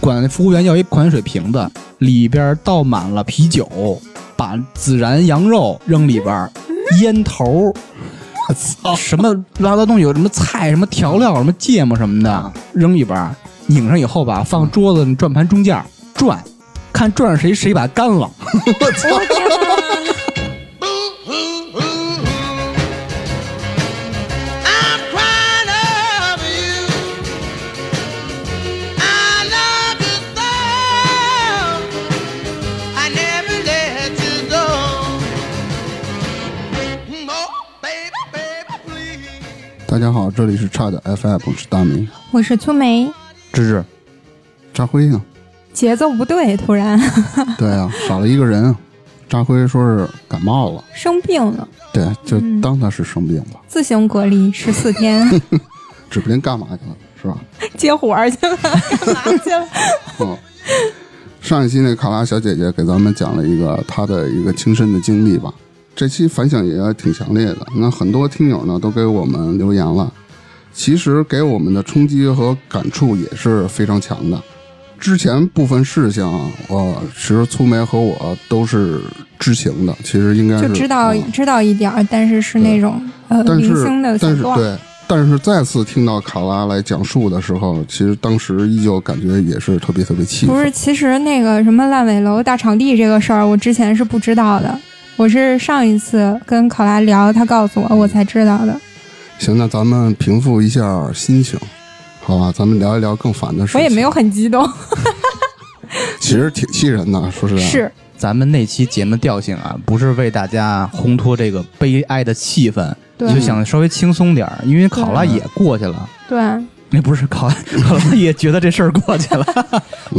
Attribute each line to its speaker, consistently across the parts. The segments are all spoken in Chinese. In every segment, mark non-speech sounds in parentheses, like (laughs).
Speaker 1: 管服务员要一款水瓶子，里边倒满了啤酒，把孜然羊肉扔里边儿，烟头，我操，什么乱七八糟东西，有什么菜、什么调料、什么芥末什么
Speaker 2: 啊
Speaker 1: 的扔里边儿，拧上以后吧，放桌子转盘中间儿转，看转上谁谁把干了。
Speaker 3: Boo hoo hoo hoo. I'm crying over you. I love you so. I never let you go. Oh, baby, baby, please.
Speaker 2: 大家好，这里是差点 FM，我是大明，
Speaker 4: 我是粗梅，
Speaker 1: 芝芝，
Speaker 2: 扎辉呢？
Speaker 4: 节奏不对，突然 (laughs)
Speaker 2: 对啊，少了一个人啊。扎辉说是感冒了，嗯
Speaker 4: 生病了，
Speaker 2: 对，就当他是生病了，
Speaker 4: 自行隔离十四天，
Speaker 2: (laughs) 指不定干嘛去了，是吧？ (laughs)
Speaker 4: 接活儿去了，干嘛去了？
Speaker 2: 嗯，上一期那卡拉小姐姐给咱们讲了一个她的一个亲身的经历吧，这期反响也挺强烈的。那很多听友呢都给我们留言了，其实给我们的冲击和感触也是非常强的。之前部分事情啊，我其实粗梅和我都是知情的，其实应该是
Speaker 4: 就知道
Speaker 2: 嗯
Speaker 4: 知道一点儿，但是是那种呃
Speaker 2: 但
Speaker 4: 零
Speaker 2: 是
Speaker 4: 星的小
Speaker 2: 但是
Speaker 4: 段儿，
Speaker 2: 对，但是再次听到卡拉来讲述的时候，其实当时依旧感觉也是特别特别气愤。
Speaker 4: 不是，其实那个什么烂尾楼大场地这个事儿，我之前是不知道的，我是上一次跟考拉聊，他告诉我，我才知道的。
Speaker 2: 行，那咱们平复一下心情，好吧？咱们聊一聊更烦的事
Speaker 4: 我
Speaker 2: 情。
Speaker 4: 也没有，很激动，
Speaker 2: 其实挺气人的，说实在。。
Speaker 4: 是
Speaker 1: 咱们那期节目调性啊，不是为大家烘托这个悲哀的气氛，
Speaker 4: 对
Speaker 1: 就想稍微轻松点儿，因为考拉也过去了。
Speaker 2: 嗯
Speaker 4: 对，
Speaker 1: 那不是考拉，考拉也觉得这事儿过去
Speaker 4: (laughs)
Speaker 1: 了。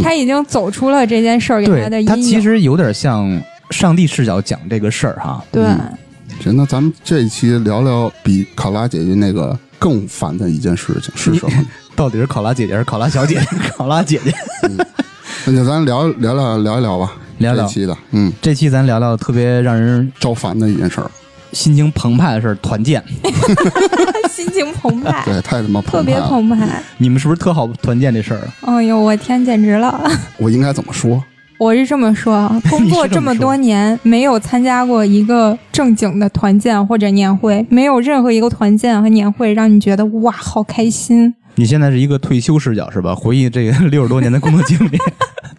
Speaker 4: 他已经走出了这件事儿给他的
Speaker 1: 对，
Speaker 4: 阴
Speaker 1: 他
Speaker 4: 影。
Speaker 1: 其实有点像上帝视角讲这个事儿哈。
Speaker 4: 对，
Speaker 2: 嗯行，那咱们这一期聊聊比考拉姐姐那个更烦的一件事情是什
Speaker 4: 嗯
Speaker 2: 么？
Speaker 1: 到底是考拉姐姐还是考拉小姐姐？ (laughs) 考拉姐姐，
Speaker 2: 那就咱聊聊聊聊一聊吧，
Speaker 1: 聊聊
Speaker 2: 这期的，嗯，
Speaker 1: 这期咱聊聊特别让人
Speaker 2: 招烦的一件事儿，
Speaker 1: 心情澎湃的事儿——团建。
Speaker 4: 他 (laughs) 心情澎湃，
Speaker 2: 对，太他妈
Speaker 4: 特
Speaker 2: 澎湃
Speaker 4: 别
Speaker 2: 了。
Speaker 4: 澎湃。
Speaker 1: 你们是不是特好团建这事儿？啊
Speaker 4: 哎呦，我天，简直了！
Speaker 2: 我应该怎么说？
Speaker 4: 我是这么说啊，工作这么多年，没有参加过一个正经的团建或者年会，没有任何一个团建和年会让你觉得哇，好开心。
Speaker 1: 你现在是一个退休视角是吧？回忆这个 (laughs) 六十多年的工作经 (laughs) 历，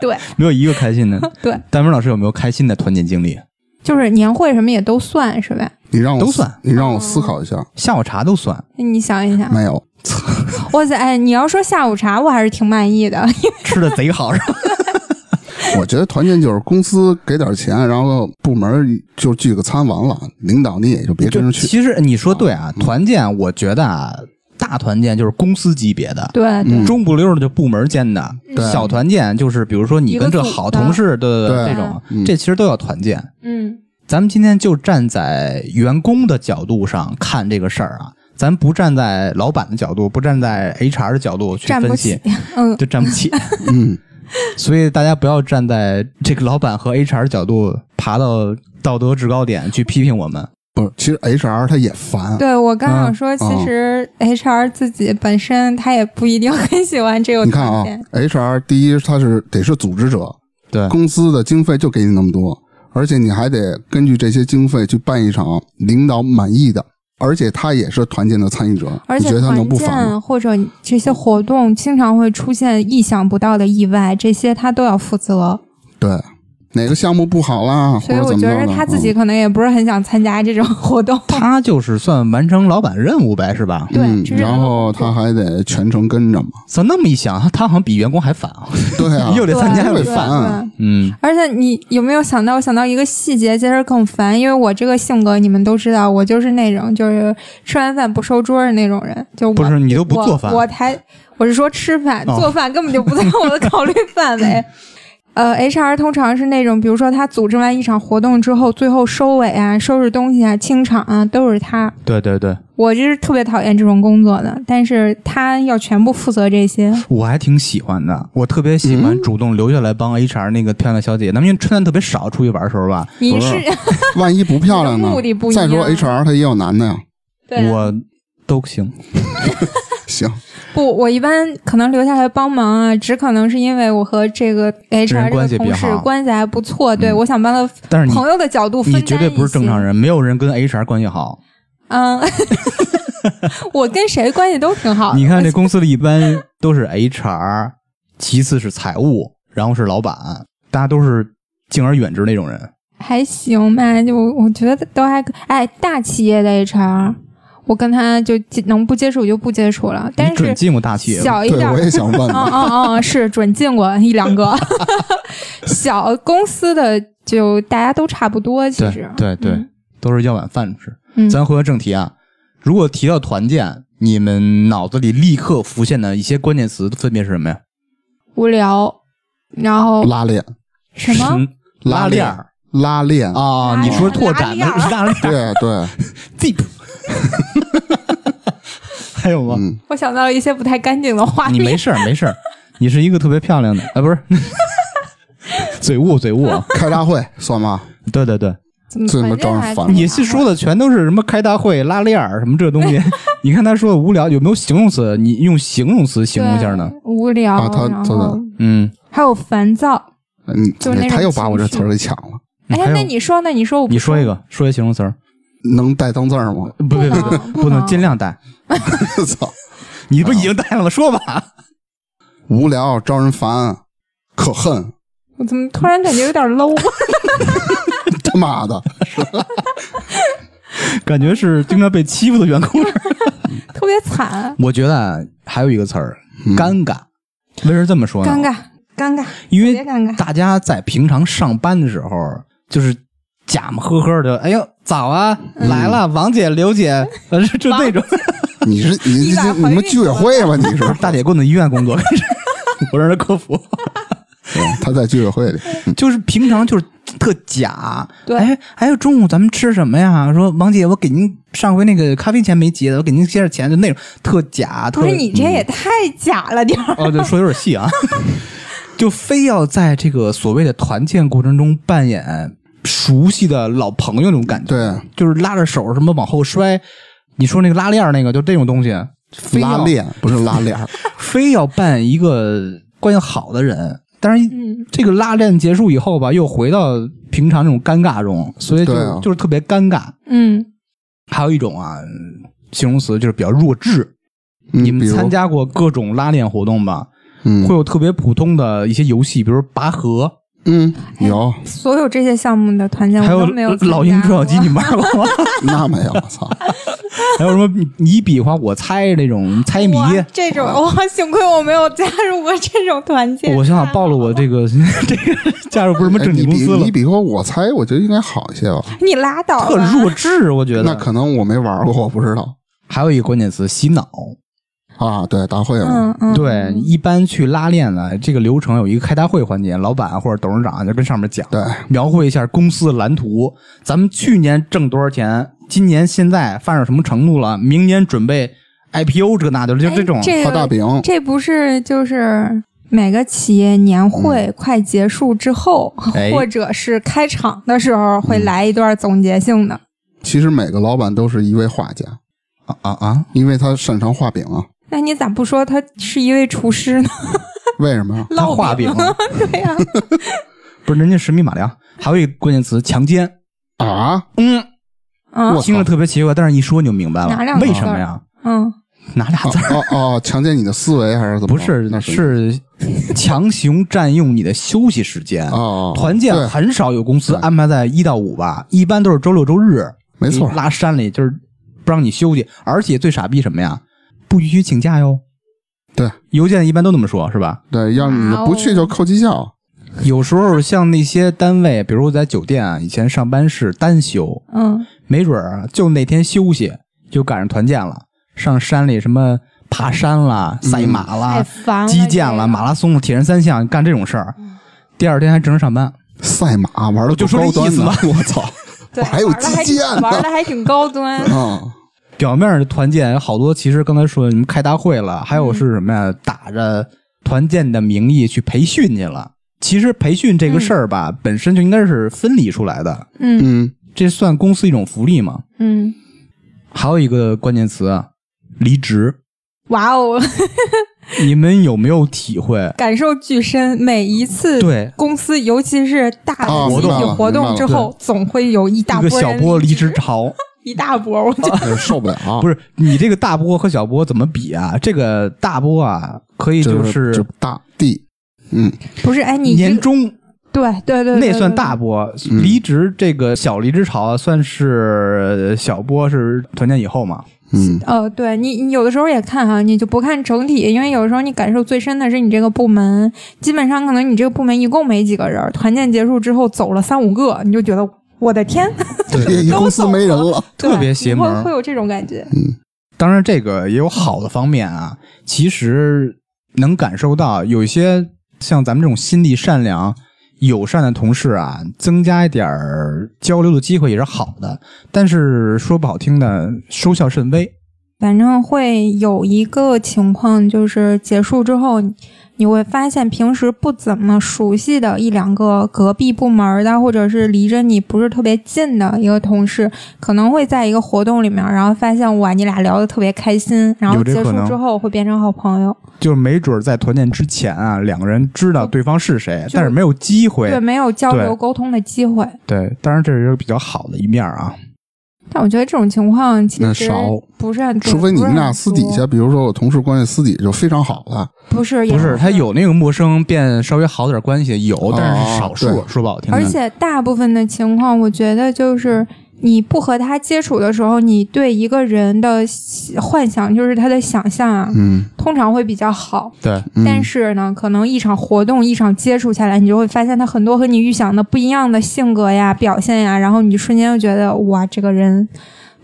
Speaker 4: 对
Speaker 1: 没有一个开心的。
Speaker 4: (laughs) 对，
Speaker 1: 丹文老师有没有开心的团建经历？
Speaker 4: 就是年会什么也都算是呗。
Speaker 2: 你让我
Speaker 1: 都
Speaker 2: 思
Speaker 1: 算
Speaker 2: 你让我思考一下。
Speaker 1: 下午茶都算，
Speaker 4: 那你想一想，
Speaker 2: 没有，
Speaker 4: 哇塞，哎，你要说下午茶，我还是挺满意的。
Speaker 1: 吃的贼好是吧？
Speaker 2: (laughs) 我觉得团建就是公司给点钱，然后部门就聚个餐，完了，领导你也就别跟着去。嗯
Speaker 1: 其实你说对啊，团建我觉得啊，大团建就是公司级别的，
Speaker 4: 对对，
Speaker 1: 中不溜儿的就部门间的，
Speaker 2: 嗯
Speaker 1: 小团建就是比如说你跟这好同事，对
Speaker 2: 对嗯
Speaker 1: 这种，这其实都叫团建。
Speaker 4: 嗯，
Speaker 1: 咱们今天就站在员工的角度上看这个事儿啊，咱不站在老板的角度，不站在 HR 的角度去
Speaker 4: (laughs) 站不
Speaker 1: 分
Speaker 4: 起
Speaker 1: 析，。(laughs)
Speaker 4: 嗯，
Speaker 1: 就站不起。
Speaker 2: (laughs) 嗯，
Speaker 1: 所以大家不要站在这个老板和 HR 角度爬到道德制高点去批评我们。
Speaker 2: 不是，其实 HR 他也烦，
Speaker 4: 对我刚想说，其实 HR 自己本身他也不一定很喜欢这个
Speaker 2: 你看
Speaker 4: 团
Speaker 2: 啊
Speaker 4: 建。
Speaker 2: ，HR 第一他是得是组织者，
Speaker 1: 对
Speaker 2: 公司的经费就给你那么多，而且你还得根据这些经费去办一场领导满意的，而且他也是团建的参与者，
Speaker 4: 而
Speaker 2: 你
Speaker 4: 且
Speaker 2: 觉得他能
Speaker 4: 团
Speaker 2: 不烦
Speaker 4: 建啊
Speaker 2: 吗？
Speaker 4: 或者这些活动经常会出现意想不到的意外，这些他都要负责。
Speaker 2: 对，哪个项目不好啦，或
Speaker 4: 所以
Speaker 2: 者
Speaker 4: 我
Speaker 2: 怎么
Speaker 4: 觉
Speaker 2: 着
Speaker 4: 得
Speaker 2: 的
Speaker 4: 他自己
Speaker 2: 嗯
Speaker 4: 可能也不是很想参加这种活动。
Speaker 1: 他就是算完成老板任务呗，是吧？
Speaker 4: 对
Speaker 2: 嗯，
Speaker 4: 这是
Speaker 2: 然后他还得全程跟着嘛，
Speaker 1: 咋那么一想，他好像比员工还烦啊，，
Speaker 2: 对啊
Speaker 1: (laughs) 又得参加又
Speaker 2: 对
Speaker 1: 得
Speaker 4: (laughs) 对
Speaker 1: 烦。
Speaker 2: 啊
Speaker 4: 对
Speaker 1: 嗯，
Speaker 4: 而且你有没有想到？我想到一个细节，其实更烦，因为我这个性格你们都知道，我就是那种就是吃完饭不收桌的那种人，就我
Speaker 1: 不是你都不做饭
Speaker 4: 我我才我是说吃饭、
Speaker 1: 哦
Speaker 4: (laughs) 做饭根本就不在我的考虑范围。呃，HR 通常是那种，比如说他组织完一场活动之后，最后收尾啊、收拾东西啊、清场啊，都是他。
Speaker 1: 对对对，
Speaker 4: 我就是特别讨厌这种工作的，但是他要全部负责
Speaker 1: (laughs)
Speaker 4: 这些。
Speaker 1: 我还挺喜欢的，我特别喜
Speaker 4: 嗯
Speaker 1: 欢主动留下来帮 HR 那个漂亮小姐姐，咱们因为穿的特别少，出去玩的时候吧，
Speaker 4: 你
Speaker 2: 不
Speaker 4: 是
Speaker 2: 是
Speaker 1: 啊
Speaker 4: (laughs)
Speaker 2: 万一不漂亮呢
Speaker 4: 目的不？一
Speaker 2: 再
Speaker 4: 样啊
Speaker 2: 说 HR 他也有男的呀，
Speaker 4: 对啊
Speaker 1: 我都行，
Speaker 2: 行，
Speaker 4: 不，我一般可能留下来帮忙啊，只可能是因为我和这个
Speaker 1: 人
Speaker 4: HR
Speaker 1: 关系
Speaker 4: 这个
Speaker 1: 比
Speaker 4: 同
Speaker 1: 较
Speaker 4: 事
Speaker 1: 好嗯
Speaker 4: 关系还不错，对我想帮他
Speaker 1: 但是你
Speaker 4: 朋友的角度分
Speaker 1: 你
Speaker 4: 担
Speaker 1: 绝对不是正常
Speaker 4: 人。
Speaker 1: 人，没有人跟 HR 关系好。
Speaker 4: 嗯， (laughs) 我跟谁关系都挺好的。
Speaker 1: 你看这公司里一般 (laughs) 都是 HR，其次是财务，然后是老板，大家都是敬而远之那种人。
Speaker 4: 还行吧，就我觉得都还可哎，大企业的 HR，我跟他就能不接触就不接触了，但
Speaker 1: 你准
Speaker 4: 是
Speaker 1: 进过大企业吗，
Speaker 4: 小一
Speaker 2: 对
Speaker 4: 点
Speaker 2: 我也想问，
Speaker 4: 嗯嗯嗯，是准进过一两个 (laughs) 小公司的，就大家都差不多，其
Speaker 1: 对
Speaker 4: 实啊
Speaker 1: 对对，都是要碗饭吃。
Speaker 4: 嗯
Speaker 1: 咱回到正题啊，如果提到团建，你们脑子里立刻浮现的一些关键词分别是什么呀？
Speaker 4: 无聊，然后
Speaker 2: 拉练，
Speaker 4: 什么？
Speaker 1: 嗯拉链儿
Speaker 2: 拉练，
Speaker 1: 啊？你说拓展的
Speaker 4: 拉链儿
Speaker 1: 拉链儿
Speaker 2: 对对，
Speaker 1: zip，还有吗？
Speaker 2: 嗯，
Speaker 4: 我想到了一些不太干净的画
Speaker 1: 你没
Speaker 4: 面。
Speaker 1: 事儿，没事儿，你是一个特别漂亮的，啊，不是， (laughs) 嘴误，嘴误，啊
Speaker 2: 开大会算吗？
Speaker 1: 对对对，
Speaker 4: 么
Speaker 2: 这他妈
Speaker 4: 反正
Speaker 2: 招人
Speaker 4: 还
Speaker 2: 烦
Speaker 4: 挺
Speaker 1: 你是
Speaker 4: 好
Speaker 1: 说的全都是什么开大会、拉链儿什么这东西？ (laughs) 你看他说的无聊，有没有形容词？你用形容词形容一下呢？
Speaker 4: 对无聊，
Speaker 2: 啊他
Speaker 4: 然
Speaker 2: 他
Speaker 4: 后
Speaker 1: 嗯，
Speaker 4: 还有烦躁。
Speaker 2: 嗯，
Speaker 4: 就是那种
Speaker 2: 他又把我这
Speaker 4: 情绪
Speaker 2: 词儿给抢了，
Speaker 4: 哎
Speaker 1: 还，有
Speaker 4: 那你说，那你说，我不
Speaker 1: 你说一个， (laughs) 说一形容词儿，
Speaker 2: 能带脏字儿吗？ (laughs)
Speaker 1: 不不
Speaker 4: 能
Speaker 1: 不，
Speaker 4: 不
Speaker 1: 不能
Speaker 4: 能
Speaker 1: 尽量带。
Speaker 2: 操，
Speaker 1: 你不已经带了吗？说吧，
Speaker 2: 无聊，招人烦，可恨，
Speaker 4: 我怎么突然感觉有点
Speaker 1: (laughs)
Speaker 4: low？
Speaker 2: 他妈的，
Speaker 1: 感觉是经常被欺负的员工。
Speaker 4: 特别惨，
Speaker 1: (laughs) 我觉得啊还有一个词儿，尴尬。嗯为什么这么说呢？
Speaker 4: 尴尬，尴尬，
Speaker 1: 因为
Speaker 4: 特别尴尬
Speaker 1: 大家在平常上班的时候，就是假模呵呵的，哎呦，早啊，来了，王姐、刘姐，呃，就就那种
Speaker 2: 你是你
Speaker 4: 一百
Speaker 2: 这
Speaker 4: 回
Speaker 2: 你们居委会吧？你是
Speaker 1: 大铁棍子医院工作， (laughs) 我让人客服，
Speaker 2: 对他在居
Speaker 4: (laughs)
Speaker 2: 委会里，嗯
Speaker 1: 就是平常就是特假。
Speaker 4: 对
Speaker 1: 哎，哎呦，中午咱们吃什么呀？说王姐，我给您上回那个咖啡钱没结的，我给您结点钱，就那种特假。
Speaker 4: 不是
Speaker 1: 特嗯
Speaker 4: 你这也太假了点儿。
Speaker 1: 哦，对，说有点细啊， (laughs) 就非要在这个所谓的团建过程中扮演熟悉的老朋友那种感觉，
Speaker 2: 对，
Speaker 1: 就是拉着手什么往后摔，你说那个拉链儿那个，就这种东西，非要
Speaker 2: 拉练不是拉链儿，
Speaker 1: 非要扮一个关系好的人，但是
Speaker 4: 嗯，
Speaker 1: 这个拉链结束以后吧，又回到平常那种尴尬中，所以就、
Speaker 2: 对啊
Speaker 1: 就是特别尴尬。
Speaker 4: 嗯，
Speaker 1: 还有一种啊，形容词就是比较弱智。
Speaker 2: 嗯
Speaker 1: 你
Speaker 2: 比
Speaker 1: 们
Speaker 2: 如
Speaker 1: 参加过各种拉练活动吧？
Speaker 2: 嗯
Speaker 1: 会有特别普通的一些游戏，比如拔河，
Speaker 2: 嗯
Speaker 4: 哎
Speaker 2: 有
Speaker 4: 所有这些项目的团建
Speaker 1: 还
Speaker 4: 哎我
Speaker 1: 有
Speaker 4: 都没有参加
Speaker 1: 老鹰捉小鸡，
Speaker 4: 过
Speaker 1: 你玩过吗？
Speaker 2: 那没有，我操，
Speaker 1: (laughs) 还有什么你你比划我猜那种猜谜？
Speaker 4: 哇这种，哇，幸亏我没有加入过这种团建。
Speaker 1: 我想想暴露我这个 (laughs) 这个加入不是什么
Speaker 2: 哎
Speaker 1: 正
Speaker 2: 你
Speaker 1: 经公
Speaker 2: 比
Speaker 1: 司了
Speaker 2: 你，比说我猜，我觉得应该好一些吧。
Speaker 4: 你拉倒
Speaker 1: 特
Speaker 4: 吧，
Speaker 1: 弱智，我觉得。
Speaker 2: 那可能我没玩过，我不知道
Speaker 1: 还有一个关键词洗脑，
Speaker 2: 啊。对，大会嘛
Speaker 4: 嗯，嗯，
Speaker 1: 对，一般去拉练呢，这个流程有一个开大会环节，老板或者董事长就跟上面讲，
Speaker 2: 对，
Speaker 1: 描绘一下公司的蓝图，咱们去年挣多少钱，今年现在发展什么程度了，明年准备 IPO 这个那的，就
Speaker 4: 哎
Speaker 1: 这种。
Speaker 4: 这
Speaker 2: 画大
Speaker 4: 个
Speaker 2: 饼，
Speaker 4: 这不是就是每个企业年会
Speaker 1: 嗯
Speaker 4: 快结束之后，
Speaker 1: 哎
Speaker 4: 或者是开场的时候会来一段总结性
Speaker 1: 嗯
Speaker 4: 的。
Speaker 2: 其实每个老板都是一位画家，
Speaker 1: 啊啊啊！
Speaker 2: 因为他擅长画
Speaker 4: (laughs)
Speaker 2: 饼啊。
Speaker 4: 那你咋不说他是一位厨师呢？ (laughs)
Speaker 2: 为什么呀？
Speaker 1: 他画饼，
Speaker 4: 对呀、
Speaker 1: (laughs) 不是人家十米马良，还有一个关键词强奸，
Speaker 2: 啊，
Speaker 1: 嗯，
Speaker 4: 嗯
Speaker 2: 我操
Speaker 1: 听着特别奇怪，但是一说你就明白了
Speaker 4: 哪两，个
Speaker 1: 为什么呀？
Speaker 4: 嗯，
Speaker 1: 哪俩字儿？
Speaker 2: 哦哦，强奸你的思维还
Speaker 4: 哦
Speaker 2: 是怎么着？
Speaker 1: 不是
Speaker 2: 那，
Speaker 1: 是强行占用你的休息时间。
Speaker 2: 哦，
Speaker 1: 团建
Speaker 2: 对
Speaker 1: 很少有公司安排在一到五吧，一般都是周六周日，
Speaker 2: 没错
Speaker 1: 你拉山里就是不让你休息，而且最傻逼什么呀？不允许请假哟。
Speaker 2: 对
Speaker 1: 邮件一般都那么说，是
Speaker 2: (laughs)
Speaker 1: 吧？
Speaker 2: 对，要你
Speaker 4: 哇哦
Speaker 2: 不去就扣绩效。
Speaker 1: 有时候像那些单位，比如在酒店啊，以前上班是单休，
Speaker 4: 嗯，
Speaker 1: 没准儿啊就那天休息就赶上团建了，上山里什么爬山啦、
Speaker 2: 嗯
Speaker 1: 赛马
Speaker 4: 太
Speaker 1: 啦、
Speaker 4: 烦了，
Speaker 1: 啊
Speaker 4: 嗯
Speaker 1: 击剑啦、马拉松、铁人三项，干这种事儿。第二天还正常上班，
Speaker 2: 赛马玩的
Speaker 1: 就说这
Speaker 2: 高
Speaker 1: 意
Speaker 2: 端
Speaker 1: 思
Speaker 2: 的
Speaker 1: 吧，
Speaker 2: (laughs) 我操
Speaker 1: (laughs)
Speaker 4: 对
Speaker 2: 我还有
Speaker 4: 玩得还
Speaker 2: 击剑呢
Speaker 4: 玩的还挺高端。
Speaker 2: 啊！
Speaker 1: 表面的团建有好多，其实刚才说的什么开大会了，还
Speaker 4: 嗯
Speaker 1: 有是什么呀，打着团建的名义去培训去了。其实培训这个事儿吧，本身就应该是分离出来的，
Speaker 4: (laughs) 嗯
Speaker 2: 嗯，
Speaker 1: 这算公司一种福利嘛。
Speaker 4: 嗯，
Speaker 1: 还有一个关键词啊，离职。
Speaker 4: 哇哦， (laughs)
Speaker 1: 你们有没有体会？
Speaker 4: 感受巨深。每一次
Speaker 1: 对
Speaker 4: 公司，尤其是大
Speaker 2: 啊
Speaker 4: 的集
Speaker 2: 明白
Speaker 4: 体
Speaker 2: 了
Speaker 4: 活动之后，总会有一大
Speaker 1: 一个
Speaker 4: 波
Speaker 1: 小
Speaker 4: 人
Speaker 1: 波离职啊潮，
Speaker 4: (laughs) 一大波，我觉得
Speaker 2: 哎受不了，
Speaker 1: 不是你这个大波和小波怎么比啊？这个大波啊，可以
Speaker 2: 这
Speaker 1: 是
Speaker 2: 这大地，嗯，
Speaker 4: 不是。哎，你这
Speaker 1: 年
Speaker 4: 个
Speaker 1: 终
Speaker 4: 对对对，对
Speaker 1: 那算大。波，
Speaker 2: 嗯
Speaker 1: 离职这个小离职潮算是小波，是团建以后嘛？
Speaker 2: 嗯，
Speaker 4: 对呃，对你，你有的时候也看哈、你就不看整体，因为有的时候你感受最深的是你这个部门，基本上可能你这个部门一共没几个人，团建结束之后走了三五个，你就觉得我的天， (laughs)
Speaker 2: 一公司没人了，
Speaker 1: 特
Speaker 4: 对
Speaker 1: 别邪
Speaker 4: 你
Speaker 1: 门儿
Speaker 4: 会会有这种感觉。
Speaker 2: 嗯，
Speaker 1: 当然，这个也有好的方面啊。其实能感受到，有一些像咱们这种心地善良、友善的同事啊，增加一点儿交流的机会也是好的。但是说不好听的，收效甚微。
Speaker 4: 反正会有一个情况，就是结束之后，你你会发现平时不怎么熟悉的一两个隔壁部门的，或者是离着你不是特别近的一个同事，可能会在一个活动里面，然后发现哇，你俩聊得特别开心，然后
Speaker 1: 有这
Speaker 4: 结
Speaker 1: 可
Speaker 4: 束
Speaker 1: 能
Speaker 4: 之后会变成好朋友。
Speaker 1: 就是没准儿在团建之前啊，两个人知道对方是谁，
Speaker 4: 哦就
Speaker 1: 但是没有机会。
Speaker 4: 对，没有交流
Speaker 1: 对
Speaker 4: 沟通的机会。
Speaker 1: 对，当然这是比较好的一面儿啊。
Speaker 4: 但我觉得这种情况其
Speaker 2: 那
Speaker 4: 实
Speaker 2: 少
Speaker 4: 不是很多，
Speaker 2: 除非你
Speaker 4: 不是很
Speaker 2: 们俩私底
Speaker 4: 多
Speaker 2: 下，比如说我同事关系私底下就非常好了，
Speaker 4: 不是也
Speaker 1: 不是，他有那个陌生变稍微好点儿关系，有，但是是少数。
Speaker 2: 哦
Speaker 1: 说不好听的，
Speaker 4: 而且大部分的情况，我觉得
Speaker 1: 嗯
Speaker 4: 就是你不和他接触的时候，你对一个人的喜幻想，就是他的想象啊，
Speaker 2: 嗯，
Speaker 4: 通常会比较好。
Speaker 1: 对，
Speaker 2: 嗯
Speaker 4: 但是呢，可能一场活动、一场接触下来，你就会发现他很多和你预想的不一样的性格呀、表现呀，然后你就瞬间就觉得哇，这个人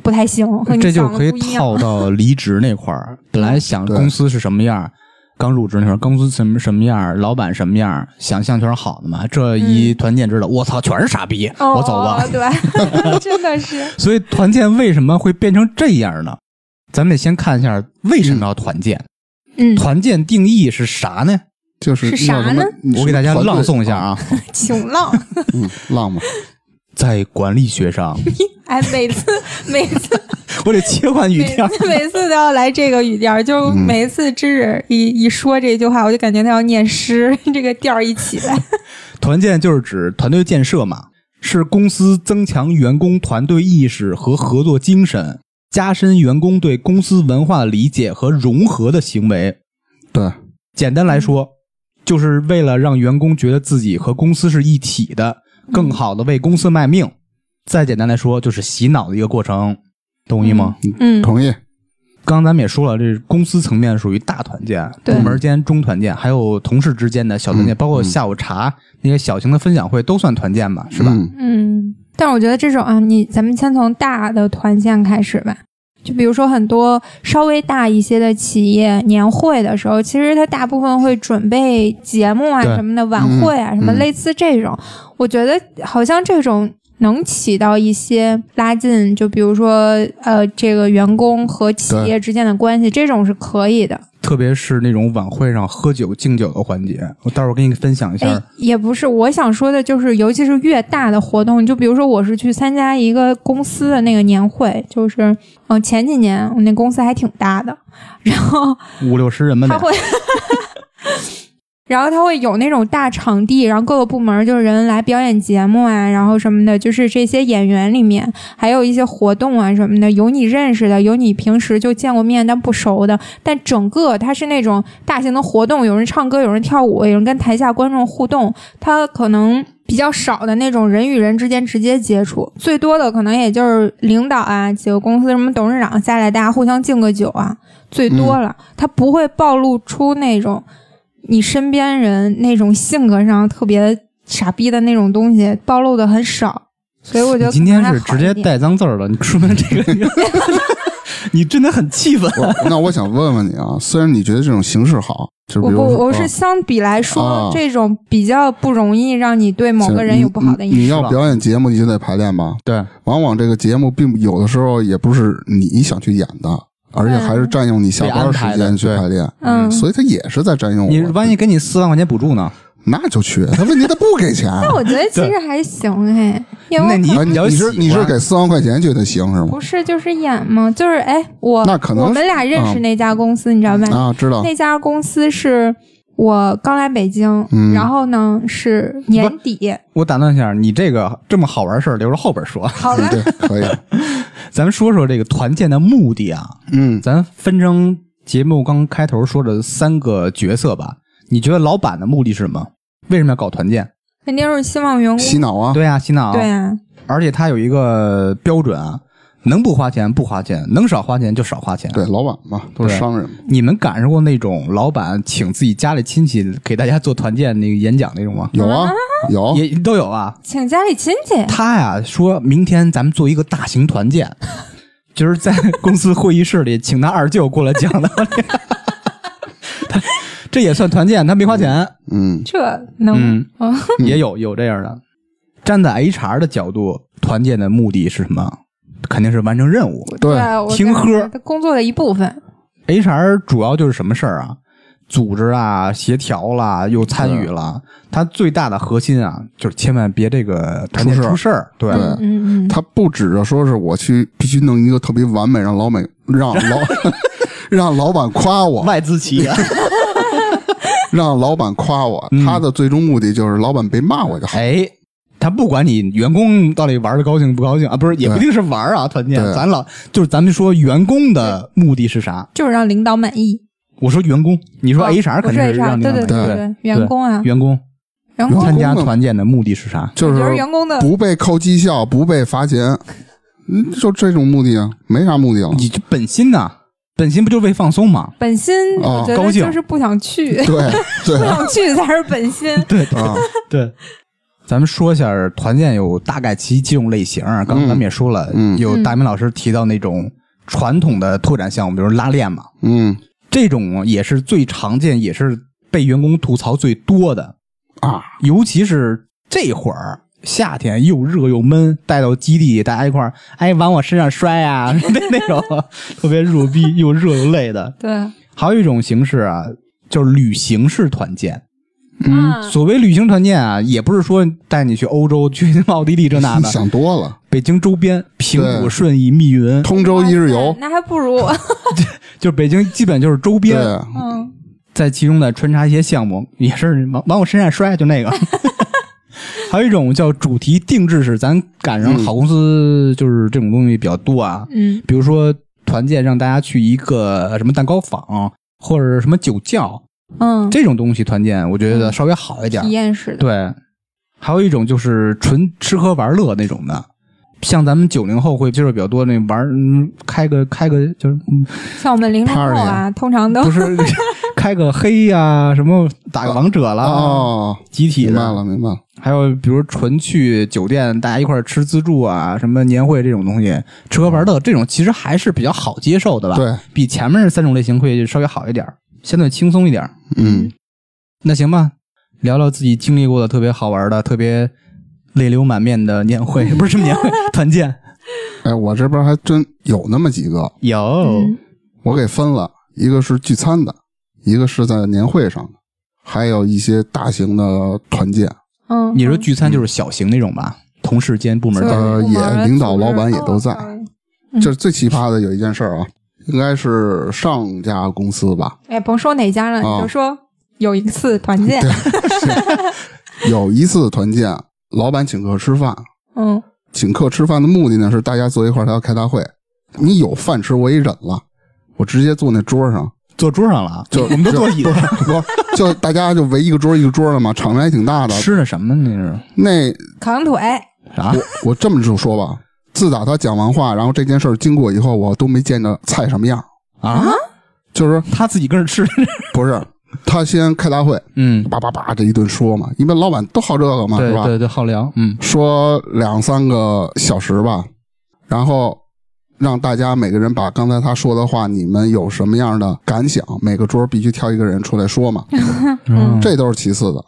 Speaker 4: 不太行，和你
Speaker 1: 这就
Speaker 4: 想的
Speaker 1: 可以
Speaker 4: 不一样。嗯
Speaker 1: 套到离职那块儿。本来想
Speaker 2: 对
Speaker 1: 公司是什么样儿，刚入职那会儿公司什么什么样儿，老板什么样儿，想象全是好的嘛。这一团建知道，我操，全是傻逼，
Speaker 4: 哦，
Speaker 1: 我走吧
Speaker 4: 哦。对，真的是。
Speaker 1: 所以团建为什么会变成这样呢？咱们得先看一下为什么要团建。 (laughs)
Speaker 4: 嗯，
Speaker 1: 团建定义是啥呢？
Speaker 2: 就是
Speaker 4: 是啥
Speaker 2: 要什
Speaker 4: 呢
Speaker 2: 么你什么
Speaker 1: 我给大家
Speaker 2: 团队
Speaker 1: 朗诵一下，
Speaker 4: (laughs)
Speaker 1: 啊，(laughs)
Speaker 4: 请浪。
Speaker 2: 嗯，
Speaker 4: (laughs)
Speaker 2: 浪嘛，
Speaker 1: 在管理学上，
Speaker 4: 哎，每次每次
Speaker 1: (laughs) 我得切换语
Speaker 4: 每
Speaker 1: 调。
Speaker 4: 次每次都要来这个语调儿，就每次知识一一说这句话，我就感觉他要念诗， (laughs) 这个调儿一起来。
Speaker 1: 团建就是指团队建设嘛，是公司增强员工团队意识和合作精神，加深员工对公司文化理解和融合的行为。
Speaker 2: 对，
Speaker 1: 简单来说，就是为了让员工觉得自己和公司是一体的，更好的为公司卖命。再简单来说，就是洗脑的一个过程，同意吗？
Speaker 4: 嗯，
Speaker 2: 同意，
Speaker 1: 刚刚咱们也说了，这公司层面属于大团建，
Speaker 4: 对
Speaker 1: 部门间中团建，还有同事之间的小团建，
Speaker 2: 嗯
Speaker 1: 包括下午茶、那些小型的分享会，都算团建吧，是
Speaker 4: (laughs)
Speaker 1: 吧？
Speaker 2: 嗯
Speaker 4: 嗯，但我觉得这种啊，你咱们先从大的团建开始吧。就比如说很多稍微大一些的企业年会的时候，其实它大部分会准备节目啊
Speaker 1: 对
Speaker 4: 什么的，晚会啊、什么类似这种。我觉得好像这种能起到一些拉近，就比如说呃，这个员工和企业之间的关系，这种是可以的。
Speaker 1: 特别是那种晚会上喝酒敬酒的环节，我待会儿给你分享一下。
Speaker 4: 哎，也不是，我想说的就是，尤其是越大的活动，就比如说我是去参加一个公司的那个年会，就是嗯、呃前几年我那公司还挺大的，然后
Speaker 1: 五六十人吧，
Speaker 4: 他
Speaker 1: 得
Speaker 4: 会。然后他会有那种大场地，然后各个部门就是人来表演节目啊，然后什么的，就是这些演员里面还有一些活动啊什么的，有你认识的，有你平时就见过面但不熟的。但整个它是那种大型的活动，有人唱歌，有人跳舞，有人跟台下观众互动，它可能比较少的那种人与人之间直接接触，最多的可能也就是领导啊，几个公司什么董事长下来，大家互相敬个酒啊，最多
Speaker 2: 嗯
Speaker 4: 了，它不会暴露出那种你身边人那种性格上特别傻逼的那种东西，暴露的很少。所以我觉
Speaker 1: 你
Speaker 4: 得
Speaker 1: 今天是
Speaker 4: 可能还
Speaker 1: 直
Speaker 4: 好一
Speaker 1: 接
Speaker 4: 点
Speaker 1: 带脏字儿了，你 (laughs) 说明这个你真的很气愤。
Speaker 2: 我那我想问问你啊，虽然你觉得这种形式好，就比
Speaker 4: 我
Speaker 2: 如
Speaker 4: 不，
Speaker 2: 说
Speaker 4: 我是
Speaker 2: 啊
Speaker 4: 相比来说，
Speaker 2: 啊
Speaker 4: 这种比较不容易让你对某个人有不好的
Speaker 2: 你你
Speaker 4: 印
Speaker 2: 你
Speaker 4: 象。
Speaker 2: 要表演节目，你就得排练吧。
Speaker 1: 对，
Speaker 2: 往往这个节目并有的时候也不是你想去演的，而且还是占用你下班时间去排练，
Speaker 4: 嗯，
Speaker 2: 所以它也是在占用
Speaker 1: 你
Speaker 2: 我。
Speaker 1: 万一给你四万块钱补助呢？
Speaker 2: 那就去。他问题他不
Speaker 4: (laughs)
Speaker 2: 给钱，
Speaker 4: 但我觉得其实还行哎，因为
Speaker 1: 那你
Speaker 2: 啊，你
Speaker 1: 要
Speaker 2: 你是
Speaker 1: 喜
Speaker 2: 你是
Speaker 1: 欢
Speaker 2: 给四万块钱觉得行是吗
Speaker 4: 不？是就是演嘛，就是哎，我
Speaker 2: 那可能
Speaker 4: 我们俩认识
Speaker 2: 嗯
Speaker 4: 那家公司，你知道吧？
Speaker 1: 嗯
Speaker 2: 啊，知道
Speaker 4: 那家公司是我刚来北京，
Speaker 2: 嗯
Speaker 4: 然后呢是年底，
Speaker 1: 我打断一下，你这个这么好玩的事儿留着后边说。
Speaker 4: 好吧？
Speaker 2: 嗯对，可以，
Speaker 1: 咱们说说这个团建的目的啊， (laughs)
Speaker 2: 嗯，
Speaker 1: 咱分成节目刚开头说的三个角色吧。你觉得老板的目的是什么？为什么要搞团建？
Speaker 4: 肯定是希望员工
Speaker 2: 洗脑啊，
Speaker 1: 对啊，洗脑。
Speaker 4: 对啊，
Speaker 1: 而且他有一个标准啊，能不花钱不花钱，能少花钱就少花钱。
Speaker 2: 对，，老板嘛，都是
Speaker 1: 对
Speaker 2: 商人嘛，
Speaker 1: 你们赶上过那种老板请自己家里亲戚给大家做团建那个演讲那种吗？
Speaker 2: 有啊，有，
Speaker 1: 也都有啊。
Speaker 4: 请家里亲戚，
Speaker 1: 他呀说明天咱们做一个大型团 (laughs) 建，就是在公司会议室里请他二舅过来讲道理。他 (laughs) 这也算团建，他没花钱。
Speaker 2: 嗯，
Speaker 4: 这能
Speaker 1: 嗯
Speaker 4: 哦
Speaker 1: 也有有这样的。站在 HR 的角度，团建的目的是什么？肯定是完成任务。
Speaker 2: 对
Speaker 4: 啊我
Speaker 1: 听
Speaker 4: 感觉
Speaker 1: 喝
Speaker 4: 他工作的一部分，
Speaker 1: HR 主要就是什么事儿啊？组织啦、协调啦、又参与啦。它最大的核心啊，就是千万别这个团建
Speaker 2: 出事儿
Speaker 1: 出事儿。对，
Speaker 4: (laughs)
Speaker 2: 对
Speaker 4: 嗯嗯，
Speaker 2: 他不指着说是我去必须弄一个特别完美，让老美让
Speaker 1: (laughs)
Speaker 2: 老让老板夸我，
Speaker 1: 外资企业。
Speaker 2: 让老板夸我，
Speaker 1: 嗯
Speaker 2: 他的最终目的就是老板别骂我就好。
Speaker 1: (laughs) 哎，他不管你员工到底玩的高兴不高兴啊，不是，也不一定是玩儿啊。团建
Speaker 2: 对，
Speaker 1: 咱老就是咱们说员工的目的是啥？
Speaker 4: 就是让领导满意。
Speaker 1: 我说员工，你说
Speaker 4: 哦
Speaker 1: HR
Speaker 4: 不
Speaker 1: 肯
Speaker 4: 是
Speaker 1: 定是
Speaker 4: HR，
Speaker 1: 让
Speaker 4: 对
Speaker 1: 领导
Speaker 4: 对
Speaker 1: 满意
Speaker 4: 对
Speaker 1: 对
Speaker 4: 对，员工啊，
Speaker 1: 员工
Speaker 4: 员
Speaker 2: 工
Speaker 4: 工，
Speaker 1: 参加团建的目的是啥？
Speaker 2: 就
Speaker 4: 我觉得
Speaker 2: 是
Speaker 4: 员工的
Speaker 2: 不被扣绩效，不被罚钱，嗯，就这种目的啊，没啥目的了。
Speaker 1: 你这本心呐、本心不就为放松吗？
Speaker 4: 本心，
Speaker 2: 哦
Speaker 4: 我觉
Speaker 1: 高
Speaker 4: 得
Speaker 1: 兴
Speaker 4: 就是不想
Speaker 2: (laughs)
Speaker 4: 去，
Speaker 2: 对
Speaker 4: 不
Speaker 1: (laughs)
Speaker 2: 对
Speaker 4: 想去才是本心。
Speaker 1: 对
Speaker 2: 啊，
Speaker 1: 对，咱们说一下团建有大概其几种类型啊。刚
Speaker 2: 嗯
Speaker 1: 刚咱们也说了，
Speaker 2: 嗯
Speaker 1: 有大明老师提到那种传统的拓展项目，比如拉练嘛，
Speaker 2: 嗯
Speaker 1: 这种也是最常见，也是被员工吐槽最多的。
Speaker 2: 啊，
Speaker 1: 尤其是这会儿夏天又热又闷，带到基地大家一块儿， (laughs) 哎，往我身上摔啊， (laughs) 那那种特别入逼又热又累的。
Speaker 4: 对，
Speaker 1: 还有一种形式啊，就是旅行式团建。
Speaker 4: 嗯
Speaker 1: 所谓旅行团建啊，也不是说带你去欧洲、去奥地利这那
Speaker 2: 你 (laughs)
Speaker 1: 的，
Speaker 2: 想多了。
Speaker 1: 北京周边、平
Speaker 2: 对
Speaker 1: 谷、顺义、密云，
Speaker 2: 通州一日游，
Speaker 4: 那还不
Speaker 2: (laughs)
Speaker 4: 如，
Speaker 1: 就是北京基本就是周
Speaker 2: 对，
Speaker 1: 边，
Speaker 4: 嗯，
Speaker 1: 在其中再穿插一些项目，也是往往我身上摔，就那个。还有一种叫主题定制式，咱赶上好公司就是这种东西比较多啊，
Speaker 4: 嗯，
Speaker 1: 比如说团建让大家去一个什么蛋糕坊或者是什么酒窖
Speaker 4: 嗯，
Speaker 1: 这种东西团建，我觉得稍微好一点
Speaker 4: 体。验式的，
Speaker 1: 对，还有一种就是纯吃喝玩乐那种的，像咱们九零后会接触比较多，那玩儿嗯开个开个就是、嗯
Speaker 4: 像我们零零后啊，通常都
Speaker 1: 不是 (laughs) 开个黑呀、什么打个王者啦，
Speaker 2: 哦，
Speaker 1: 集体
Speaker 2: 明白
Speaker 1: 啊的，
Speaker 2: 了，明白了。
Speaker 1: 还有比如纯去酒店大家一块儿吃自助啊，什么年会这种东西，吃喝玩乐这种其实还是比较好接受的吧？，
Speaker 2: 对，
Speaker 1: 比前面这三种类型会稍微好一点儿，相对轻松一点儿。
Speaker 2: 嗯，
Speaker 1: 那行吧，聊聊自己经历过的特别好玩的、特别泪流满面的年会， (laughs) 不是什么年会，团建
Speaker 2: 哎，我这边还真有那么几个，
Speaker 1: 有、
Speaker 4: 嗯
Speaker 2: 我给分了，一个是聚餐的，一个是在年会上的，还有一些大型的团建，
Speaker 4: 嗯，
Speaker 1: 你说聚餐就是小型那种吧？同事间、部门
Speaker 4: 就是
Speaker 1: 间，
Speaker 2: 呃
Speaker 4: 部门
Speaker 2: 也领导
Speaker 4: 组织
Speaker 2: 老板也都在
Speaker 4: 哦
Speaker 1: 嗯
Speaker 2: 这最奇葩的有一件事儿啊，应该是上家公司吧，
Speaker 4: 哎，甭说哪家了，
Speaker 2: 啊
Speaker 4: 你就说有一次团建，
Speaker 2: 有一次团建，老板请客吃饭，
Speaker 4: 嗯
Speaker 2: 请客吃饭的目的呢是大家坐一块儿，他要开大会，你有饭吃我也忍了，我直接坐那桌上，
Speaker 1: 坐桌上了啊，
Speaker 2: 就
Speaker 1: 我们都坐椅子上，
Speaker 2: 不是就大家就围一个桌一个桌的嘛，场面还挺大的。
Speaker 1: 吃的什么那是
Speaker 2: 那
Speaker 4: 烤羊腿，
Speaker 2: 哎
Speaker 1: 啥？
Speaker 2: 我这么就说吧，自打他讲完话，然后这件事儿经过以后，我都没见着菜什么样，
Speaker 1: 啊，
Speaker 2: 就是
Speaker 1: 他自己跟着吃，
Speaker 2: 不是他先开大会，
Speaker 1: (laughs) 嗯，
Speaker 2: 叭叭叭这一顿说嘛，因为老板都好这个嘛，
Speaker 1: 对
Speaker 2: 是吧？
Speaker 1: 对对，好聊，嗯，
Speaker 2: 说两三个小时吧，然后让大家每个人把刚才他说的话，你们有什么样的感想？每个桌必须挑一个人出来说嘛，
Speaker 1: 嗯
Speaker 2: 这都是其次的。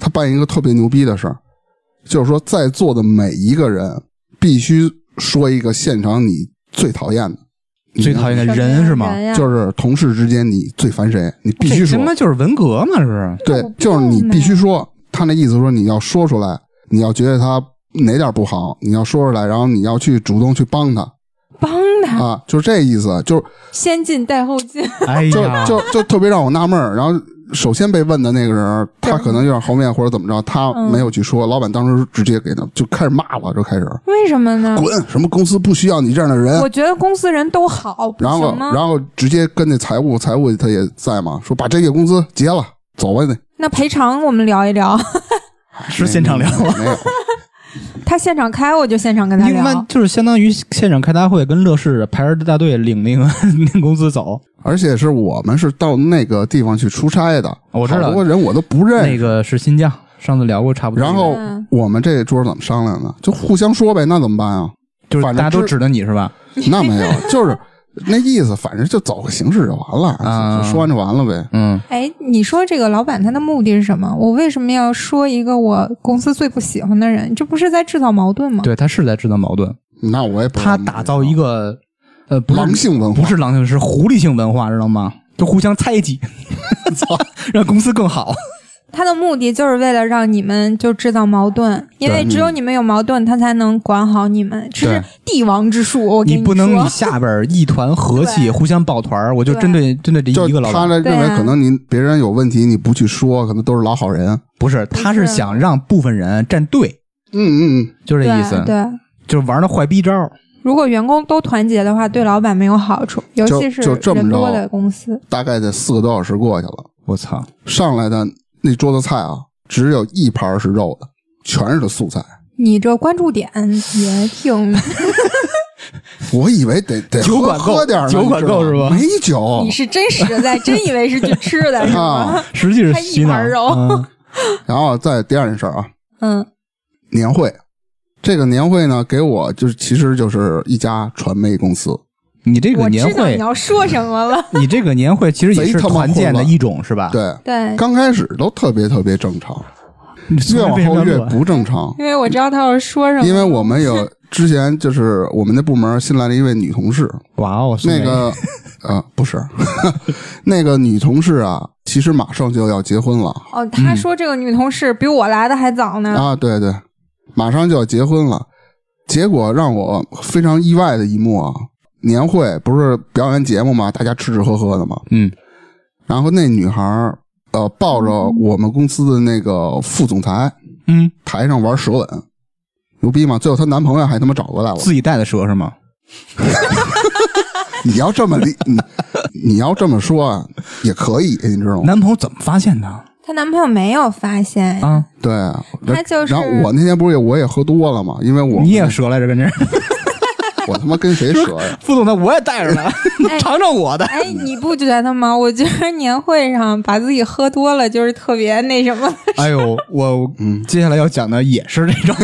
Speaker 2: 他办一个特别牛逼的事儿，就是说在座的每一个人必须说一个现场你最讨厌的，
Speaker 1: 你嗯最讨厌的人是吗？
Speaker 4: 哎呀
Speaker 2: 就是同事之间你最烦谁，你必须
Speaker 1: 这他
Speaker 2: 说
Speaker 1: 妈，就是文革嘛，是不是？
Speaker 2: 对
Speaker 4: 有，
Speaker 2: 就是
Speaker 4: 病
Speaker 2: 你必
Speaker 4: 呗
Speaker 2: 须说。他那意思说你要说出来，你要觉得他哪点不好，你要说出来，然后你要去主动去帮他
Speaker 4: 帮他
Speaker 2: 啊，就是这意思，就是
Speaker 4: 先进带后进， (laughs)
Speaker 1: 哎
Speaker 2: 就
Speaker 1: 呀，
Speaker 2: 就就特别让我纳闷儿。然后首先被问的那个人，他可能有点后面或者怎么着，他
Speaker 4: 嗯
Speaker 2: 没有去说，老板当时直接给他就开始骂了，就开始
Speaker 4: 为什么呢？
Speaker 2: 滚，什么公司不需要你这样的人。
Speaker 4: 我觉得公司人都好，
Speaker 2: 然后
Speaker 4: 什么
Speaker 2: 然后直接跟那财务，财务他也在嘛，说把这月工资结了，走吧你。
Speaker 4: 那赔偿我们聊一聊， (laughs)
Speaker 1: 是现 (laughs) 场聊。
Speaker 2: 没有，
Speaker 4: 他现场开我就现场跟他
Speaker 1: 你他妈
Speaker 4: 聊，
Speaker 1: 就是相当于现场开大会，跟乐视排着大队领那个 (laughs) 领工资走。
Speaker 2: 而且是我们是到那个地方去出差的，
Speaker 1: 哦我知道
Speaker 2: 好多人我都不认识。
Speaker 1: 那个是新疆，上次聊过差不多。
Speaker 2: 然后
Speaker 4: 嗯
Speaker 2: 我们这桌怎么商量呢？就互相说呗，那怎么办啊？
Speaker 1: 就是
Speaker 2: 反正
Speaker 1: 大家都
Speaker 2: 知
Speaker 1: 指着你是吧？
Speaker 2: (laughs) 那没有，就是那意思，反正就走个形式就完了，
Speaker 1: 啊
Speaker 2: 就说完就完了呗。
Speaker 1: 嗯，
Speaker 4: 哎，你说这个老板他的目的是什么？我为什么要说一个我公司最不喜欢的人？这不是在制造矛盾吗？
Speaker 1: 对他是在制造矛盾，
Speaker 2: 那我啊也不知道
Speaker 1: 他打造一个呃不
Speaker 2: 狼
Speaker 1: 是
Speaker 2: 性文化，
Speaker 1: 不是狼性，是狐狸性文化，知道吗？就互相猜
Speaker 2: (laughs)
Speaker 1: 忌，操，让公司更好。
Speaker 4: 他的目的就是为了让你们就制造矛盾，因为只有你们有矛盾，他才能管好你们，这是帝王之术。我跟
Speaker 1: 你
Speaker 4: 说，
Speaker 1: 不能你下边儿一团和气，
Speaker 4: 对
Speaker 1: 互相抱团儿，我就
Speaker 4: 对
Speaker 1: 针对针对这
Speaker 2: 就
Speaker 1: 一个老
Speaker 2: 他
Speaker 1: 板。
Speaker 2: 的
Speaker 4: 对
Speaker 2: 认为
Speaker 4: 啊
Speaker 2: 可能您别人有问题你不去说，可能都是老好人。
Speaker 1: 不是，他是
Speaker 4: 是
Speaker 1: 想让部分人站队，
Speaker 2: 嗯嗯嗯，
Speaker 1: 就这
Speaker 4: 对
Speaker 1: 意思，
Speaker 4: 对，
Speaker 1: 就是玩那坏逼招儿。
Speaker 4: 如果员工都团结的话，对老板没有好处，尤其是
Speaker 2: 就这么着
Speaker 4: 人多的公司。
Speaker 2: 大概得四个多小时过去了，
Speaker 1: 我操！
Speaker 2: 上来的那桌子菜啊，只有一盘是肉的，全是的素菜。
Speaker 4: 你这关注点也挺，
Speaker 2: 我以为得得
Speaker 1: 酒
Speaker 2: 喝
Speaker 1: 管够
Speaker 2: 喝点儿呢
Speaker 1: 酒管
Speaker 2: 你知道
Speaker 1: 够是吧
Speaker 2: 没
Speaker 1: 哦
Speaker 2: 酒
Speaker 4: 你是真实在，真以为是去吃
Speaker 1: (laughs)
Speaker 4: 的是吗
Speaker 2: 啊？
Speaker 1: 实际是
Speaker 4: 他一
Speaker 1: 洗脑。
Speaker 4: 盘肉
Speaker 1: 嗯
Speaker 2: 然后再第二件事儿啊，
Speaker 4: 嗯，
Speaker 2: 年会。这个年会呢，给我就是其实就是一家传媒公司，
Speaker 1: 你这个
Speaker 4: 我
Speaker 1: 年
Speaker 4: 知道
Speaker 1: 会
Speaker 4: 你，要说什么了。
Speaker 1: 你这个年会其实也
Speaker 2: 贼
Speaker 1: 是
Speaker 2: 他妈
Speaker 1: 团建的
Speaker 2: 混乱
Speaker 1: 一种，是吧？，
Speaker 2: 对，
Speaker 1: (laughs)
Speaker 4: 对，
Speaker 2: 刚开始都特别特别正常，
Speaker 1: 你从
Speaker 2: 越
Speaker 1: 来
Speaker 2: 往
Speaker 1: 被人
Speaker 2: 后
Speaker 1: 家
Speaker 2: 越
Speaker 1: 乱
Speaker 2: 不正常，
Speaker 4: 因为我知道他要说什么，
Speaker 2: 因为我们有之前就是我们那部门新来了一位女同事，
Speaker 1: 哇哦，宋
Speaker 2: 那
Speaker 1: 美
Speaker 2: 个呃不是， (laughs) 那个女同事啊，其实马上就要结婚了
Speaker 4: 哦，他说这个女同事比我来的还早呢。
Speaker 2: 嗯啊，对对，马上就要结婚了，结果让我非常意外的一幕啊，年会不是表演节目嘛，大家吃吃喝喝的嘛，
Speaker 1: 嗯，
Speaker 2: 然后那女孩儿呃抱着我们公司的那个副总裁，
Speaker 1: 嗯，
Speaker 2: 台上玩舌吻，牛逼吗？最后她男朋友还他妈找过来了。
Speaker 1: 自己带的蛇是吗？
Speaker 2: 你要这么理，你你要这么说啊，也可以，你知道吗？
Speaker 1: 男朋友怎么发现的
Speaker 4: 她男朋友没有发现，
Speaker 1: 啊？
Speaker 2: 对，
Speaker 4: 他就是
Speaker 2: 然后我那天不是也我也喝多了嘛，因为我
Speaker 1: 你也折来着，跟这儿
Speaker 2: 我他妈跟谁折呀？
Speaker 1: 副总的我也带着呢，
Speaker 4: (laughs) 哎
Speaker 1: 尝尝我的。
Speaker 4: 哎，你不觉得吗？我觉得年会上把自己喝多了就是特别那什么，
Speaker 1: (laughs) 哎呦，我嗯接下来要讲的也是这种，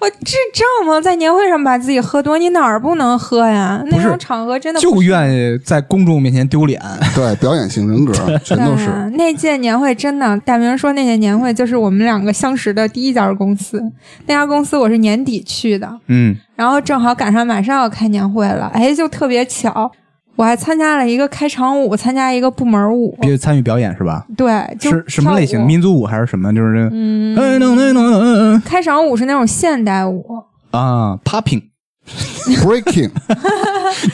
Speaker 4: 我智障吗？在年会上把自己喝多，你哪儿不能喝呀？那
Speaker 1: 是
Speaker 4: 种场合真
Speaker 1: (laughs)
Speaker 4: 的
Speaker 1: 就
Speaker 4: 不
Speaker 1: 愿意在公众面前丢脸。
Speaker 2: 对，表演型人格全都
Speaker 4: 对
Speaker 2: 是。
Speaker 4: 啊那届年会真的，大明说那届年会就是我们两个相识的第一家公司。那家公司我是年底去的，
Speaker 1: (laughs) 嗯，
Speaker 4: 然后正好赶上马上要开年会了，哎，就特别巧，我还参加了一个开场舞，参加一个部门舞，
Speaker 1: 别参与表演是吧？
Speaker 4: 对，就是
Speaker 1: 什么
Speaker 4: 跳
Speaker 1: 类型？
Speaker 4: 舞
Speaker 1: 民族舞还是什么？就是这，嗯，哎弄哎弄嗯嗯
Speaker 4: 开场舞是那种现代舞，
Speaker 1: 嗯啊，popping， (laughs)
Speaker 2: Breaking，
Speaker 4: (laughs)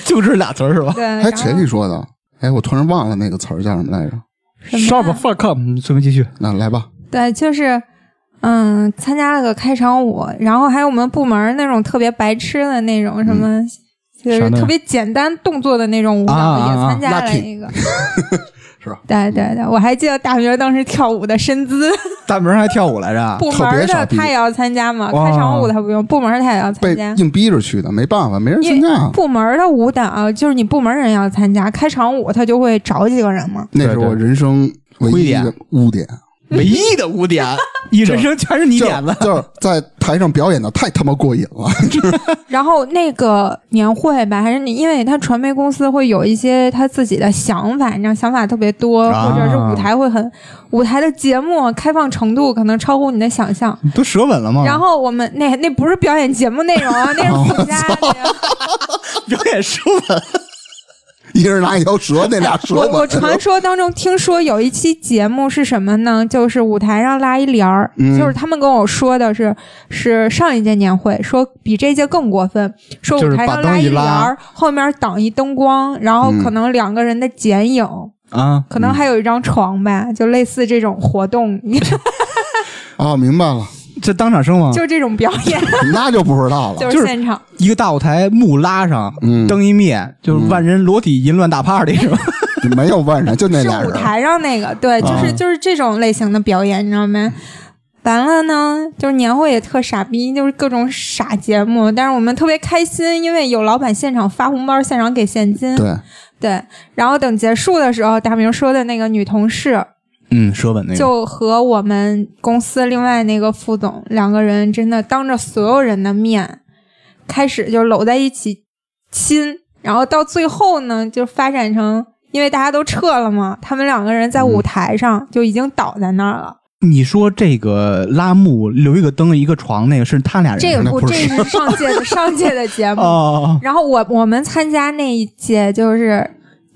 Speaker 1: 就这俩词儿是吧
Speaker 4: 对，
Speaker 2: 还
Speaker 4: 然后
Speaker 2: 前几说的，哎，我突然忘了那个词儿叫什么来着？
Speaker 4: 什
Speaker 1: ？Shut
Speaker 4: 么
Speaker 1: the fuck up！嗯随便继续。
Speaker 2: 那来吧，
Speaker 4: 对，就是嗯，参加了个开场舞，然后还有我们部门那种特别白痴的那种什么。
Speaker 1: 嗯
Speaker 4: 就是
Speaker 1: 啥呢
Speaker 4: 特别简单动作的那种舞蹈，
Speaker 1: 啊啊啊
Speaker 4: 也参加了
Speaker 2: Lucky
Speaker 4: 一个。
Speaker 1: (laughs)
Speaker 2: 是吧？
Speaker 4: 对对对，我还记得大明当时跳舞的身姿，
Speaker 1: 大明儿还跳舞来着，
Speaker 4: 部
Speaker 2: 啊特别
Speaker 4: 门
Speaker 2: 傻
Speaker 4: 的
Speaker 2: 逼
Speaker 4: 他也要参加嘛，
Speaker 1: 哇
Speaker 4: 开场舞他不用，部门他也要
Speaker 2: 被
Speaker 4: 参加。
Speaker 2: 硬逼着去的，没办法，没人啊参
Speaker 4: 因
Speaker 2: 加
Speaker 4: 为。部门的舞蹈啊就是你部门人要参加，开场舞他就会找几个人嘛。
Speaker 2: 那是我人生唯一的污点，
Speaker 1: 唯一的污 (laughs) 点，你人生全是你
Speaker 2: 就
Speaker 1: 点子。
Speaker 2: 就是在台上表演的太他妈过瘾了，
Speaker 4: 然后那个年会吧，还是你，因为他传媒公司会有一些他自己的想法，你知道想法特别多，
Speaker 1: 啊
Speaker 4: 或者是舞台会很舞台的节目开放程度可能超乎你的想象。
Speaker 2: 啊
Speaker 1: 你都舌吻了吗？
Speaker 2: 哦 (laughs)
Speaker 4: 然后我们那那不是表演节目内容啊，那是附加的呀。
Speaker 1: 表演书本，
Speaker 2: 一人拿一条蛇，那俩蛇
Speaker 4: 我
Speaker 2: 吧
Speaker 4: 我传说当中听说有一期节目是什么呢？就是舞台上拉一帘儿，
Speaker 1: 嗯
Speaker 4: 就是他们跟我说的是是上一届年会说比这届更过分，说
Speaker 1: 就是
Speaker 4: 舞台
Speaker 1: 把
Speaker 4: 上
Speaker 1: 灯
Speaker 4: 拉
Speaker 1: 一
Speaker 4: 帘
Speaker 1: 拉
Speaker 4: 儿，后面挡一灯光，然后
Speaker 2: 嗯
Speaker 4: 可能两个人的剪影，
Speaker 1: 啊，
Speaker 4: 可能还有一张床吧，就类似这种活动， (laughs)
Speaker 1: 啊
Speaker 2: 哦，明白了，
Speaker 1: 这当场生吗？
Speaker 4: 就这种表
Speaker 1: (laughs)
Speaker 4: 演，
Speaker 2: 那就不知道了。
Speaker 4: 就是现场。
Speaker 1: 一个大舞台幕拉上，
Speaker 2: 嗯
Speaker 1: 灯一灭，就是万人裸体淫乱大 party 是吧？
Speaker 2: 没有外人，就那啊俩
Speaker 4: 是舞
Speaker 2: 人。
Speaker 4: 台上那个，对，就是、
Speaker 1: 啊
Speaker 4: 就是这种类型的表演，你知道吗？完了呢，就是年会也特傻逼，就是各种傻节目，但是我们特别开心，因为有老板现场发红包，现场给现金。
Speaker 2: 对，
Speaker 4: 对然后等结束的时候，大明说的那个女同事，
Speaker 1: 嗯，舌吻那个，
Speaker 4: 就和我们公司另外那个副总两个人，真的当着所有人的面，开始就搂在一起亲，然后到最后呢，就发展成因为大家都撤了嘛，他们两个人在
Speaker 1: 嗯
Speaker 4: 舞台上就已经倒在那儿了。
Speaker 1: 你说这个拉幕留一个灯一个床那个是他俩人
Speaker 4: 这个
Speaker 1: 吗
Speaker 4: 不，
Speaker 2: 不
Speaker 4: 这
Speaker 2: 是
Speaker 4: 是上届的上届的
Speaker 1: (laughs)
Speaker 4: 节目。
Speaker 1: 哦，
Speaker 4: 然后我我们参加那一届就是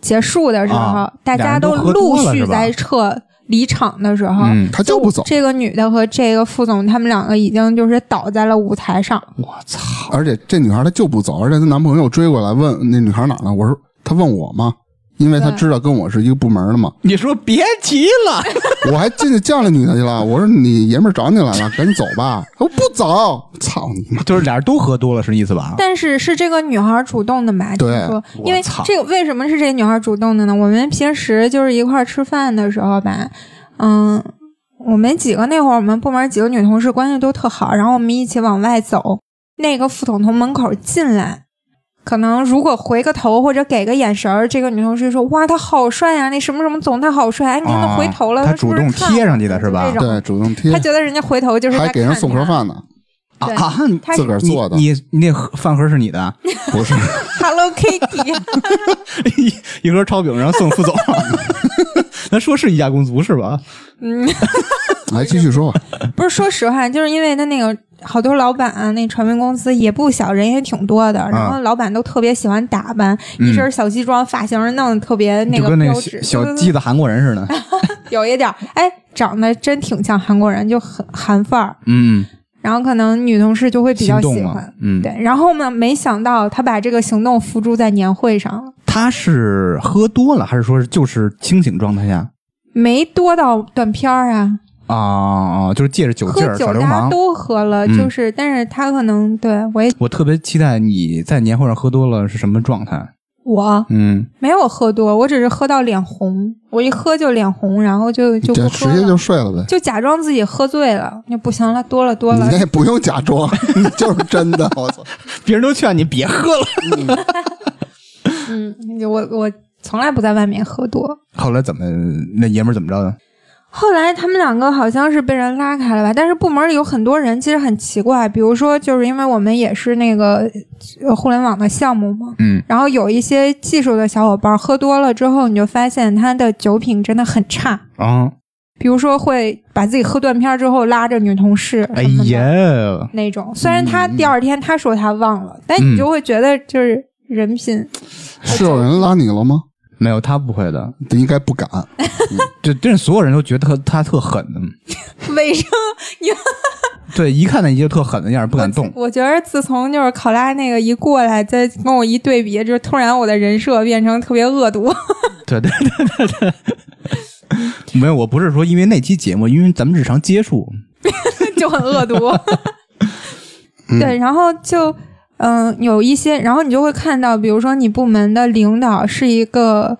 Speaker 4: 结束的时候，
Speaker 1: 啊
Speaker 4: 大家
Speaker 1: 俩人都喝
Speaker 4: 陆
Speaker 1: 多了
Speaker 4: 续
Speaker 1: 是吧
Speaker 4: 在撤离场的时候，
Speaker 1: 嗯，
Speaker 2: 他就不走，
Speaker 4: 这个女的和这个副总，他们两个已经就是倒在了舞台上。
Speaker 1: 我操，
Speaker 2: 而且这女孩她就不走，而且她男朋友追过来问那女孩哪儿呢？我说她问我嘛，因为她
Speaker 4: 对
Speaker 2: 知道跟我是一个部门的嘛。
Speaker 1: 你说别提了，
Speaker 2: (laughs) 我还进去叫那女的去了，我说你爷们儿找你来了，赶紧走吧。她说不走，操你妈！
Speaker 1: 就是俩人都喝多了是意思吧？
Speaker 4: 但是是这个女孩主动的吧？
Speaker 2: 对
Speaker 4: 听说，
Speaker 1: 我
Speaker 4: 因为
Speaker 1: 操
Speaker 4: 这个为什么是这个女孩主动的呢？我们平时就是一块儿吃饭的时候吧，嗯，我们几个那会儿我们部门几个女同事关系都特好，然后我们一起往外走，那个副总从门口进来。可能如果回个头或者给个眼神儿，这个女同事说：“哇，他好帅啊呀、那什么什么总他好帅。”哎，你看他
Speaker 1: 啊
Speaker 4: 回头了，
Speaker 1: 他
Speaker 4: 是不是
Speaker 1: 主动
Speaker 4: 看
Speaker 1: 贴上
Speaker 4: 我
Speaker 1: 去的是吧
Speaker 4: 就这种
Speaker 2: 对，主动贴
Speaker 4: 他，觉得人家回头就是
Speaker 2: 还
Speaker 4: 在
Speaker 2: 给人
Speaker 4: 看
Speaker 2: 送
Speaker 4: 他
Speaker 2: 盒饭呢，
Speaker 1: 啊
Speaker 4: 对
Speaker 1: 啊，你
Speaker 4: 他
Speaker 2: 自个儿做的。
Speaker 1: 你你那盒饭盒是你的，
Speaker 2: 不是，
Speaker 1: (laughs)
Speaker 4: Hello Kitty，
Speaker 1: 一一盒烧饼，然后送副总， (laughs) 咱说是一家公族是吧？
Speaker 4: 嗯，
Speaker 2: 来继续说吧。
Speaker 4: 不是，说实话，就是因为他那个好多老板、啊，那传媒公司也不小，人也挺多的，然后老板都特别喜欢打扮，
Speaker 1: 啊嗯
Speaker 4: 一身小西装，发型弄得特别那
Speaker 1: 就
Speaker 4: 个
Speaker 1: 跟那
Speaker 4: 标
Speaker 1: 个小
Speaker 4: 志，
Speaker 1: 小
Speaker 4: 对
Speaker 1: 鸡子韩国人似的，
Speaker 4: (laughs) 对对有一点儿，哎，长得真挺像韩国人，就很韩范儿。
Speaker 1: 嗯，
Speaker 4: 然后可能女同事就会比较
Speaker 1: 心动
Speaker 4: 喜
Speaker 1: 了
Speaker 4: 欢，
Speaker 1: 嗯
Speaker 4: 对。然后呢，没想到他把这个行动付诸在年会上了，
Speaker 1: 他是喝多了还是说是就是清醒状态下？
Speaker 4: 没多到断片儿啊，
Speaker 1: 啊啊！就是借着酒
Speaker 4: 喝
Speaker 1: 劲儿，
Speaker 4: 酒
Speaker 1: 耍
Speaker 4: 大
Speaker 1: 流
Speaker 4: 家
Speaker 1: 氓。
Speaker 4: 都喝了，
Speaker 1: 嗯
Speaker 4: 就是，但是他可能对我也
Speaker 1: 我特别期待你在年会上喝多了是什么状态。
Speaker 4: 我
Speaker 1: 嗯，
Speaker 4: 没有喝多，我只是喝到脸红，我一喝就脸红，然后就就
Speaker 2: 这
Speaker 4: 不
Speaker 2: 直
Speaker 4: 喝
Speaker 2: 接
Speaker 4: 了，
Speaker 2: 就睡了呗。
Speaker 4: 就假装自己喝醉了，那不行了，多了多了
Speaker 2: 你，那不用假装， (laughs) 你就是真的。我操！
Speaker 1: 别人都劝你别喝了，
Speaker 4: 嗯，我我从来不在外面喝多。
Speaker 1: 后来怎么那爷们儿怎么着的？
Speaker 4: 后来他们两个好像是被人拉开了吧，但是部门里有很多人，其实很奇怪，比如说就是因为我们也是那个呃互联网的项目嘛，
Speaker 1: 嗯，
Speaker 4: 然后有一些技术的小伙伴喝多了之后，你就发现他的酒品真的很差，
Speaker 1: 啊，
Speaker 4: 比如说会把自己喝断片儿之后拉着女同事，
Speaker 1: 哎，呀，
Speaker 4: 那种。虽然他第二天他说他忘了，但你就会觉得就是人品，
Speaker 2: 是有人拉你了吗？
Speaker 1: 没有他不会的，
Speaker 2: 应该不敢。啊
Speaker 1: 这真是所有人都觉得他他特狠的，
Speaker 4: 卫生。
Speaker 1: (laughs) 对，一看那你就特狠的样儿，不敢
Speaker 4: (laughs)
Speaker 1: 动。
Speaker 4: 我觉得自从就是考拉那个一过来，再跟我一对比，就是突然我的人设变成特别恶毒。
Speaker 1: 对对对对对， (laughs) 没有，我不是说因为那期节目，因为咱们日常接触，
Speaker 4: 就很恶毒。对，然后就嗯、有一些，然后你就会看到，比如说你部门的领导是一个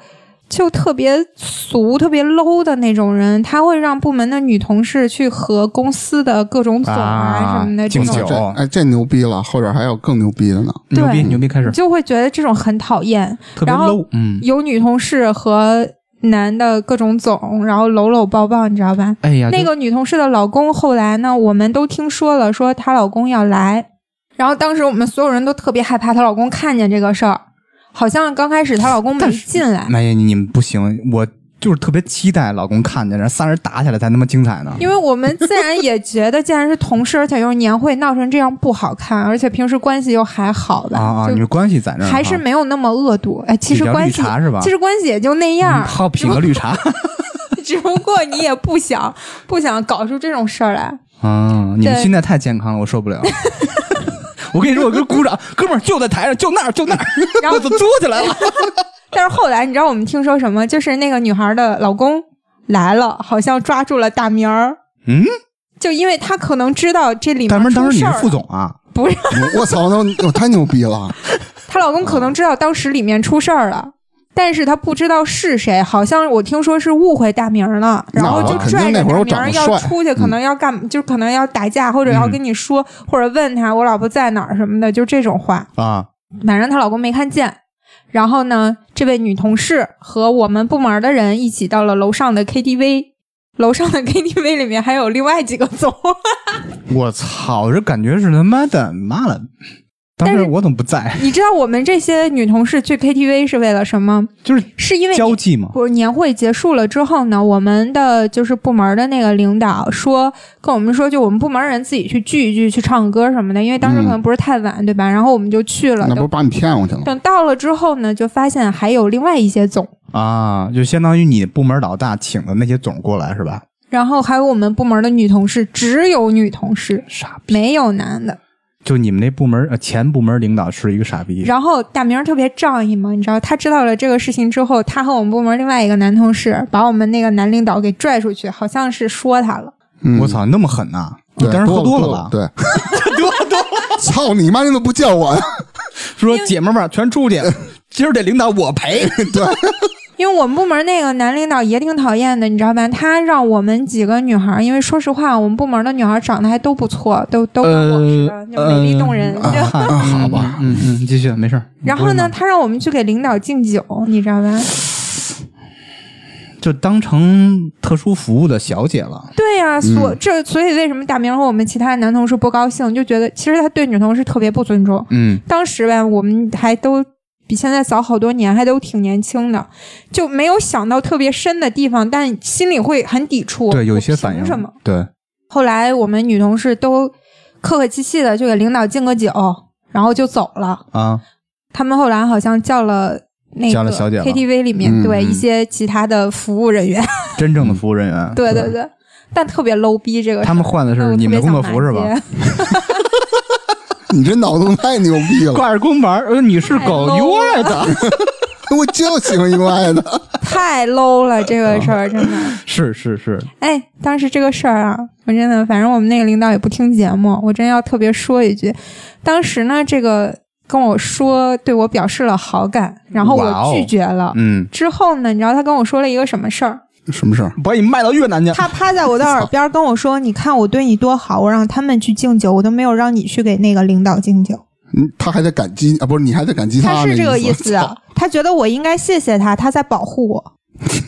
Speaker 4: 就特别俗、特别 low 的那种人，他会让部门的女同事去和公司的各种总
Speaker 1: 啊
Speaker 4: 什么的这
Speaker 1: 敬酒
Speaker 4: 种，
Speaker 2: 这哎，这牛逼了，后边还有更牛逼的呢。
Speaker 1: 牛
Speaker 4: 对
Speaker 1: 逼牛逼，开始
Speaker 4: 你就会觉得这种很讨厌。
Speaker 1: 特别
Speaker 4: 然后
Speaker 1: low，嗯，
Speaker 4: 有女同事和男的各种总，然后搂搂抱抱，你知道吧？
Speaker 1: 哎呀，
Speaker 4: 那
Speaker 1: 就
Speaker 4: 个女同事的老公后来呢，我们都听说了，说她老公要来，然后当时我们所有人都特别害怕她老公看见这个事儿，好像刚开始她老公没进来，
Speaker 1: 哎呀，你们不行，我就是特别期待老公看见，然后仨人打起来才他妈精彩呢。
Speaker 4: 因为我们自然也觉得，既然是同事，而且又是年会闹成这样不好看，而且平时关系又还好吧，
Speaker 1: 啊啊，
Speaker 4: 就
Speaker 1: 你们关系在那儿
Speaker 4: 还是
Speaker 1: 啊
Speaker 4: 没有那么恶毒。哎，其实
Speaker 1: 比较
Speaker 4: 关
Speaker 1: 绿
Speaker 4: 系
Speaker 1: 茶是吧
Speaker 4: 其实关系也就那
Speaker 1: 嗯，
Speaker 4: 样
Speaker 1: 好品个绿
Speaker 4: (laughs)
Speaker 1: 茶
Speaker 4: 只不过你也不想不想搞出这种事儿来。
Speaker 1: 啊！你们
Speaker 4: 对
Speaker 1: 心态太健康了，我受不
Speaker 4: (laughs)
Speaker 1: 了。我跟你说，我跟鼓掌，哥们儿就在台上，就那儿，就那儿，
Speaker 4: 然
Speaker 1: (laughs)
Speaker 4: 后哎
Speaker 1: 我怎么坐起来了？
Speaker 4: 但是后来你知道我们听说什么？就是那个女孩的老公来了，好像抓住了大明儿，
Speaker 1: 嗯，
Speaker 4: 就因为他可能知道这里面
Speaker 1: 大明儿当时你
Speaker 4: 出事
Speaker 1: 是
Speaker 4: 儿
Speaker 1: 副
Speaker 4: 了
Speaker 1: 总啊？
Speaker 4: 不是
Speaker 2: 我操，那我太牛逼了！
Speaker 4: 她老公可能知道当时里面出事儿了。但是他不知道是谁，好像我听说是误会大明儿了，然后就
Speaker 2: 那肯定
Speaker 4: 拽着
Speaker 2: 那会儿
Speaker 4: 大
Speaker 2: 我
Speaker 4: 明儿
Speaker 2: 长得
Speaker 4: 要
Speaker 2: 帅
Speaker 4: 出去，可能要干，就可能要打架，或者要跟你说，或者问他我老婆在哪儿什么的，就这种话。
Speaker 1: 啊，
Speaker 4: 反正她老公没看见。然后呢，这位女同事和我们部门的人一起到了楼上的 KTV。楼上的 KTV 里面还有另外几个总，
Speaker 1: 我操，这感觉是他妈的妈了！当
Speaker 4: 但
Speaker 1: 时
Speaker 4: 是
Speaker 1: 我怎么不在？
Speaker 4: (laughs) 你知道我们这些女同事去 KTV 是为了什么？
Speaker 1: 就是
Speaker 4: 是因为
Speaker 1: 交际嘛。
Speaker 4: 不是年会结束了之后呢，我们的就是部门的那个领导说跟我们说，就我们部门人自己去聚一聚，去唱歌什么的，因为当时可能不是太晚，对吧？然后我们就去了
Speaker 2: 嗯那。不是把你骗过去了？
Speaker 4: 等到了之后呢，就发现还有另外一些总。
Speaker 1: 啊，就相当于你部门老大请的那些总过来是吧？
Speaker 4: 然后还有我们部门的女同事，只有女同事，
Speaker 1: 傻逼！
Speaker 4: 没有男的。
Speaker 1: 就你们那部门呃前部门领导是一个傻逼，
Speaker 4: 然后大明儿特别仗义嘛，你知道，他知道了这个事情之后，他和我们部门另外一个男同事把我们那个男领导给拽出去，好像是说他了。
Speaker 2: 嗯
Speaker 1: 我，操，那么狠呐、你
Speaker 2: 对
Speaker 1: 当时喝
Speaker 2: 多
Speaker 1: 了
Speaker 2: 多
Speaker 1: 吧？
Speaker 2: 对， (laughs) 多了
Speaker 1: (laughs)
Speaker 2: 多了！操你妈！你怎么不叫我呀？啊
Speaker 1: 说姐妹们儿全出去， (laughs) 今儿这领导我陪。对，
Speaker 4: 因为我们部门那个男领导也挺讨厌的，你知道吧？他让我们几个女孩儿，因为说实话，我们部门的女孩儿长得还都不错，都都蛮老实的， (laughs) 就美丽动人。就
Speaker 1: 呃啊，好吧，嗯嗯，继续，没事儿。
Speaker 4: 然后呢，
Speaker 1: 不
Speaker 4: 他让我们去给领导敬酒，你知道吧？
Speaker 1: 是吗，就当成特殊服务的小姐了。
Speaker 4: 对呀、所、这所以为什么大明和我们其他男同事不高兴，就觉得其实他对女同事特别不尊重。
Speaker 1: 嗯，
Speaker 4: 当时吧，我们还都比现在早好多年，还都挺年轻的，就没有想到特别深的地方，但心里会很抵触。
Speaker 1: 对，有
Speaker 4: 我
Speaker 1: 一些
Speaker 4: 凭
Speaker 1: 反应。
Speaker 4: 什么？
Speaker 1: 对，
Speaker 4: 后来我们女同事都客客气气的就给领导敬个酒，然后就走了。
Speaker 1: 啊，
Speaker 4: 他们后来好像叫了那
Speaker 1: 叫
Speaker 4: 个
Speaker 1: 了小姐了
Speaker 4: KTV 里面、
Speaker 2: 嗯
Speaker 4: 对
Speaker 2: 嗯
Speaker 4: 一些其他的服务人员， (laughs)
Speaker 1: 真正的服务人员。
Speaker 4: 对对对，但特别 low 逼这个事
Speaker 1: (laughs)
Speaker 4: 儿。
Speaker 1: 他们换的
Speaker 4: 但
Speaker 1: 是
Speaker 4: 我
Speaker 1: 你们的
Speaker 4: 嗯特别
Speaker 1: 工作
Speaker 4: 想
Speaker 1: 服是吧
Speaker 4: 骂？街
Speaker 2: (laughs) 你这脑洞太牛逼了！
Speaker 1: (laughs) 挂着公牌儿，呃，你是
Speaker 4: 太
Speaker 1: 狗
Speaker 4: low
Speaker 1: ，you are 的，
Speaker 2: (laughs) 我就喜欢一个爱的，
Speaker 4: 太 low 了，这
Speaker 1: 嗯
Speaker 4: 个事儿真的。
Speaker 1: (laughs) 是是是，
Speaker 4: 哎，当时这个事儿啊，我真的，反正我们那个领导也不听节目，我真要特别说一句，当时呢，这个跟我说对我表示了好感，然后
Speaker 1: 哇哦
Speaker 4: 我拒绝了。
Speaker 1: (laughs) 嗯，
Speaker 4: 之后呢，你知道他跟我说了一个什么事儿？
Speaker 2: (laughs) 什么事儿？
Speaker 1: 把你卖到越南去。
Speaker 4: 他趴在我的耳边跟我说：“ (laughs) 你看我对你多好，我让他们去敬酒，我都没有让你去给那个领导敬酒。
Speaker 2: 嗯他还在感激啊，不是你还在感激”
Speaker 4: 他是
Speaker 2: 呢
Speaker 4: 这个意
Speaker 2: 意
Speaker 4: 思
Speaker 1: (laughs)
Speaker 4: 啊
Speaker 2: 操，
Speaker 4: 他觉得我应该谢谢他，他在保护我。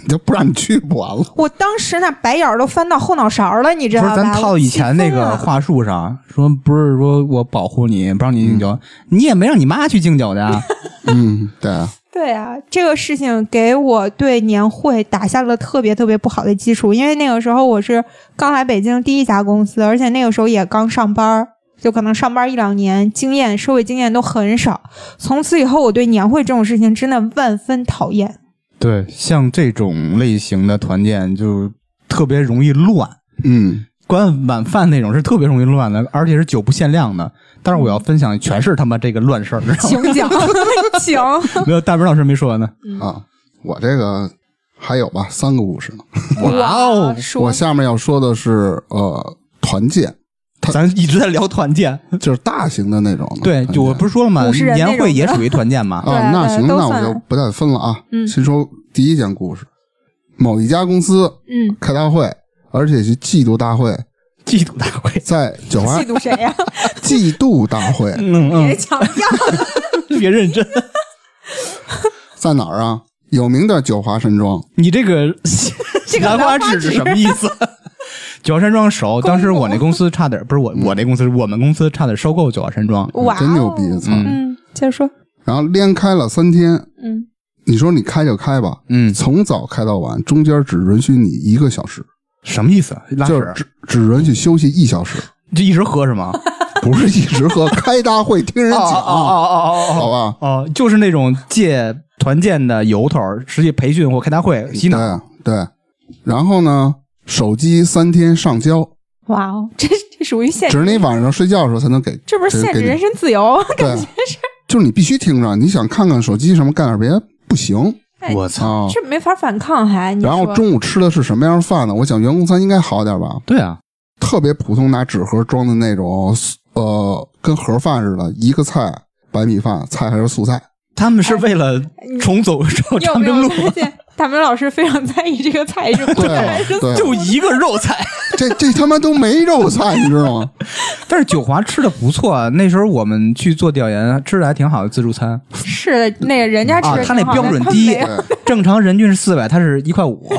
Speaker 2: 你就不让你去不完了？
Speaker 4: 我当时那白眼儿都翻到后脑勺了，你知道
Speaker 1: 不
Speaker 4: 吧？
Speaker 1: 是，咱套
Speaker 4: 我
Speaker 1: 以
Speaker 4: 气
Speaker 1: 前那
Speaker 4: 疯
Speaker 1: 个
Speaker 4: 了
Speaker 1: 话术上说，不是说我保护你，不让你敬酒，你也没让你妈去敬酒去 (laughs) 啊。
Speaker 2: 嗯， (laughs) 对啊，
Speaker 4: 对啊，这个事情给我对年会打下了特别特别不好的基础，因为那个时候我是刚来北京第一家公司，而且那个时候也刚上班儿，就可能上班一两年，经验、社会经验都很少。从此以后，我对年会这种事情真的万分讨厌。
Speaker 1: 对，像这种类型的团建就特别容易乱，
Speaker 2: 嗯，
Speaker 1: 管晚饭那种是特别容易乱的，而且是酒不限量的。但是我要分享全是他妈这个乱事儿，知道吗
Speaker 4: (laughs) 请讲，请。
Speaker 1: 没有，大明老师没说 (laughs) 完呢。
Speaker 2: 啊，我这个还有吧，三个故事呢。
Speaker 1: 哇
Speaker 4: (laughs)
Speaker 1: 哦，
Speaker 4: 说
Speaker 2: 我下面要说的是呃，团建，
Speaker 1: 咱一直在聊团建，
Speaker 2: 就是大型的那种的。
Speaker 1: 对，
Speaker 2: 团
Speaker 1: 就我
Speaker 2: 建
Speaker 1: 不是说了吗？
Speaker 4: 五十人那
Speaker 1: 年会
Speaker 4: 种
Speaker 1: 也
Speaker 4: 的
Speaker 1: 属于团建 (laughs) 嘛。
Speaker 2: 啊，
Speaker 4: 对
Speaker 2: 那
Speaker 4: 对
Speaker 2: 行，
Speaker 4: 都
Speaker 2: 那我
Speaker 4: 算
Speaker 2: 就不太分了啊。
Speaker 4: 嗯
Speaker 2: 先说第一件故事，某一家公司
Speaker 4: 嗯，
Speaker 2: 开大会，而且是季度大会，
Speaker 1: 季度大会，
Speaker 2: 在九华
Speaker 4: 嫉妒谁呀、
Speaker 2: 季度大会
Speaker 1: (laughs) 嗯
Speaker 4: (laughs)
Speaker 1: (laughs)
Speaker 4: 别
Speaker 1: 嗯，
Speaker 4: 强调。
Speaker 1: 别认真。
Speaker 2: 在哪儿啊？有名的九华山庄，
Speaker 1: (laughs) 你这个
Speaker 4: (laughs) 这个
Speaker 1: 兰花
Speaker 4: 兰花
Speaker 1: 指是
Speaker 4: 指
Speaker 1: 什么意思？九华山庄熟，当时我那公司差点不是我，我那公司我们公司差点收购九华山庄。
Speaker 4: 哇、哦，
Speaker 2: 真牛逼！操！
Speaker 1: 嗯
Speaker 4: 嗯，接着说。
Speaker 2: 然后连开了三天，
Speaker 4: 嗯，
Speaker 2: 你说你开就开吧，
Speaker 1: 嗯，
Speaker 2: 从早开到晚，中间只允许你一个小时，
Speaker 1: 什么意思？拉
Speaker 2: 就是
Speaker 1: 屎
Speaker 2: 只只允许休息一
Speaker 1: (laughs)
Speaker 2: 小时，
Speaker 1: 就一直喝是吗？
Speaker 2: 不是一直喝，开大会听人
Speaker 1: (laughs) 哦
Speaker 2: 讲，
Speaker 1: 哦
Speaker 2: 好
Speaker 1: 哦
Speaker 2: 吧？
Speaker 1: 哦哦，就是那种借团建的由头，实际培训或开大会洗脑。
Speaker 2: 对对，然后呢，手机三天上交，
Speaker 4: (laughs) 哇哦，这这属于现
Speaker 2: 只
Speaker 4: 实，
Speaker 2: 是你晚上睡觉的时候才能给，
Speaker 4: 这不是
Speaker 2: 这
Speaker 4: 限
Speaker 2: 给
Speaker 4: 制
Speaker 2: 你
Speaker 4: 人身自由？
Speaker 2: 对，就是你必须听着，你想看看手机什么，干点别的不行
Speaker 4: (laughs) 哎
Speaker 1: 我操！
Speaker 2: 啊。
Speaker 4: 这没法反抗还。你
Speaker 2: 然后
Speaker 4: 说
Speaker 2: 中午吃的是什么样的饭呢？我想员工餐应该好点吧，
Speaker 1: 对啊，
Speaker 2: 特别普通，拿纸盒装的那种，呃，跟盒饭似的，一个菜白米饭，菜还是素菜。
Speaker 1: 他们是为了重走
Speaker 4: 哎
Speaker 1: (laughs)
Speaker 4: 你有
Speaker 1: 长
Speaker 4: 没
Speaker 1: 征
Speaker 4: 有
Speaker 1: 路，
Speaker 4: 发现大明老师非常在意这个菜是不
Speaker 2: 对
Speaker 4: 是
Speaker 2: 啊
Speaker 4: 人身自由？
Speaker 2: 对啊，
Speaker 1: 就一个肉菜。
Speaker 2: 这这他妈都没肉菜，你知道吗？ (laughs)
Speaker 1: 但是九华吃的不错啊，那时候我们去做调研，吃的还挺好的自助餐
Speaker 4: 是的，那个人家吃
Speaker 1: 啊
Speaker 4: 的，
Speaker 1: 他那标准低
Speaker 4: 没有，
Speaker 1: 正常人均是四百，他是一块五。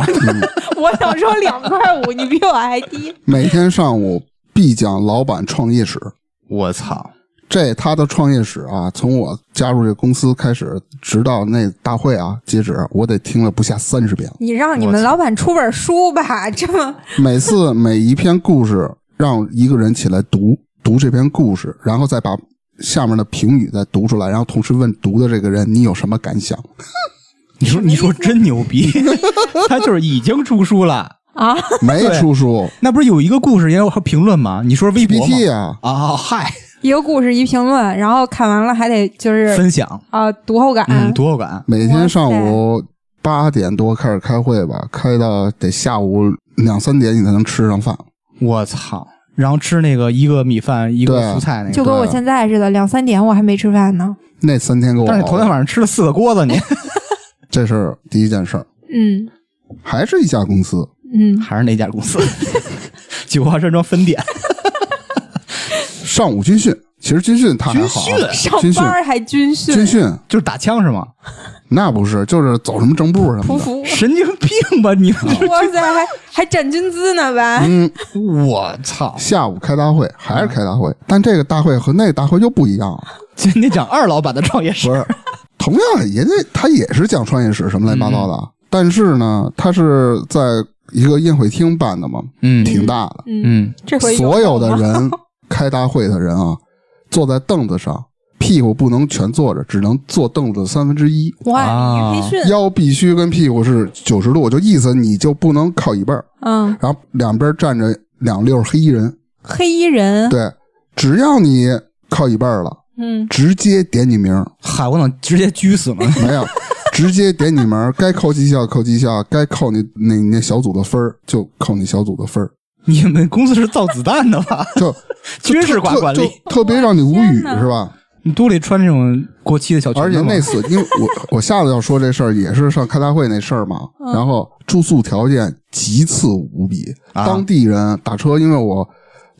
Speaker 4: 我想说两块五，你比我还低。
Speaker 2: 每天上午必讲老板创业史，
Speaker 1: (laughs) 我操！
Speaker 2: 这他的创业史啊，从我加入这公司开始，直到那大会啊截止，我得听了不下三十遍。
Speaker 4: 你让你们老板出本书吧，这么
Speaker 2: 每次每一篇故事，让一个人起来读读这篇故事，然后再把下面的评语再读出来，然后同时问读的这个人你有什么感想？
Speaker 1: 你说你说真牛
Speaker 4: (laughs)
Speaker 1: 逼，他就是已经出书了。
Speaker 4: 啊，
Speaker 2: 没出书
Speaker 1: 那不是有一个故事也有评论吗？你说微博吗？
Speaker 2: ，PPT 啊，
Speaker 1: 啊，嗨，
Speaker 4: 一个故事一评论，然后看完了还得就是
Speaker 1: 分享，
Speaker 4: 啊读后感，
Speaker 1: 嗯，读后感。
Speaker 2: 每天上午八点多开始开会吧，开到得下午两三点你才能吃上饭。
Speaker 1: 我操！然后吃那个一个米饭一个
Speaker 2: 对
Speaker 1: 蔬菜那
Speaker 4: 就
Speaker 1: 个，
Speaker 4: 跟我现在似的，两三点我还没吃饭呢。
Speaker 2: 那三天给我
Speaker 1: 但是你头天
Speaker 2: 熬的，
Speaker 1: 晚上吃了四个锅子，你
Speaker 2: 这是第一件事儿，
Speaker 4: 嗯
Speaker 2: 还是一家公司。
Speaker 4: 嗯，
Speaker 1: 还是那家公
Speaker 4: (laughs)
Speaker 1: 司，九华山庄分店。
Speaker 2: 上午军训，其实军训他还好啊，
Speaker 4: 上
Speaker 2: 军训
Speaker 4: 班还军训，
Speaker 2: 军训
Speaker 1: 就是打枪是吗？
Speaker 2: 那不是，就是走什么正步什么
Speaker 4: 匍
Speaker 2: 的。
Speaker 4: 匐，
Speaker 1: 神经病吧
Speaker 2: (laughs)
Speaker 1: 你们这！
Speaker 4: (laughs) 哇塞，还还站军姿呢吧？
Speaker 2: 嗯，
Speaker 1: 我操！
Speaker 2: 下午开大会还是开大会，但这个大会和那个大会就不一样了，啊
Speaker 1: 今天讲二老板的创业史
Speaker 2: (laughs) 不，是？同样也得他也是讲创业史什么乱七八糟的啊，但是呢，他是在一个宴会厅办的嘛，
Speaker 1: 嗯
Speaker 2: 挺大的，
Speaker 4: 嗯，
Speaker 1: 嗯，
Speaker 4: 这回
Speaker 2: 所有的
Speaker 4: 吗
Speaker 2: 人开大会的人啊，坐在凳子上，屁股不能全坐着，只能坐凳子三分之一，
Speaker 4: 哇，
Speaker 1: 啊
Speaker 4: 你是培训，
Speaker 2: 腰必须跟屁股是九十度，就意思你就不能靠椅背儿，
Speaker 4: 嗯，
Speaker 2: 然后两边站着两溜黑衣人，
Speaker 4: 黑衣人，
Speaker 2: 对，只要你靠椅背儿了，
Speaker 4: 嗯，
Speaker 2: 直接点你名儿，
Speaker 1: 嗨，我能直接狙死吗？
Speaker 2: (laughs) 没有。直接点你名儿，该扣绩效扣绩效，该扣你那你那小组的分儿就扣你小组的分儿，
Speaker 1: (laughs) 你们公司是造子弹的吧？
Speaker 2: 就
Speaker 1: (laughs) 军事化
Speaker 2: 特
Speaker 1: 管
Speaker 2: 就
Speaker 1: 理，
Speaker 2: 特别让你无语
Speaker 4: 天哪
Speaker 2: 是吧？
Speaker 1: 你兜里穿这种过期的小裙
Speaker 2: 而且
Speaker 1: 子吗
Speaker 2: 那次，因为我我下次要说这事儿，也是上开大会那事儿嘛。
Speaker 4: 嗯
Speaker 2: 然后住宿条件极次无比，
Speaker 1: 啊
Speaker 2: 当地人打车，因为我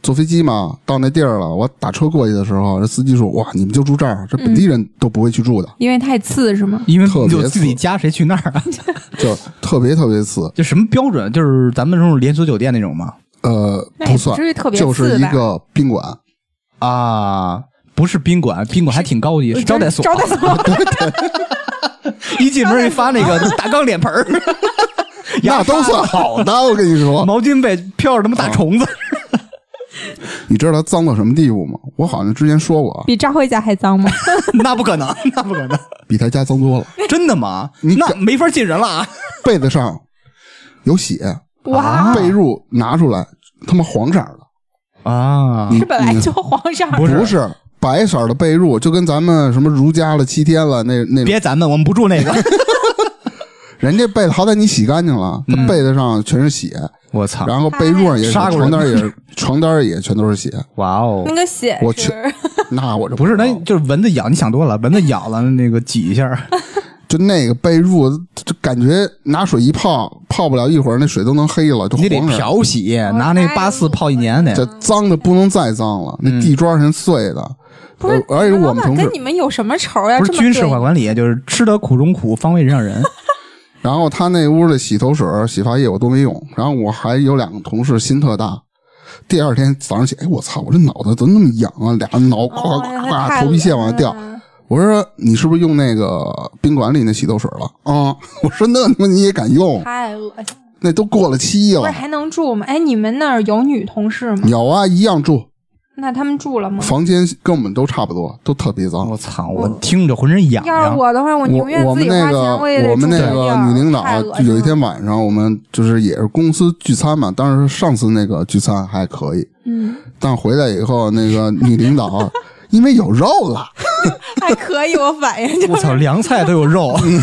Speaker 2: 坐飞机嘛，到那地儿了，我打车过去的时候，这司机说：“哇，你们就住这儿，这本地人都不会去住的，
Speaker 4: 因为太次是吗？
Speaker 1: 因为
Speaker 2: 特别
Speaker 1: 有自己
Speaker 2: 次
Speaker 1: 家谁去那儿啊？ (laughs)
Speaker 2: 就特别特别次。
Speaker 1: 就什么标准？就是咱们这种连锁酒店那种吗？”
Speaker 2: 呃，
Speaker 4: 那也
Speaker 2: 不
Speaker 4: 不
Speaker 2: 算
Speaker 4: 至于特，别次
Speaker 2: 就
Speaker 4: 吧
Speaker 2: 是一个宾馆，
Speaker 1: 啊，不是宾馆，宾馆还挺高级，是招待所。
Speaker 4: 招待
Speaker 2: (laughs)
Speaker 4: 所，
Speaker 1: (laughs) 一进门一发那个大钢脸盆
Speaker 2: (laughs)
Speaker 1: 儿，
Speaker 2: 那都算好的。我跟你
Speaker 1: (laughs)
Speaker 2: 说，
Speaker 1: 毛巾被飘着他妈大虫
Speaker 2: (laughs)
Speaker 1: 子。
Speaker 2: 你知道它脏到什么地步吗？我好像之前说过啊，
Speaker 4: 比张辉家还脏吗？
Speaker 1: 那不可能，那不可能，
Speaker 2: 比他家脏多了，
Speaker 1: 真的吗？
Speaker 2: 你
Speaker 1: 那没法进人了啊！
Speaker 2: 被子上有血，
Speaker 4: 哇，
Speaker 2: 啊被褥拿出来，他妈黄色儿的，
Speaker 1: 啊，
Speaker 4: 这本来
Speaker 2: 嗯
Speaker 4: 就皇上，
Speaker 1: 不是
Speaker 2: 不是白色儿的被褥，就跟咱们什么如家了七天了那那种，
Speaker 1: 别咱们，我们不住那个。
Speaker 2: 人家被子好歹你洗干净了，他被子上全是血，
Speaker 1: (laughs) 我操！
Speaker 2: 然后被褥上也
Speaker 1: 嗯
Speaker 2: 是，
Speaker 1: 杀过人
Speaker 2: 床单也是，床单也全都是血，
Speaker 1: 哇哦
Speaker 4: 那，个血
Speaker 2: 我去呃
Speaker 4: 是
Speaker 2: 那我这
Speaker 1: 不是，那
Speaker 2: 那
Speaker 1: 就是蚊子咬，你想多了，蚊子咬了那个挤一 (laughs) 下，
Speaker 2: 就那个被褥，就感觉拿水一泡，泡不了一会儿，那水都能黑了，就
Speaker 1: 你得
Speaker 2: 黄色儿。
Speaker 1: 漂 (laughs) 洗，拿那八四泡一年
Speaker 2: 这
Speaker 1: 得。
Speaker 2: 脏的不能再脏了，
Speaker 1: 嗯
Speaker 2: 那地砖全碎的。
Speaker 4: 不是？
Speaker 2: 而而且
Speaker 4: 你们
Speaker 2: 我们
Speaker 4: 老板
Speaker 2: 同事
Speaker 4: 跟你们有什么仇呀？
Speaker 1: 不
Speaker 4: 这
Speaker 1: 是
Speaker 4: 么
Speaker 1: 军事
Speaker 4: 对哦
Speaker 1: 化管理，就是吃得苦中苦，方为人上人。
Speaker 2: 然后他那屋的洗头水、洗发液我都没用。然后我还有两个同事心特大，第二天早上起，哎，我操，我这脑袋怎么那么痒啊？俩挠
Speaker 4: 哦嗯
Speaker 2: 夸夸
Speaker 4: 太
Speaker 2: 夸，头皮屑往下掉
Speaker 4: 恶。心了
Speaker 2: 我说你是不是用那个宾馆里那洗头水了啊？我说那他妈你也敢用？
Speaker 4: 太恶心了。
Speaker 2: 那都过了期
Speaker 4: 不是
Speaker 2: 了。
Speaker 4: 还能住吗？哎，你们那儿有女同事吗？
Speaker 2: 有啊，一样住，
Speaker 4: 那他们住了吗？
Speaker 2: 房间跟我们都差不多，都特别
Speaker 4: 哦
Speaker 1: (laughs)
Speaker 2: 脏。
Speaker 1: 我操！我听着浑身痒
Speaker 4: 要是
Speaker 1: 痒。
Speaker 4: 我的话，我宁愿
Speaker 2: 我
Speaker 4: 自
Speaker 2: 们
Speaker 4: 己花
Speaker 2: 那个
Speaker 4: 钱，也得
Speaker 2: 我们
Speaker 4: 住
Speaker 2: 那
Speaker 4: 这地
Speaker 2: 个
Speaker 4: 儿
Speaker 2: 女领导
Speaker 4: 太恶心了
Speaker 2: 有一天晚上，我们就是也是公司聚餐嘛，当时上次那个聚餐还可以，
Speaker 4: 嗯，
Speaker 2: 但回来以后那个女领导因为有肉了，
Speaker 4: (laughs) 还可以，我反应
Speaker 1: (laughs)
Speaker 4: 就
Speaker 1: 我操，凉菜都有
Speaker 4: (laughs)
Speaker 1: 肉，
Speaker 4: 嗯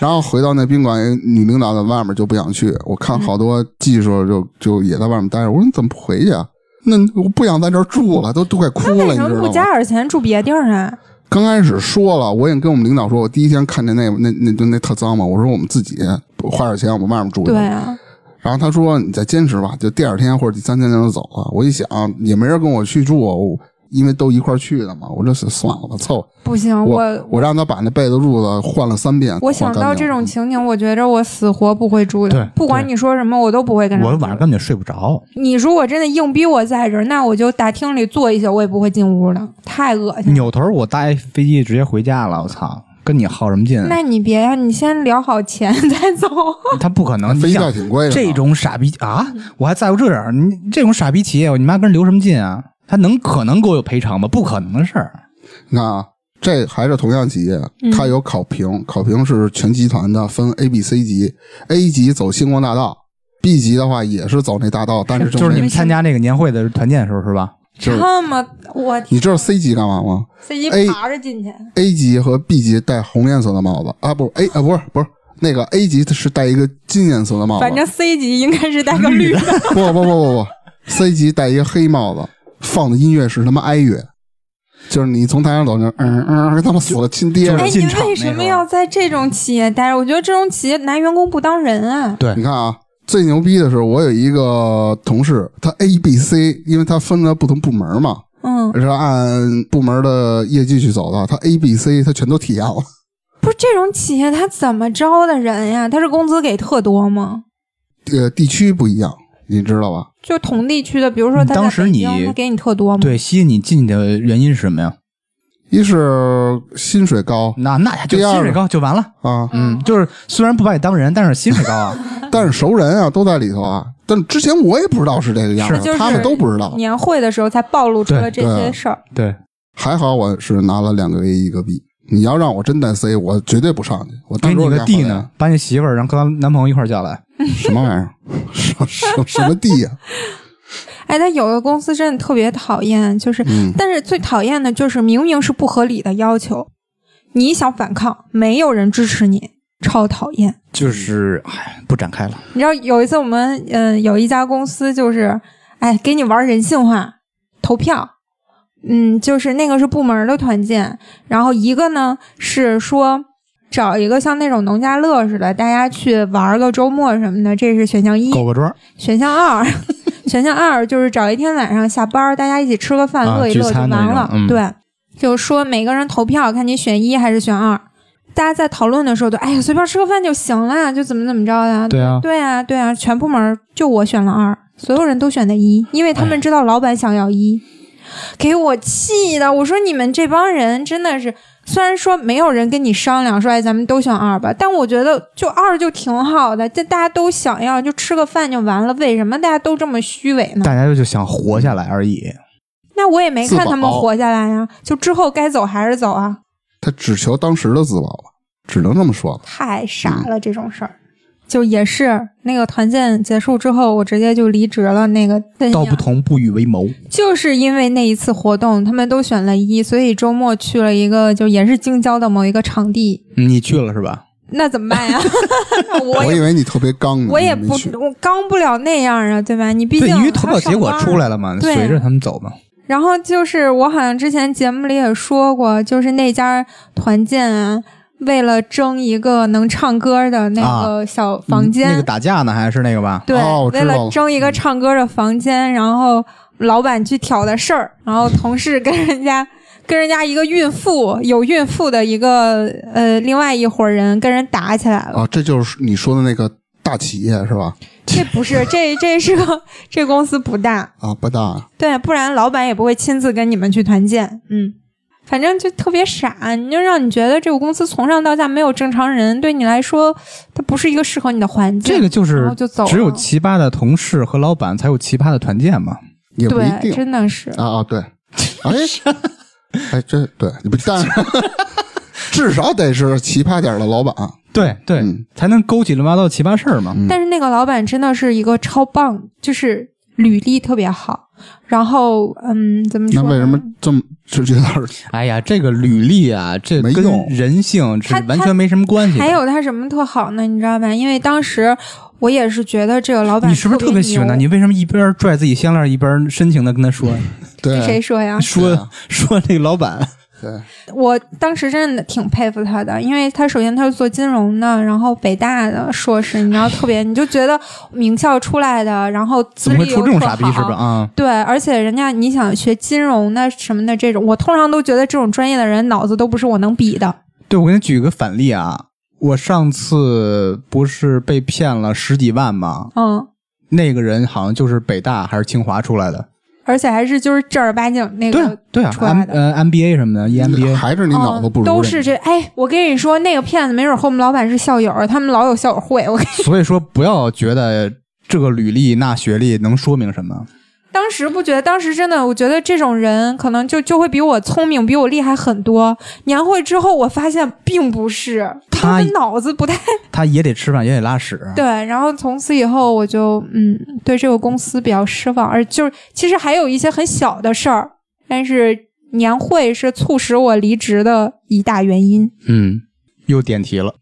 Speaker 2: 然后回到那宾馆，哎女领导在外面就不想去。我看好多技术就就也在外面待着，我说你怎么不回去啊？那我不想在这儿住了，都都快哭了，
Speaker 4: 为
Speaker 2: 你
Speaker 4: 什
Speaker 2: 知
Speaker 4: 么不
Speaker 2: 道
Speaker 4: 加
Speaker 2: 吗？
Speaker 4: 点钱住别地儿啊？
Speaker 2: 刚开始说了，我也跟我们领导说，我第一天看见那那那就那特脏嘛，我说我们自己花点钱，我们外面住去。
Speaker 4: 对啊，
Speaker 2: 然后他说：“你再坚持吧，就第二天或者第三天他就走了。”我一想，也没人跟我去住，我因为都一块儿去的嘛，我这是算了吧，凑合。
Speaker 4: 不行，
Speaker 2: 我
Speaker 4: 啊我
Speaker 2: 我让他把那被子褥子换了三遍，
Speaker 4: 我
Speaker 2: 换
Speaker 4: 想
Speaker 2: 干
Speaker 4: 到
Speaker 2: 净
Speaker 4: 这种
Speaker 2: 了
Speaker 4: 情景，我觉着我死活不会住的
Speaker 1: 对。
Speaker 4: 不管
Speaker 1: 对
Speaker 4: 你说什么，我都不会跟他
Speaker 1: 我
Speaker 4: 们
Speaker 1: 晚上根本就睡不着。
Speaker 4: 你如果真的硬逼我在这儿，那我就大厅里坐一宿，我也不会进屋的，太恶心了。
Speaker 1: 扭头我搭一飞机直接回家了，我操！跟你耗什么劲？啊
Speaker 4: 那你别呀、你先聊好钱再走。
Speaker 1: 他不可能，你
Speaker 2: 飞机
Speaker 1: 想
Speaker 2: 票挺贵的，
Speaker 1: 这种傻逼啊！我还在乎这点儿，你这种傻逼企业，我你妈跟人留什么劲啊？他能可能给我有赔偿吗？不可能的事儿。
Speaker 2: 你看啊，这还是同样企业，它有考评，考评是全集团的，分 A、B、C 级，A 级走星光大道，B 级的话也是走那大道，但是
Speaker 1: 就是
Speaker 2: 没
Speaker 1: 你们参加那个年会的团建的时候是吧？
Speaker 2: 就是
Speaker 4: 这么我
Speaker 2: 你知道 C 级干嘛吗
Speaker 4: 自己
Speaker 2: A-
Speaker 4: 爬着进去，
Speaker 2: ？A 级和 B 级戴红颜色的帽子啊，不是 A 啊，不是不是。那个 A 级是戴一个金颜色的帽子，
Speaker 4: 反正 C 级应该是带个绿的。
Speaker 2: 不不不不不，C 级戴一个黑帽子，放的音乐是他妈哀乐，就是你从台上走就嗯嗯，他妈死了亲爹
Speaker 1: 就
Speaker 2: 似
Speaker 1: 是
Speaker 2: 的
Speaker 4: 哎，。你
Speaker 1: 进场
Speaker 4: 为
Speaker 1: 那
Speaker 4: 什
Speaker 1: 时
Speaker 4: 么
Speaker 1: 候
Speaker 4: 要在这种企业待着？我觉得这种企业拿员工不当人啊。
Speaker 1: 对
Speaker 2: 你看啊，最牛逼的是我有一个同事，他 A、B、C，因为他分了不同部门嘛，
Speaker 4: 嗯，
Speaker 2: 是按部门的业绩去走的。他 A、B、C 他全都体验了，
Speaker 4: 不是这种企业他怎么招的人呀？他是工资给特多吗？
Speaker 2: 呃，地区不一样，你知道吧？
Speaker 4: 就同地区的，比如说
Speaker 2: 嗯
Speaker 4: 他在
Speaker 1: 当时
Speaker 4: 北京
Speaker 1: 你
Speaker 4: 他给你特多吗？
Speaker 1: 对，吸引你进去的原因是什么呀？
Speaker 2: 一是薪水高
Speaker 1: 那那就
Speaker 2: 第二
Speaker 1: 薪水
Speaker 2: 个
Speaker 1: 高就完了。
Speaker 2: 啊，
Speaker 1: 嗯，就是虽然不把你当人，但是薪水高 (laughs) 啊。
Speaker 2: 但是熟人啊都在里头啊。但之前我也不知道是这个样
Speaker 4: 是就
Speaker 2: 子，
Speaker 4: 是
Speaker 2: 他们都不知道。
Speaker 4: 年会的时候才暴露出了这
Speaker 2: 对
Speaker 4: 些
Speaker 2: 对
Speaker 4: 事儿。
Speaker 1: 对，
Speaker 2: 还好我是拿了两个 A 一个 B。你要让我真带 C，我绝对不上去。我
Speaker 1: 给
Speaker 2: 当时
Speaker 1: 你
Speaker 2: 我
Speaker 1: 个
Speaker 2: 俩
Speaker 1: 弟
Speaker 2: 好
Speaker 1: 呢，把你媳妇儿，然后跟她男朋友一块儿叫来。
Speaker 2: 像？什么玩意儿？什什什么地呀、
Speaker 4: 哎，但有的公司真的特别讨厌，
Speaker 2: 嗯
Speaker 4: 就是，但是最讨厌的就是明明是不合理的要求，你想反抗，没有人支持你，超讨厌。
Speaker 1: 就是，哎，不展开了。
Speaker 4: 你知道有一次我们嗯、呃有一家公司就是，哎，给你玩人性化投票，嗯，就是那个是部门的团建，然后一个呢是说。找一个像那种农家乐似的，大家去玩个周末什么的，这是选项一。
Speaker 1: 狗个庄儿
Speaker 4: 选项二， (laughs) 选项二就是找一天晚上下班儿，大家一起吃个饭，
Speaker 1: 啊
Speaker 4: 乐一
Speaker 1: 聚
Speaker 4: 乐就
Speaker 1: 餐
Speaker 4: 完
Speaker 1: 的那种
Speaker 4: 了。
Speaker 1: 嗯
Speaker 4: 对，就说每个人投票，看你选一还是选二。大家在讨论的时候都，哎呀，随便吃个饭就行了，就怎么怎么着的。
Speaker 1: 对啊
Speaker 4: 对啊，对啊，全部门儿就我选了二，所有人都选的一，因为他
Speaker 2: 哎
Speaker 4: 们知道老板想要一。给我气的，我说你们这帮人真的是，虽然说没有人跟你商量说，哎，咱们都选二吧，但我觉得就二就挺好的，这大家都想要，就吃个饭就完了，为什么大家都这么虚伪呢？
Speaker 1: 大家就想活下来而已。
Speaker 4: 那我也没看他
Speaker 2: 自
Speaker 4: 们
Speaker 2: 保
Speaker 4: 活下来呀、就之后该走还是走啊，
Speaker 2: 他只求当时的自保吧，只能这么说了。
Speaker 4: 太
Speaker 2: 嗯
Speaker 4: 傻了、这种事儿。就也是那个团建结束之后，我直接就离职了。那个
Speaker 1: 道不同不与为谋。
Speaker 4: 就是因为那一次活动，他们都选了一，所以周末去了一个就也是京郊的某一个场地，
Speaker 1: 嗯你去了是吧？
Speaker 4: 那怎么办呀？ (laughs) 我
Speaker 2: 我以
Speaker 4: 也
Speaker 2: 为你特别刚呢，
Speaker 4: 我也
Speaker 2: 你没
Speaker 4: 不
Speaker 2: 去
Speaker 4: 我刚不了那样啊，对吧？你毕
Speaker 1: 对，
Speaker 4: 竟
Speaker 1: 因为投票结果出
Speaker 4: 来。
Speaker 1: 来了嘛，
Speaker 4: 对
Speaker 1: 随着他们走嘛。
Speaker 4: 然后就是我好像之前节目里也说过，就是那家团建啊，为了争一个能唱歌的那个小房间，
Speaker 1: 啊嗯那个打架呢，还是那个吧？
Speaker 4: 对，
Speaker 2: 哦我知
Speaker 4: 为
Speaker 2: 道了
Speaker 4: 了争一个唱歌的房间，然后老板去挑的事儿，然后同事跟人家。跟人家一个孕妇有孕妇的一个呃，另外一伙人跟人打起来了，
Speaker 2: 啊，这就是你说的那个大企业是吧？
Speaker 4: 这不是，这这是 (laughs) 个这公司不大，
Speaker 2: 啊，不大，
Speaker 4: 对，不然老板也不会亲自跟你们去团建。嗯，反正就特别傻，你就让你觉得这个公司从上到下没有正常人，对你来说，它不是一个适合你的环境。
Speaker 1: 这个就
Speaker 4: 然
Speaker 1: 是
Speaker 4: 后就走了
Speaker 1: 只有奇葩的同事和老板才有奇葩的团建嘛。
Speaker 2: 也不一
Speaker 4: 对，
Speaker 2: 定
Speaker 4: 真的是
Speaker 2: 啊 (laughs) 啊，对，哎哎，这对你不，但是 (laughs) 至少得是奇葩点儿的老板，
Speaker 1: 对对，
Speaker 2: 嗯
Speaker 1: 才能勾起乱七八糟的奇葩事儿嘛。
Speaker 4: 但是那个老板真的是一个超棒，就是履历特别好，然后嗯，怎么说
Speaker 2: 那
Speaker 4: 呢？
Speaker 2: 为什么这么就觉得
Speaker 4: (laughs)
Speaker 1: 哎呀，这个履历啊，这
Speaker 2: 没
Speaker 1: 跟
Speaker 2: 用
Speaker 1: 人性是
Speaker 4: 他
Speaker 1: 完
Speaker 4: 他
Speaker 1: 全没什么关系的。
Speaker 4: 还有他什么特好呢？你知道吧？因为当时我也是觉得这个老板
Speaker 1: 你是不是特别喜欢他？
Speaker 4: 牛
Speaker 1: 你为什么一边拽自己项链一边深情的跟他说呀？
Speaker 2: 对
Speaker 4: 谁说呀？
Speaker 1: (laughs)
Speaker 2: 对
Speaker 1: 说
Speaker 2: 啊
Speaker 1: 说那个老
Speaker 4: (laughs)
Speaker 1: 板，
Speaker 2: 对
Speaker 4: 我当时真的挺佩服他的，因为他首先他是做金融的，然后北大的硕士，你知道特别，你就觉得名校出来的，然后资
Speaker 1: 怎么会
Speaker 4: 历
Speaker 1: 出
Speaker 4: 又
Speaker 1: 这种
Speaker 4: 特
Speaker 1: 傻逼是
Speaker 4: 好
Speaker 1: 吧？啊，
Speaker 4: 对，而且人家你想学金融的什么的这种，我通常都觉得这种专业的人脑子都不是我能比的。
Speaker 1: 对，我给你举个反例啊，我上次不是被骗了十几万吗？
Speaker 4: 嗯，
Speaker 1: 那个人好像就是北大还是清华出来的，
Speaker 4: 而且还是就是正儿八经那
Speaker 1: 对啊
Speaker 4: 个
Speaker 1: 对啊
Speaker 4: 出来
Speaker 1: ，M
Speaker 4: 的。
Speaker 1: 呃 MBA 什么的，EMBA
Speaker 2: 还是你脑子
Speaker 4: 嗯
Speaker 2: 不如
Speaker 4: 都
Speaker 2: 人
Speaker 4: 是这哎，我跟你说，那个骗子没准和我们老板是校友，他们老有校友会。我跟
Speaker 1: 所以说不要觉得这个履历那学历能说明什么，
Speaker 4: (laughs) 当时不觉得，当时真的，我觉得这种人可能就就会比我聪明，比我厉害很多。年会之后，我发现并不是，
Speaker 1: 他
Speaker 4: 们脑子不太
Speaker 1: 他也得吃饭，也得拉屎。
Speaker 4: 对。然后从此以后，我就嗯，对这个公司比较失望，而就是其实还有一些很小的事儿，但是年会是促使我离职的一大原因。
Speaker 1: 嗯，又点题了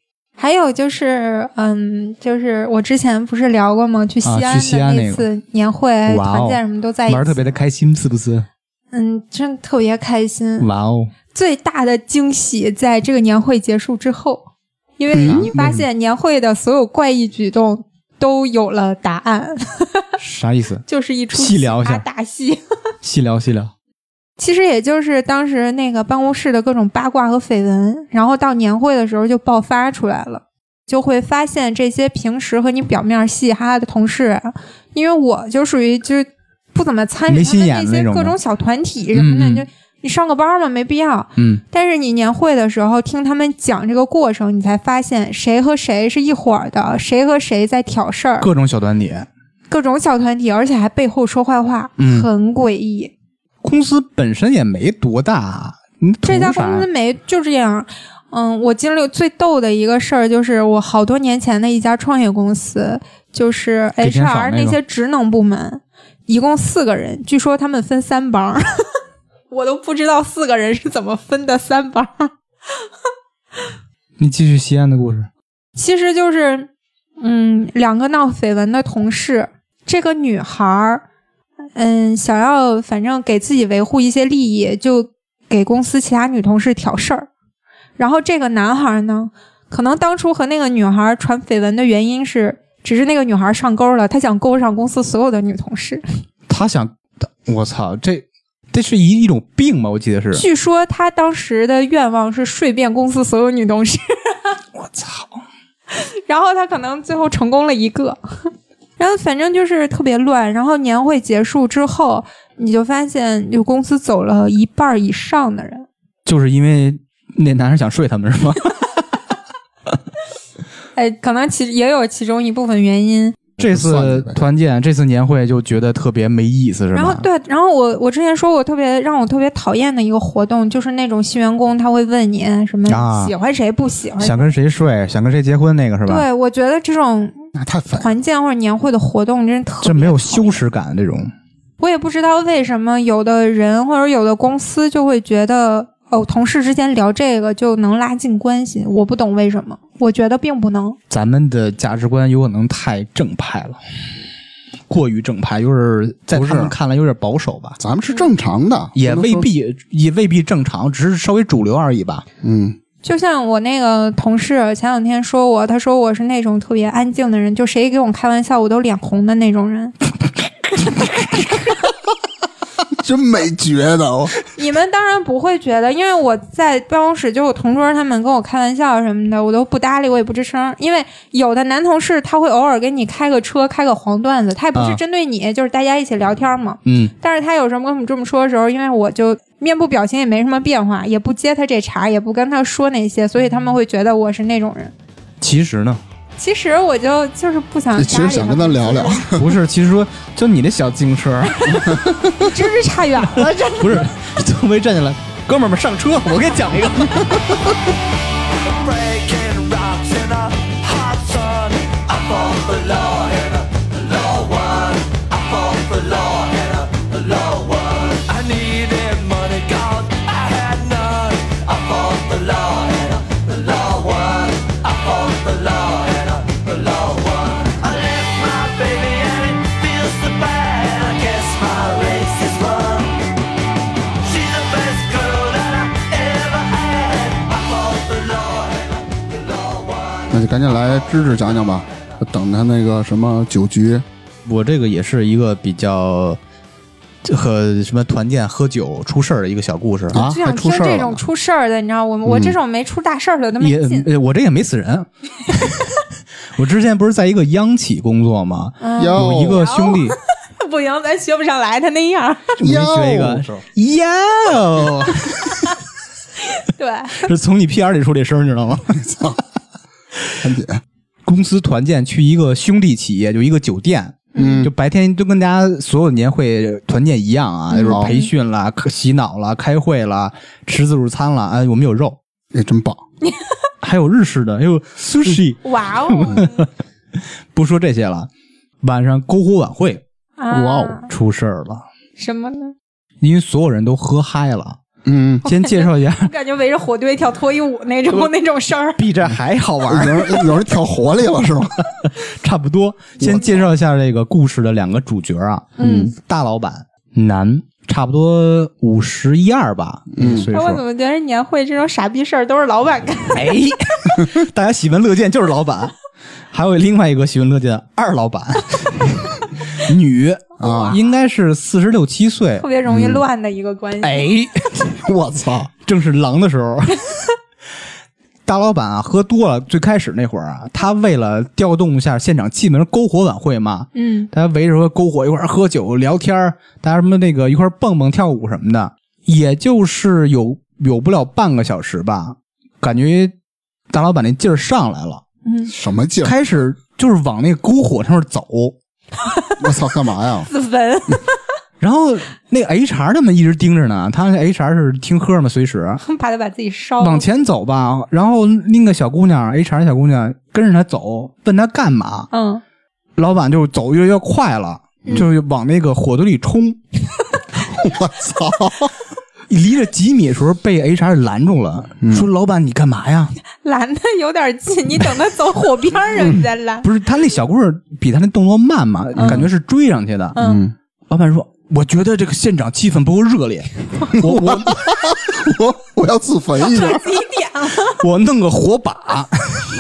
Speaker 4: 还有就是，嗯，就是我之前不是聊过吗？去西
Speaker 1: 啊
Speaker 4: 安
Speaker 1: 去西安那
Speaker 4: 的那
Speaker 1: 个
Speaker 4: 次年会、
Speaker 1: 哇哦
Speaker 4: 团建什么都在一起，
Speaker 1: 玩儿特别的开心，是不是？
Speaker 4: 嗯，真的特别开心。
Speaker 1: 哇哦，
Speaker 4: 最大的惊喜在这个年会结束之后，因为
Speaker 2: 嗯
Speaker 4: 你发现年会的所有怪异举动都有了答案， (laughs)
Speaker 1: 啥意思？
Speaker 4: 就是一出
Speaker 1: 细聊一下
Speaker 4: 奇葩大戏。
Speaker 1: 细聊细聊。
Speaker 4: 其实也就是当时那个办公室的各种八卦和绯闻，然后到年会的时候就爆发出来了，就会发现这些平时和你表面嘻嘻哈哈的同事，因为我就属于就是不怎么参
Speaker 1: 没
Speaker 4: 与他
Speaker 1: 心
Speaker 4: 们
Speaker 1: 眼
Speaker 4: 那
Speaker 1: 子那
Speaker 4: 些
Speaker 1: 种
Speaker 4: 各
Speaker 1: 吗
Speaker 4: 种小团体什么的，
Speaker 1: 嗯嗯
Speaker 4: 你就你上个班嘛，没必要。
Speaker 1: 嗯，
Speaker 4: 但是你年会的时候听他们讲这个过程，你才发现谁和谁是一伙儿的，谁和谁在挑事儿，
Speaker 1: 各种小团体，
Speaker 4: 各种小团体，而且还背后说坏话，
Speaker 1: 嗯
Speaker 4: 很诡异。
Speaker 1: 公司本身也没多大，你图
Speaker 4: 这家
Speaker 1: 啥呀
Speaker 4: 公司没就这样。嗯，我经历最逗的一个事儿就是，我好多年前的一家创业公司，就是
Speaker 1: 给钱少
Speaker 4: HR
Speaker 1: 那
Speaker 4: 那
Speaker 1: 个
Speaker 4: 些职能部门，一共四个人，据说他们分三帮儿， (laughs) 我都不知道四个人是怎么分的三帮儿。
Speaker 1: 你继续西安的故事。
Speaker 4: 其实就是，嗯，两个闹绯闻的同事，这个女孩儿，嗯，想要反正给自己维护一些利益，就给公司其他女同事挑事儿。然后这个男孩儿呢，可能当初和那个女孩儿传绯闻的原因是，只是那个女孩儿上钩了，她想勾上公司所有的女同事。
Speaker 1: 他想，他我操，这这是一一种病吧？我记得是。
Speaker 4: 据说她当时的愿望是睡遍公司所有女同事，
Speaker 1: (laughs) 我操，
Speaker 4: 然后他可能最后成功了一个， (laughs) 然后反正就是特别乱。然后年会结束之后，你就发现有公司走了一半儿以上的人，
Speaker 1: 就是因为那男生想睡他们 (laughs) 是吗？
Speaker 4: 哎，可能其也有其中一部分原因。
Speaker 1: 这次
Speaker 2: 算呗
Speaker 1: 团建，这次年会就觉得特别没意思，是吗？
Speaker 4: 然后对，然后我我之前说过特别让我特别讨厌的一个活动，就是那种新员工他会问你哎什么
Speaker 1: 啊
Speaker 4: 喜欢谁不喜欢谁。
Speaker 1: 想跟谁睡，想跟谁结婚那个是吧？
Speaker 4: 对，我觉得这种
Speaker 2: 那太烦。
Speaker 4: 团建或者年会的活动真是特别
Speaker 1: 这没有
Speaker 4: 讨厌
Speaker 1: 羞耻感这种。
Speaker 4: 我也不知道为什么有的人或者有的公司就会觉得，哦，同事之间聊这个就能拉近关系，我不懂为什么，我觉得并不能。
Speaker 1: 咱们的价值观有可能太正派了，过于正派，有点儿在
Speaker 2: 不是
Speaker 1: 他们看来有点保守吧，
Speaker 2: 咱们是正常的，
Speaker 1: 也
Speaker 2: 不能
Speaker 1: 未
Speaker 2: 说
Speaker 1: 必也未必正常，只是稍微主流而已吧。
Speaker 2: 嗯，
Speaker 4: 就像我那个同事前两天说我，他说我是那种特别安静的人，就谁跟我开玩笑我都脸红的那种人。
Speaker 2: 真没觉得，哦我
Speaker 4: (laughs) 你们当然不会觉得，因为我在办公室，就我同桌他们跟我开玩笑什么的，我都不搭理，我也不吱声。因为有的男同事他会偶尔给你开个车，开个黄段子，他也不是
Speaker 1: 啊
Speaker 4: 针对你，就是大家一起聊天嘛。
Speaker 1: 嗯，
Speaker 4: 但是他有什么跟我们这么说的时候，因为我就面部表情也没什么变化，也不接他这茬，也不跟他说那些，所以他们会觉得我是那种人。
Speaker 1: 其实呢，
Speaker 4: 其实我就就是不想搭理
Speaker 2: 其
Speaker 4: 他们，
Speaker 2: 实想跟他聊聊，
Speaker 1: (laughs) 不是，其实说就你那小自行车，
Speaker 4: (laughs) 真是差远
Speaker 1: (laughs)
Speaker 4: 了，真的。
Speaker 1: 不是，就没站起来，哥们儿们上车， (laughs) 我给你讲一个。
Speaker 5: breaking rocks in a hot sun. I fall for law and a law one. I fall for law and a law one. I needed money, God, I had none. I fall for law and a law one. I fall for law and a law one. I left my baby and it feels so bad. I guess my race is run. She's the best girl that I ever had. I fall for law and a
Speaker 2: 那就赶紧来芝芝讲讲吧。等他那个什么酒局，
Speaker 1: 我这个也是一个比较这和什么团建喝酒出事儿的一个小故事
Speaker 2: 啊
Speaker 4: 就想
Speaker 2: 还出
Speaker 4: 听
Speaker 2: 事儿
Speaker 4: 这
Speaker 2: 了
Speaker 4: 种
Speaker 2: 呢嗯
Speaker 4: 出事儿的，你知道我我这种没出大事儿的都没
Speaker 1: 也
Speaker 4: 劲。
Speaker 1: 呃我这也没死人。 (laughs) 我之前不是在一个央企工作吗？
Speaker 4: 嗯哦
Speaker 2: 有
Speaker 1: 有一个兄弟，
Speaker 4: (laughs) 不行，咱学不上来他那
Speaker 2: (laughs)
Speaker 4: 样。
Speaker 1: 我就学一个哟，
Speaker 4: 对，
Speaker 1: 是从你屁眼里出这声儿，你知道吗？
Speaker 2: 潘姐，
Speaker 1: 公司团建去一个兄弟企业，就一个酒店。嗯，就白天都跟大家所有的年会团建一样啊，就是培训啦、洗脑啦、开会啦、吃自助餐啦。哎，我们有肉，
Speaker 2: 也真棒，
Speaker 1: 还有日式的，哎还有 sushi。
Speaker 4: 哇哦，
Speaker 1: 不说这些了，晚上篝火晚会
Speaker 4: 啊
Speaker 2: (laughs) 哇哦，
Speaker 1: 出事儿了，
Speaker 4: 什么呢？
Speaker 1: 因为所有人都喝嗨了。
Speaker 2: 嗯，
Speaker 1: 先介绍一
Speaker 4: (laughs)
Speaker 1: 下
Speaker 4: 我感觉围着火堆跳脱衣舞那种那种事儿。
Speaker 1: 比这还好玩儿，
Speaker 2: 有人有人挑活力了是 (laughs) 吧？
Speaker 1: 差不多。先介绍一下这个故事的两个主角啊，
Speaker 4: 嗯，
Speaker 1: 大老板男，差不多五十一二吧，嗯，岁
Speaker 4: 哎，我怎
Speaker 1: 数。
Speaker 4: 么觉得年会这种傻逼事儿都是老板干？
Speaker 1: 哎， (laughs) 大家喜闻乐见就是老板，还有另外一个喜闻乐见的二老板， (laughs) 女啊，应该是四十六七岁
Speaker 4: 特，别容易
Speaker 2: 嗯
Speaker 4: 乱的一个关系。
Speaker 1: (laughs) 哎。
Speaker 2: 我操，
Speaker 1: 正是狼的时候。 (laughs) 大老板啊，喝多了，最开始那会儿啊，他为了调动一下现场气氛，篝火晚会嘛，
Speaker 4: 嗯，
Speaker 1: 大家围着说篝火一块儿喝酒聊天儿，大家什么那个一块儿蹦蹦跳舞什么的，也就是有有不了半个小时吧，感觉大老板那劲儿上来了，
Speaker 2: 什么劲儿？
Speaker 1: 开始就是往那个篝火上面走，
Speaker 2: 我操，干嘛呀？
Speaker 4: 自焚。
Speaker 1: 然后那个 HR 他们一直盯着呢，他那 HR 是听喝嘛，随时，
Speaker 4: (laughs) 怕他把自己烧了
Speaker 1: 往。前走吧，然后拎个小姑娘，HR 小姑娘跟着他走，问他干嘛？
Speaker 4: 嗯，
Speaker 1: 老板就走越来越快了，就是往那个火堆里冲。
Speaker 2: 我操，
Speaker 1: 离着几米的时候被 HR 拦住了，说：“老板，你干嘛呀
Speaker 4: 拦的有点近，你等他走火边儿
Speaker 1: 嗯
Speaker 4: 上你再？”拦。
Speaker 1: 不是他那小姑娘比他那动作慢嘛，感觉是追上去的。
Speaker 4: 嗯，
Speaker 1: 老板说：“我觉得这个现场气氛不够热烈，我我
Speaker 2: 我我要自焚一下
Speaker 4: (laughs) 几点啊了？
Speaker 1: 我弄个火把。”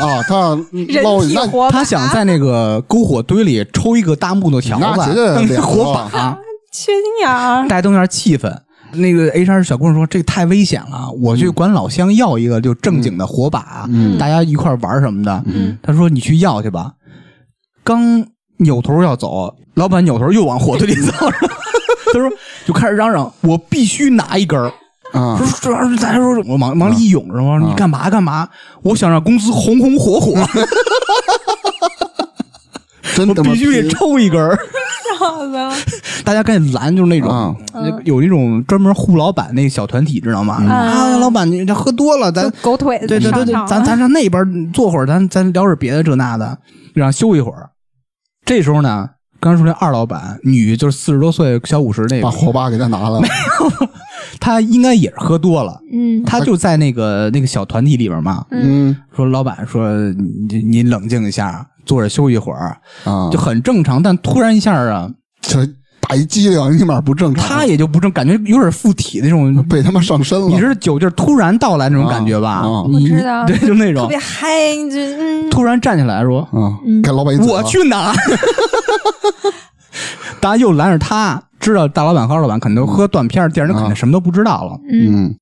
Speaker 2: 啊！他要
Speaker 4: 人
Speaker 2: 捞
Speaker 4: 体
Speaker 2: 那
Speaker 4: 火把。
Speaker 1: 他想在那个篝火堆里抽一个大木头条子，
Speaker 2: 那绝对
Speaker 1: 当成
Speaker 2: 凉
Speaker 1: 火
Speaker 2: 了
Speaker 1: 把。
Speaker 4: 缺心眼儿。
Speaker 1: 带动一下气氛。那个 HR 小姑娘说：“这太危险了，我
Speaker 2: 嗯
Speaker 1: 去管老乡要一个就正经的火把，啊大家一块儿玩什么的。
Speaker 2: 嗯
Speaker 1: 他说：“你去要去吧。”刚扭头要走，老板扭头又往火堆里走了。 (laughs) 他说：“就开始嚷嚷，我必须拿一根儿。”
Speaker 2: 啊
Speaker 1: 说，主要是咱说，我往往里一涌，然后你干嘛干嘛？我想让公司红红火
Speaker 2: (laughs)
Speaker 1: 火，
Speaker 2: 真
Speaker 1: 我
Speaker 2: 他妈
Speaker 1: 必须得
Speaker 2: 拼
Speaker 1: 抽一根儿。
Speaker 4: 好了，
Speaker 1: 大家赶紧拦，就是那种、
Speaker 2: 啊
Speaker 1: 那有那种专门护老板那个小团体，知道吗？啊，老板，你这喝多了，咱
Speaker 4: 狗腿
Speaker 1: 对
Speaker 4: 子
Speaker 1: 对对
Speaker 4: 嗯上
Speaker 1: 对
Speaker 4: 场，
Speaker 1: 咱
Speaker 4: 了
Speaker 1: 咱上那边坐会儿，咱咱聊会儿别的这那的，让休一会儿。这时候呢，刚说那二老板，女就是四十多岁，小五十那
Speaker 2: 把
Speaker 4: 哦
Speaker 1: 个，
Speaker 2: 火把给他拿来了，
Speaker 1: 她应该也是喝多了，
Speaker 4: 嗯
Speaker 1: 她就在那个那个小团体里边嘛。
Speaker 2: 嗯
Speaker 1: 说老板说你你冷静一下，坐着休一会儿，
Speaker 2: 啊，
Speaker 4: 嗯
Speaker 1: 就很正常。但突然一下啊，
Speaker 2: 这打一激灵，立马不正
Speaker 4: 嗯
Speaker 2: 常，
Speaker 1: 她也就不正，感觉有点附体那种
Speaker 2: 被他妈上身了。
Speaker 1: 你是酒劲儿突然到来那种感觉吧？
Speaker 2: 啊啊
Speaker 1: 你 (laughs)
Speaker 4: 我知道
Speaker 1: 对，就那
Speaker 4: 特
Speaker 1: 种
Speaker 4: 别嗨，就嗯，
Speaker 1: 突然站起来说 (laughs)
Speaker 2: 啊，给老板一嘴巴
Speaker 1: 我，去拿，大家又拦着他，知道大老板和二老板肯定都喝断片儿，第二天肯定什么都不知道了。
Speaker 4: 嗯，
Speaker 2: 嗯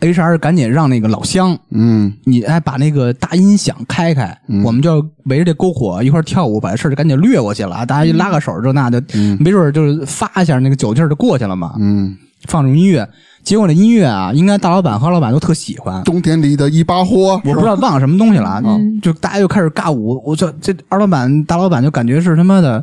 Speaker 1: HR 赶紧让那个老乡，
Speaker 2: 嗯
Speaker 1: 你哎把那个大音响开开，
Speaker 2: 嗯
Speaker 1: 我们就围着这篝火一块儿跳舞，把这事儿就赶紧略过去了啊！大家一拉个手这那就，
Speaker 2: 嗯
Speaker 1: 没准儿就是发一下那个酒劲儿就过去了嘛。
Speaker 2: 嗯，
Speaker 1: 放这种音乐，结果这音乐啊，应该大老板和二老板都特喜欢。
Speaker 2: 冬天里的一把火，
Speaker 1: 我不知
Speaker 2: 道，
Speaker 1: 道忘了什么东西了啊，
Speaker 4: 嗯
Speaker 1: 就大家就开始尬舞，我这这二老板大老板就感觉是他妈的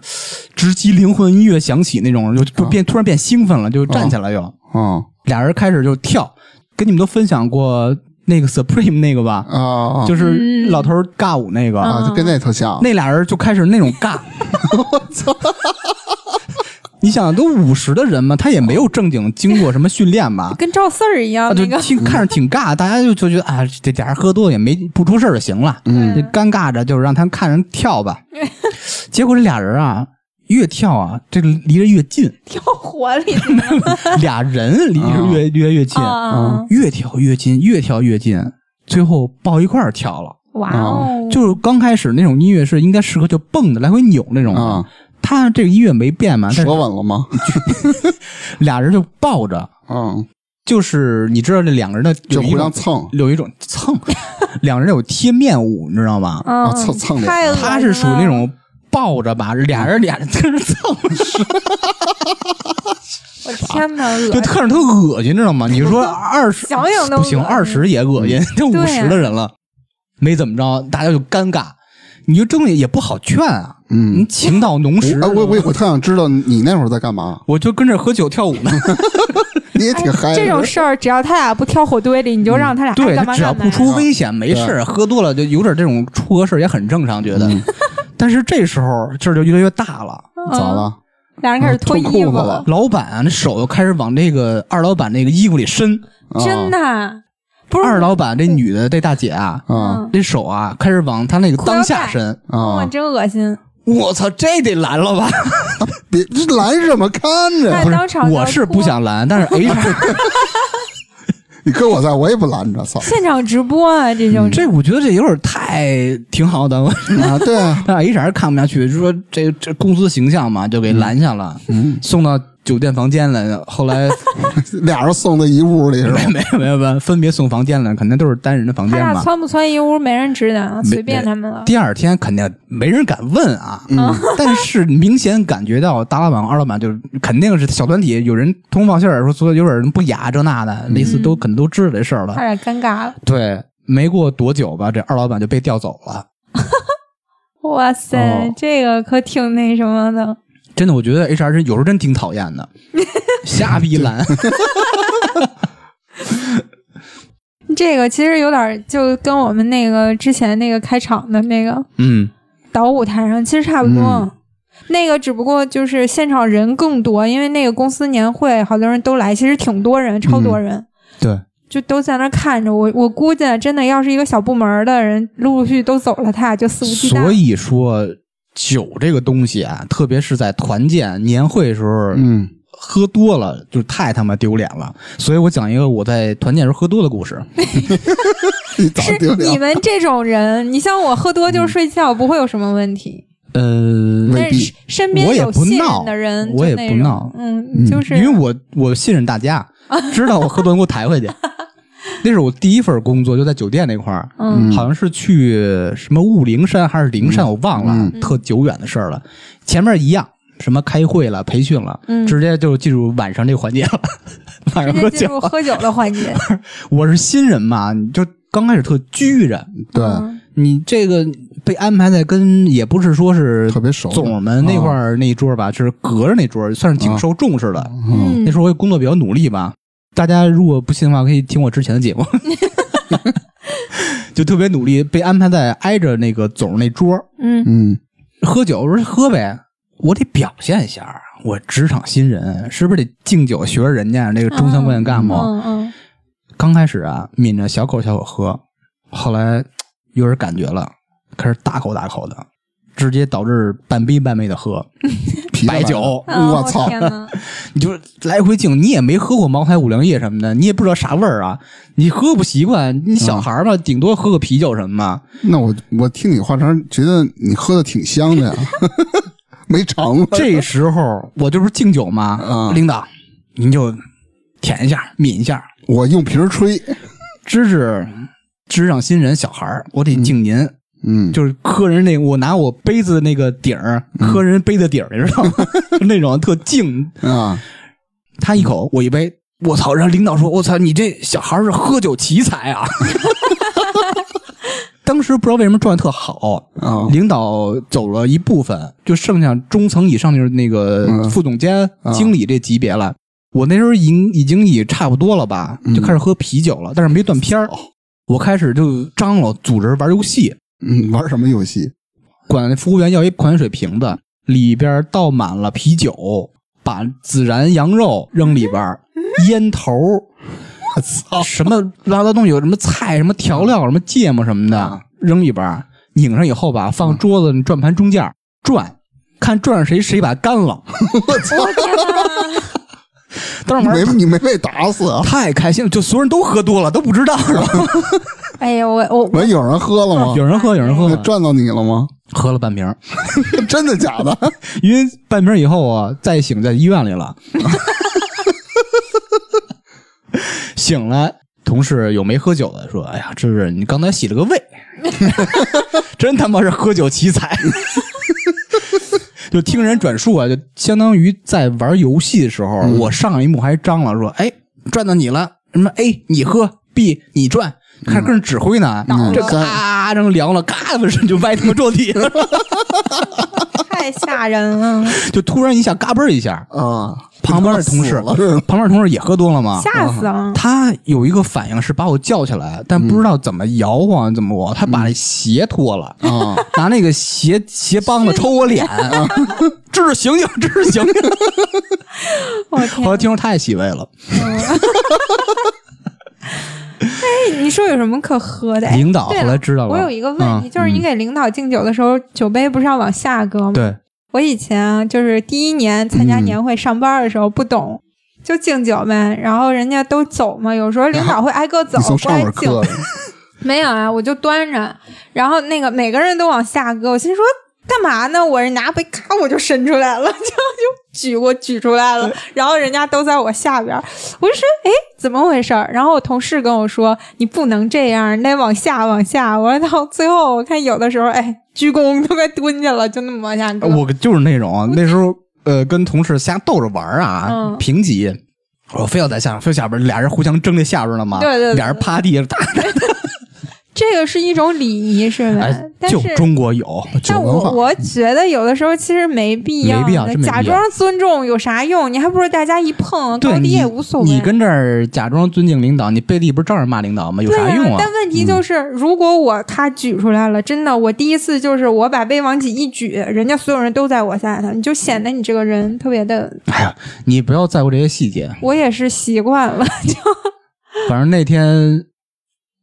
Speaker 1: 直击灵魂音乐响起那种，就就变、突然变兴奋了，就站起来又，
Speaker 2: 啊
Speaker 1: 俩人开始就跳，跟你们都分享过那个 Supreme 那个吧，
Speaker 2: 啊啊，
Speaker 1: 就是老头儿尬舞那个，
Speaker 2: 啊，就跟那特像，
Speaker 1: 那俩人就开始那种尬，我操！ (laughs) 你想，都五十的人嘛，他也没有正经经过什么训练吧？
Speaker 4: 跟赵四儿一样
Speaker 1: 啊，就
Speaker 4: 那个， (laughs)
Speaker 1: 听看着挺尬，大家就就觉得啊，这俩人喝多也没不出事儿就行了，
Speaker 2: 嗯
Speaker 1: 这尴尬着就是让他看人跳
Speaker 4: (laughs)
Speaker 1: 吧。结果这俩人啊，越跳啊，这个离着越
Speaker 4: (laughs)
Speaker 1: 近，
Speaker 4: 跳火里的
Speaker 1: 俩人离着
Speaker 4: 哦
Speaker 1: 越越越近，
Speaker 4: 啊，
Speaker 1: 越跳越近，越跳越近，最后抱一块儿跳了。
Speaker 4: 哇哦，
Speaker 1: 啊就是刚开始那种音乐是应该适合就蹦的来回扭那种的
Speaker 2: 啊，
Speaker 1: 他这个音乐没变嘛，但
Speaker 2: 舌
Speaker 1: 是
Speaker 2: 吻了吗？
Speaker 1: 俩人就抱着，
Speaker 2: 嗯，
Speaker 1: 就是你知道这两个人的
Speaker 2: 就
Speaker 1: 有一
Speaker 2: 互
Speaker 1: 种
Speaker 2: 相蹭
Speaker 1: 有一种蹭， (laughs) 两人有贴面舞，你知道吗？
Speaker 4: 啊
Speaker 2: 啊蹭蹭脸
Speaker 4: 太恶心了
Speaker 1: 他是属于那
Speaker 4: 嗯
Speaker 1: 种抱着吧，俩人俩人跟着蹭，
Speaker 4: 我天哪，恶
Speaker 1: 就
Speaker 4: 心
Speaker 1: 看着特恶心，知道吗？你
Speaker 4: (laughs)
Speaker 1: 说二十
Speaker 4: 想想都
Speaker 1: 不行，
Speaker 4: 恶心
Speaker 1: 二十也恶心，这
Speaker 4: 对
Speaker 1: 五
Speaker 4: 啊
Speaker 1: 十的人了，没怎么着，大家就尴尬，你就真的也不好劝啊，你
Speaker 2: 嗯，
Speaker 1: 情到浓时，
Speaker 2: 我哎我我我特想知道你那会儿在干嘛，
Speaker 1: 我就跟这喝酒跳
Speaker 4: (laughs)
Speaker 1: 舞呢，
Speaker 2: 你也挺嗨的，
Speaker 4: 这种事儿，只要他俩不跳火堆里，你就让他俩
Speaker 1: 哎嗯对
Speaker 4: 爱干
Speaker 1: 他
Speaker 4: 嘛
Speaker 1: 只要
Speaker 4: 干嘛
Speaker 1: 不。出危险没事儿，喝多了就有点这种出个事儿也很正常，觉
Speaker 2: 嗯
Speaker 1: 得。 (laughs) 但是这时候劲儿就越来越大了，
Speaker 2: 咋了？
Speaker 4: 嗯俩人开始脱衣服
Speaker 2: 脱裤子了，
Speaker 1: 老板啊，那手又开始往这个二老板那个衣服里伸。
Speaker 2: 啊
Speaker 4: 真的不是
Speaker 1: 二老板这女的这大姐啊，
Speaker 2: 啊
Speaker 1: 这手啊开始往他那个裆下伸。
Speaker 4: 嗯哇，
Speaker 2: 啊！
Speaker 4: 真恶心！
Speaker 1: 我操，这得拦了
Speaker 4: (laughs)
Speaker 1: 吧？
Speaker 2: 别这拦什么看着？
Speaker 4: 看当场就
Speaker 1: 我是
Speaker 4: 哭
Speaker 1: 不想拦，但是
Speaker 4: (laughs)
Speaker 1: HR
Speaker 2: 你跟我在，我也不拦着，操！
Speaker 4: 现场直播啊，这种
Speaker 1: 这我觉得这有点太挺好的，我
Speaker 2: (laughs) 啊，对
Speaker 1: (laughs)
Speaker 2: 啊，
Speaker 1: 但 HR 看不下去，就说这这公司形象嘛，就给拦下了，
Speaker 4: 嗯
Speaker 1: 送到酒店房间了。后
Speaker 4: (laughs)
Speaker 1: 来
Speaker 2: 俩人送到一屋里是吧？
Speaker 1: 没没有没有没有，分别送房间了，肯定都是单人的房
Speaker 4: 他
Speaker 1: 间
Speaker 4: 俩
Speaker 1: 嘛。
Speaker 4: 窜不窜一屋没人知道，
Speaker 1: 没
Speaker 4: 随便他们了。
Speaker 1: 第二天肯定没人敢问啊， (laughs) 但是明显感觉到大老板、二老板就是肯定是小团体，有人通报信儿说说有点不雅这那的，类似都肯定都知道这事儿了
Speaker 4: 他。俩尴尬了，
Speaker 1: 对，没过多久吧，这二老板就被调走了。
Speaker 4: 哇塞
Speaker 1: 哦，
Speaker 4: 这个可挺那什么的。
Speaker 1: 真的，我觉得 HR 是有时候真挺讨厌的，瞎逼拦。
Speaker 4: 这个其实有点儿就跟我们那个之前那个开场的那个
Speaker 1: 嗯，
Speaker 4: 倒舞台上其实差不多。那个只不过就是现场人更多，因为那个公司年会好多人都来，其实挺多人，
Speaker 1: 嗯
Speaker 4: 超多人，
Speaker 1: 对，
Speaker 4: 就都在那儿看着我。我估计真的要是一个小部门儿的人陆陆续续都走了，他俩就肆无忌惮。
Speaker 1: 所以说酒这个东西啊，特别是在团建、年会时候，
Speaker 2: 嗯
Speaker 1: 喝多了就太他妈丢脸了。所以我讲一个我在团建时候喝多的故事。
Speaker 2: 你
Speaker 1: 啊
Speaker 2: 咋
Speaker 4: 是
Speaker 2: 丢
Speaker 4: 你
Speaker 2: 脸？
Speaker 4: 们这种人，你像我喝多就睡觉，不会有什么
Speaker 1: (laughs)
Speaker 4: 问题。
Speaker 1: 呃，
Speaker 2: 未
Speaker 4: 但
Speaker 2: 必
Speaker 4: 是身边
Speaker 1: 我也
Speaker 4: 有
Speaker 1: 不
Speaker 4: 信
Speaker 1: 闹
Speaker 4: 任的人，
Speaker 1: 我
Speaker 4: 就
Speaker 1: 也
Speaker 4: 那
Speaker 1: 不
Speaker 4: 种
Speaker 1: 闹
Speaker 4: 嗯，就是
Speaker 1: 因为我我信任大
Speaker 4: (laughs)
Speaker 1: 家，知道我喝多能给我抬回去。那是我第一份工作，就在酒店那块儿，
Speaker 4: 嗯
Speaker 1: 好像是去什么雾灵山还是灵山，我忘了，
Speaker 2: 嗯
Speaker 1: 特久远的事儿了。前面一样，什么开会了、培训了，
Speaker 4: 嗯
Speaker 1: 直接就进入晚上这个环节了， (laughs) 晚
Speaker 4: 直
Speaker 1: 上
Speaker 4: 接
Speaker 1: 喝
Speaker 4: 进
Speaker 1: 酒
Speaker 4: 入。喝酒的环节。
Speaker 1: (laughs) 我是新人嘛，你就刚开始特拘着，
Speaker 2: 对，
Speaker 4: 嗯
Speaker 1: 你这个被安排在跟也不是说是
Speaker 2: 特别熟的
Speaker 1: 总们那块儿那一桌吧，就是隔着那桌，算是挺受重视的。
Speaker 2: 嗯
Speaker 1: 那时候我也工作比较努力吧，大家如果不信的话，可以听我之前的节
Speaker 4: (laughs)
Speaker 1: 目，就特别努力，被安排在挨着那个总那桌
Speaker 4: 嗯
Speaker 2: 嗯
Speaker 1: 喝酒，我说喝呗，我得表现一下，我职场新人是不是得敬酒学着人家那个中枪官员干部？
Speaker 4: 嗯嗯
Speaker 1: 刚开始啊，抿着小口小口喝，后来有点感觉了，开始大口大口的，直接导致半逼半昧的喝
Speaker 2: 啤
Speaker 1: 白酒，
Speaker 4: 嗯，
Speaker 2: 我操
Speaker 4: 天哪！
Speaker 1: 你就是来回敬，你也没喝过茅台、五粮液什么的，你也不知道啥味儿啊，你喝不习惯，你小孩儿嘛，顶多喝个啤酒什么嘛。
Speaker 2: 那我我听你话茬儿，觉得你喝的挺香的呀。 (laughs) 没尝过。
Speaker 1: 这时候我这不是敬酒吗？
Speaker 2: 啊
Speaker 1: 领导，您就舔一下，抿一下，
Speaker 2: 我用瓶儿吹，
Speaker 1: 支持支上新人小孩儿，我得敬您。
Speaker 2: 嗯，
Speaker 1: 就是磕人那，我拿我杯子那个顶儿磕人杯子顶儿，你知道吗？就那种特敬。
Speaker 2: 啊，
Speaker 1: 他一口，我一杯。我操！然后领导说：“我操，你这小孩儿是喝酒奇才啊！” (laughs) 当时不知道为什么状态特好，
Speaker 2: 啊
Speaker 1: 领导走了一部分，就剩下中层以上就是那个
Speaker 2: 嗯
Speaker 1: 副总监、经理这级别了。我那时候已经已经也差不多了吧，
Speaker 2: 嗯
Speaker 1: 就开始喝啤酒了，但是没断片
Speaker 2: 哦
Speaker 1: 儿。我开始就张罗组织玩游戏，
Speaker 2: 嗯，玩什么游戏？
Speaker 1: 管那服务员要一款水瓶子，里边倒满了啤酒，把孜然羊肉扔里边儿，烟头儿， (laughs) 我操，什么乱七八糟东西，有什么菜、什么调料、什么芥末什么的
Speaker 2: 啊
Speaker 1: 扔里边儿，拧上以后吧，放桌子那转盘中间儿转，看转上谁谁把干了。 (laughs) 当时玩
Speaker 2: 没
Speaker 1: 儿
Speaker 2: 你没被打死啊？
Speaker 1: 太开心了，就所有人都喝多了，都不知道了。
Speaker 4: 哎呀，我我
Speaker 2: 完有人喝了吗？
Speaker 1: (laughs) 有人喝，有人喝，
Speaker 2: 转到你了吗？ (laughs)
Speaker 1: 喝了半瓶儿。
Speaker 2: 真
Speaker 1: (laughs)
Speaker 2: 的假的？
Speaker 1: 因为半瓶以后啊，再醒在医院里了， (laughs) 醒了，同事有没喝酒的说：“哎呀，这是你刚才洗了个胃， (laughs) 真他妈是喝酒奇才。” (laughs) 就听人转述啊，就相当于在玩游戏的时候，我上一幕还张了说：“哎，转到你了，什么 A 你喝，B 你转。”开始跟人指挥呢，
Speaker 2: 嗯
Speaker 1: 这
Speaker 2: 嗯
Speaker 1: 咔，然后凉了，咔，不是就歪他妈坐地了，
Speaker 4: 太吓人
Speaker 1: (laughs)
Speaker 4: 了，
Speaker 1: 就突然一下嘎嘣儿一下，
Speaker 2: 啊，
Speaker 1: 旁边的同
Speaker 4: (laughs)
Speaker 1: 事，
Speaker 2: 死了似的
Speaker 1: 旁边的同事也喝多了嘛，
Speaker 4: 吓死了！
Speaker 1: 他有一个反应是把我叫起来，但不知道怎么摇晃，怎么我，他把那鞋脱了，
Speaker 4: 嗯
Speaker 2: 啊，
Speaker 1: 拿那个鞋鞋帮子抽我
Speaker 4: (laughs)
Speaker 1: 脸，这是醒醒，这是醒醒。
Speaker 4: 我
Speaker 1: 后来
Speaker 4: 天，
Speaker 1: 听说他也洗胃了，
Speaker 4: 你说有什么可喝的？哎
Speaker 1: 领导
Speaker 4: 对
Speaker 1: 后来知道了
Speaker 4: 我有一个问题，
Speaker 1: 嗯
Speaker 4: 就是你给领导敬酒的时候，酒杯不是要往下搁吗？
Speaker 1: 对，
Speaker 4: 我以前啊，就是第一年参加年会上班的时候不懂，就敬酒呗，然后人家都走嘛，有时候领
Speaker 1: 嗯
Speaker 4: 导会挨个走
Speaker 2: 你从，
Speaker 4: 不
Speaker 2: 上
Speaker 4: 爱
Speaker 2: 面
Speaker 4: 敬
Speaker 2: 磕。的，
Speaker 4: 没有啊，我就端着，然后那个每个人都往下搁，我心说干嘛呢？我是拿杯咔我就伸出来了，就 (laughs) 就举我举出来了，然后人家都在我下边儿，我就说哎怎么回事儿？然后我同事跟我说你不能这样，你得往下往下。我说到最后我看有的时候哎鞠躬都快蹲下了，就那么往下搁。
Speaker 1: 啊我就是那种那时候呃跟同事瞎逗着玩儿啊
Speaker 4: 嗯，
Speaker 1: 评级。我非要在下边，非要下边，俩人互相争这下边了嘛？
Speaker 4: 对对对
Speaker 1: 俩人趴地上打，
Speaker 4: 这个是一种礼仪是吧？
Speaker 1: 哎，
Speaker 4: 但。
Speaker 1: 就是中国有，
Speaker 4: 但
Speaker 2: 文化
Speaker 4: 我我觉得有的时候其实没必要的，
Speaker 1: 没必要真没必要
Speaker 4: 假装尊重有啥用？你还不如大家一碰
Speaker 1: 对
Speaker 4: 高低
Speaker 1: 你
Speaker 4: 也无所谓。
Speaker 1: 你跟这儿假装尊敬领导，你背地不是照样骂领导吗？有
Speaker 4: 对
Speaker 1: 啥
Speaker 4: 呀、
Speaker 1: 用啊
Speaker 4: 但？问题就是，如果我咔举出来了，真的，我第一次就是我把杯往起一举，人家所有人都在我下头，你就显得你这个人特别的。
Speaker 1: 哎呀，你不要在乎这些细节。
Speaker 4: 我也是习惯了， (laughs)
Speaker 1: 反正那天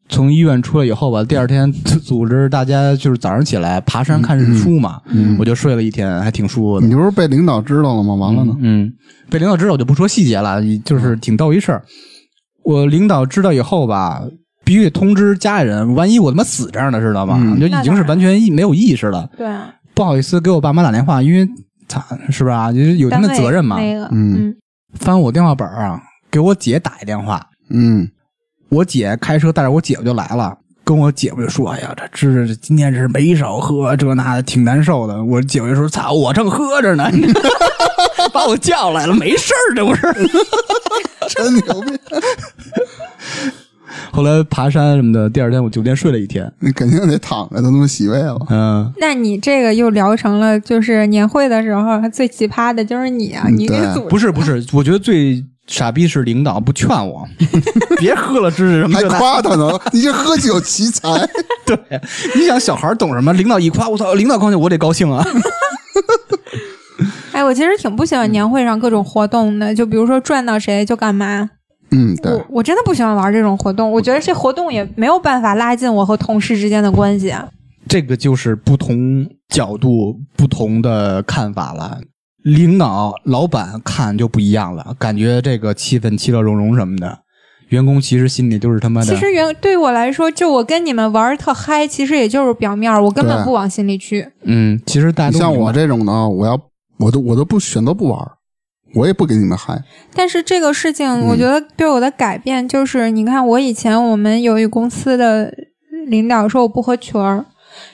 Speaker 1: 从医院出来以后吧，第二天组组织大家就是早上起来爬山看日出嘛，我就睡了一天，还挺舒服的
Speaker 2: 你。不是被领导知道了吗？完了呢，
Speaker 1: 嗯，被领导知道我就不说细节了，就是挺逗一事儿。我领导知道以后吧，必须得通知家里人，万一我他妈死这样的，知道吗？
Speaker 2: 嗯
Speaker 1: 就已经是完全意没有意识了。
Speaker 4: 对啊，
Speaker 1: 不好意思给我爸妈打电话，因为他是不是啊？就是有他
Speaker 4: 单
Speaker 1: 们
Speaker 4: 位
Speaker 1: 的责任嘛。
Speaker 4: 那个，
Speaker 2: 嗯
Speaker 4: 嗯，
Speaker 1: 翻我电话本儿啊，给我姐打一电话。
Speaker 2: 嗯，
Speaker 1: 我姐开车带着我姐夫就来了，跟我姐夫就说：“哎呀，这知识今天是没少喝，这那的挺难受的。”我姐夫就说：“操，我正喝着呢， (laughs) 把我叫来了，没事儿，这不是。”
Speaker 2: 真牛 (laughs) 逼！
Speaker 1: 后来爬山什么的，第二天我酒店睡了一天。
Speaker 2: 你肯定得躺着，都他妈洗胃了。
Speaker 1: 嗯，
Speaker 4: 那你这个又聊成了，就是年会的时候最奇葩的就是你啊，
Speaker 2: 嗯
Speaker 4: 你给
Speaker 2: 对
Speaker 4: 组织
Speaker 1: 不是不是，我觉得最傻逼是领导不劝我， (laughs) 别喝了，知识什么
Speaker 2: 还
Speaker 1: 这那
Speaker 2: 夸他呢，你这喝酒奇才，
Speaker 1: 对，你想小孩懂什么？领导一夸，我操，领导高兴，我得高兴啊！
Speaker 4: (laughs) 哎，我其实挺不喜欢
Speaker 2: 嗯
Speaker 4: 年会上各种活动的，就比如说转到谁就干嘛。
Speaker 2: 嗯，对
Speaker 4: 我，我真的不喜欢玩这种活动，我觉得这活动也没有办法拉近我和同事之间的关系。啊
Speaker 1: 这个就是不同角度、不同的看法了。领导、老板看就不一样了，感觉这个气氛其乐融融什么的。员工其实心里都是他
Speaker 2: 啊
Speaker 1: 妈的
Speaker 4: 其，实原对我来说，就我跟你们玩儿特嗨，其实也就是表面儿，我根本
Speaker 2: 对
Speaker 4: 不往心里去。
Speaker 1: 嗯，其实大家
Speaker 2: 你
Speaker 1: 都
Speaker 2: 像
Speaker 1: 明白
Speaker 2: 我这种的，我要我都我都不选择不玩儿，我也不给你们嗨。
Speaker 4: 但是这个事情，
Speaker 1: 嗯
Speaker 4: 我觉得对我的改变就是，你看我以前我们有一公司的领导说我不合群儿，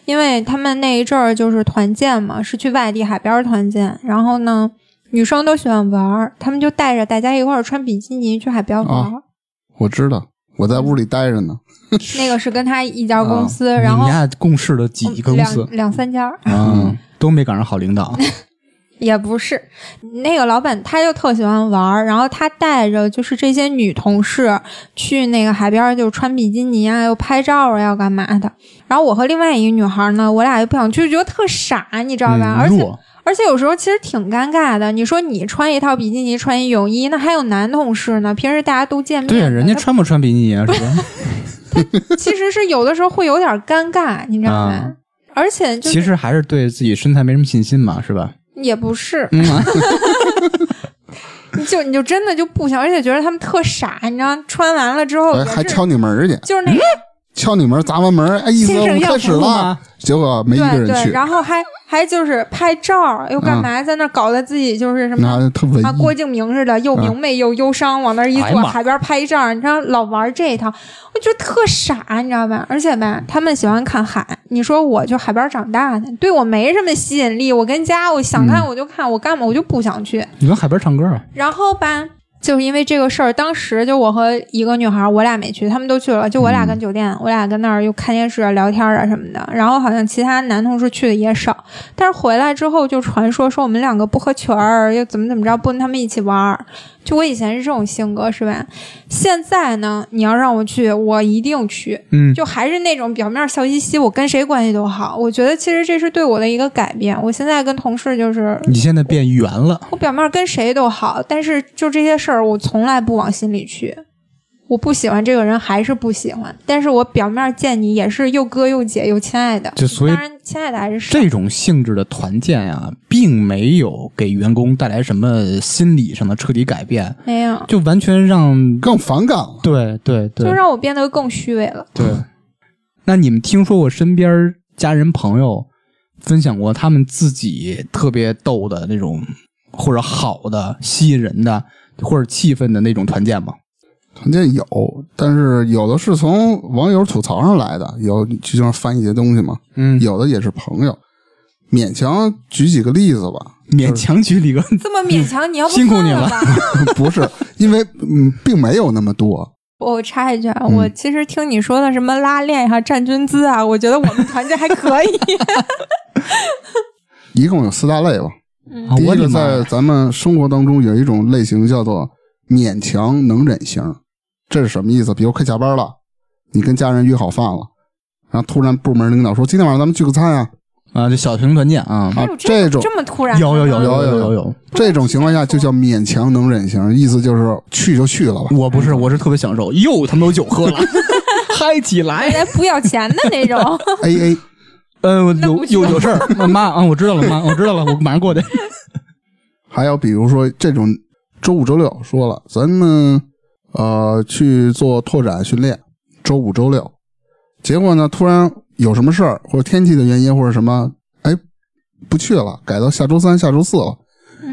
Speaker 4: 因为他们那一阵儿就是团建嘛，是去外地海边儿团建，然后呢，女生都喜欢玩儿，他们就带着大家一块儿穿比基尼去海边玩
Speaker 1: 哦
Speaker 4: 儿，
Speaker 2: 我知道，我在屋里待着呢。
Speaker 4: 那个是跟他一家公司，
Speaker 1: 啊你
Speaker 4: 然
Speaker 1: 们
Speaker 4: 后
Speaker 1: 嗯
Speaker 4: 嗯
Speaker 1: 家共事了几个公司
Speaker 4: 两两嗯三家儿。
Speaker 1: 啊，都没赶上好领导。
Speaker 4: 也不是，那个老板他就特喜欢玩儿，然后他带着就是这些女同事去那个海边儿，就穿比基尼啊，又拍照啊，要干嘛的。然后我和另外一个女孩呢，我俩就不想去，觉得特傻，你知道吧？
Speaker 1: 嗯
Speaker 4: 而且
Speaker 1: 弱
Speaker 4: 而且有时候其实挺尴尬的。你说你穿一套比基尼，穿一泳衣，那还有男同事呢，平时大家都见面的，
Speaker 1: 对啊人家穿不穿比基尼啊？是吧？
Speaker 4: 他其实是有的时候会有点尴尬，你知道吧？
Speaker 1: 啊
Speaker 4: 而且就
Speaker 1: 其
Speaker 4: 是
Speaker 1: 实还是对自己身材没什么信心嘛，是吧？
Speaker 4: 也不是， (laughs)
Speaker 1: 嗯啊，
Speaker 4: 你就你就真的就不想，而且觉得他们特傻，你知道，穿完了之后
Speaker 2: 哎，
Speaker 4: 哦也
Speaker 2: 还
Speaker 4: 是
Speaker 2: 敲你门儿去，
Speaker 4: 就是那个、
Speaker 2: 敲你门儿砸完门儿，哎，意思
Speaker 1: 先
Speaker 2: 我
Speaker 1: 生
Speaker 2: 们
Speaker 1: 要
Speaker 2: 开始
Speaker 1: 服务
Speaker 2: 了
Speaker 1: 吗，
Speaker 2: 结果没一个
Speaker 4: 对
Speaker 2: 人
Speaker 4: 对，
Speaker 2: 去，啊
Speaker 4: 然后还还就是拍照又干嘛，在那搞得自己就是什么。
Speaker 2: 那特文
Speaker 4: 啊，郭
Speaker 2: 艺。
Speaker 4: 敬明似的，又明媚又忧伤，往那儿一
Speaker 1: 哎
Speaker 4: 坐，
Speaker 1: 呀妈
Speaker 4: 海边拍照，你知道老玩这一套，我觉得特傻，你知道吧？而且吧，他们喜欢看海，你说我就海边长大的，对我没什么吸引力。我跟家我想
Speaker 2: 嗯
Speaker 4: 看我就看，我干嘛我就不想去。
Speaker 1: 你跟海边唱歌啊？
Speaker 4: 然后吧，就是因为这个事儿，当时就我和一个女孩儿，我俩没去，他们都去了，就我俩跟酒店，我俩跟那儿又看电视、啊、聊天啊什么的。然后好像其他男同事去的也少，但是回来之后就传说说我们两个不合群儿，又怎么怎么着，不跟他们一起玩儿。就我以前是这种性格是吧？现在呢，你要让我去，我一定去。
Speaker 1: 嗯，
Speaker 4: 就还是那种表面笑嘻嘻，我跟谁关系都好。我觉得其实这是对我的一个改变。我现在跟同事就是
Speaker 1: 你现在变圆了，
Speaker 4: 我表面跟谁都好，但是就这些事儿，我从来不往心里去。我不喜欢这个人，还是不喜欢，但是我表面见你也是又哥又姐又亲爱的，
Speaker 1: 就所以
Speaker 4: 当然亲爱的还是少
Speaker 1: 这种性质的团建啊，并没有给员工带来什么心理上的彻底改变，
Speaker 4: 没有，
Speaker 1: 就完全让
Speaker 2: 更反感了，
Speaker 1: 对对对，
Speaker 4: 就让我变得更虚伪了。
Speaker 1: 对。那你们听说过身边家人朋友分享过他们自己特别逗的那种，或者好的、吸引人的，或者气氛的那种团建吗？
Speaker 2: 团建有，但是有的是从网友吐槽上来的，有就像翻一些东西嘛，
Speaker 1: 嗯
Speaker 2: 有的也是朋友，勉强举几个例子吧， (laughs)
Speaker 1: 勉强举几个，
Speaker 4: 这么勉强，你要不
Speaker 1: 辛苦
Speaker 4: 算
Speaker 1: 你了 (laughs)
Speaker 4: 吧？
Speaker 2: 不是因为嗯，并没有那么多，
Speaker 4: 我插一句
Speaker 1: 嗯
Speaker 4: 啊，我其实听你说的什么拉练啊、站军姿啊，我觉得我们团建还可以。
Speaker 2: 一共有四大类吧。
Speaker 1: 啊
Speaker 2: 第一
Speaker 1: 我的
Speaker 2: 个
Speaker 1: 妈
Speaker 2: 在
Speaker 1: 呀！
Speaker 2: 咱们生活当中有一种类型叫做勉强能忍型，这是什么意思？比如快下班了，你跟家人约好饭了，然后突然部门领导说今天晚上咱们聚个餐啊，
Speaker 1: 啊，这小型团建啊，
Speaker 4: 还
Speaker 2: 啊
Speaker 4: 有
Speaker 2: 这种
Speaker 4: 这么突然的
Speaker 1: (laughs)
Speaker 4: 吗？
Speaker 1: 有有有
Speaker 2: 有
Speaker 1: 有
Speaker 2: 有
Speaker 1: 有有，
Speaker 2: 这种情况下就叫勉强能忍型，意思就是去就去
Speaker 1: (laughs)
Speaker 2: 了吧。
Speaker 1: 我不是，我是特别享受，哟，他们有酒喝 (laughs) 了，嗨起来！
Speaker 4: 来哎不要钱的那种。
Speaker 2: A A，
Speaker 1: 嗯，我
Speaker 4: 那
Speaker 1: 有
Speaker 4: 不行
Speaker 1: 有有事 (laughs) 儿，妈啊，我知道了，妈，我知道了，我马上过去。
Speaker 2: 还有比如说这种周五周六说了，咱们呃去做拓展训练，周五周六，结果呢突然有什么事儿或者天气的原因或者什么，哎不去了，改到下周三下周四了，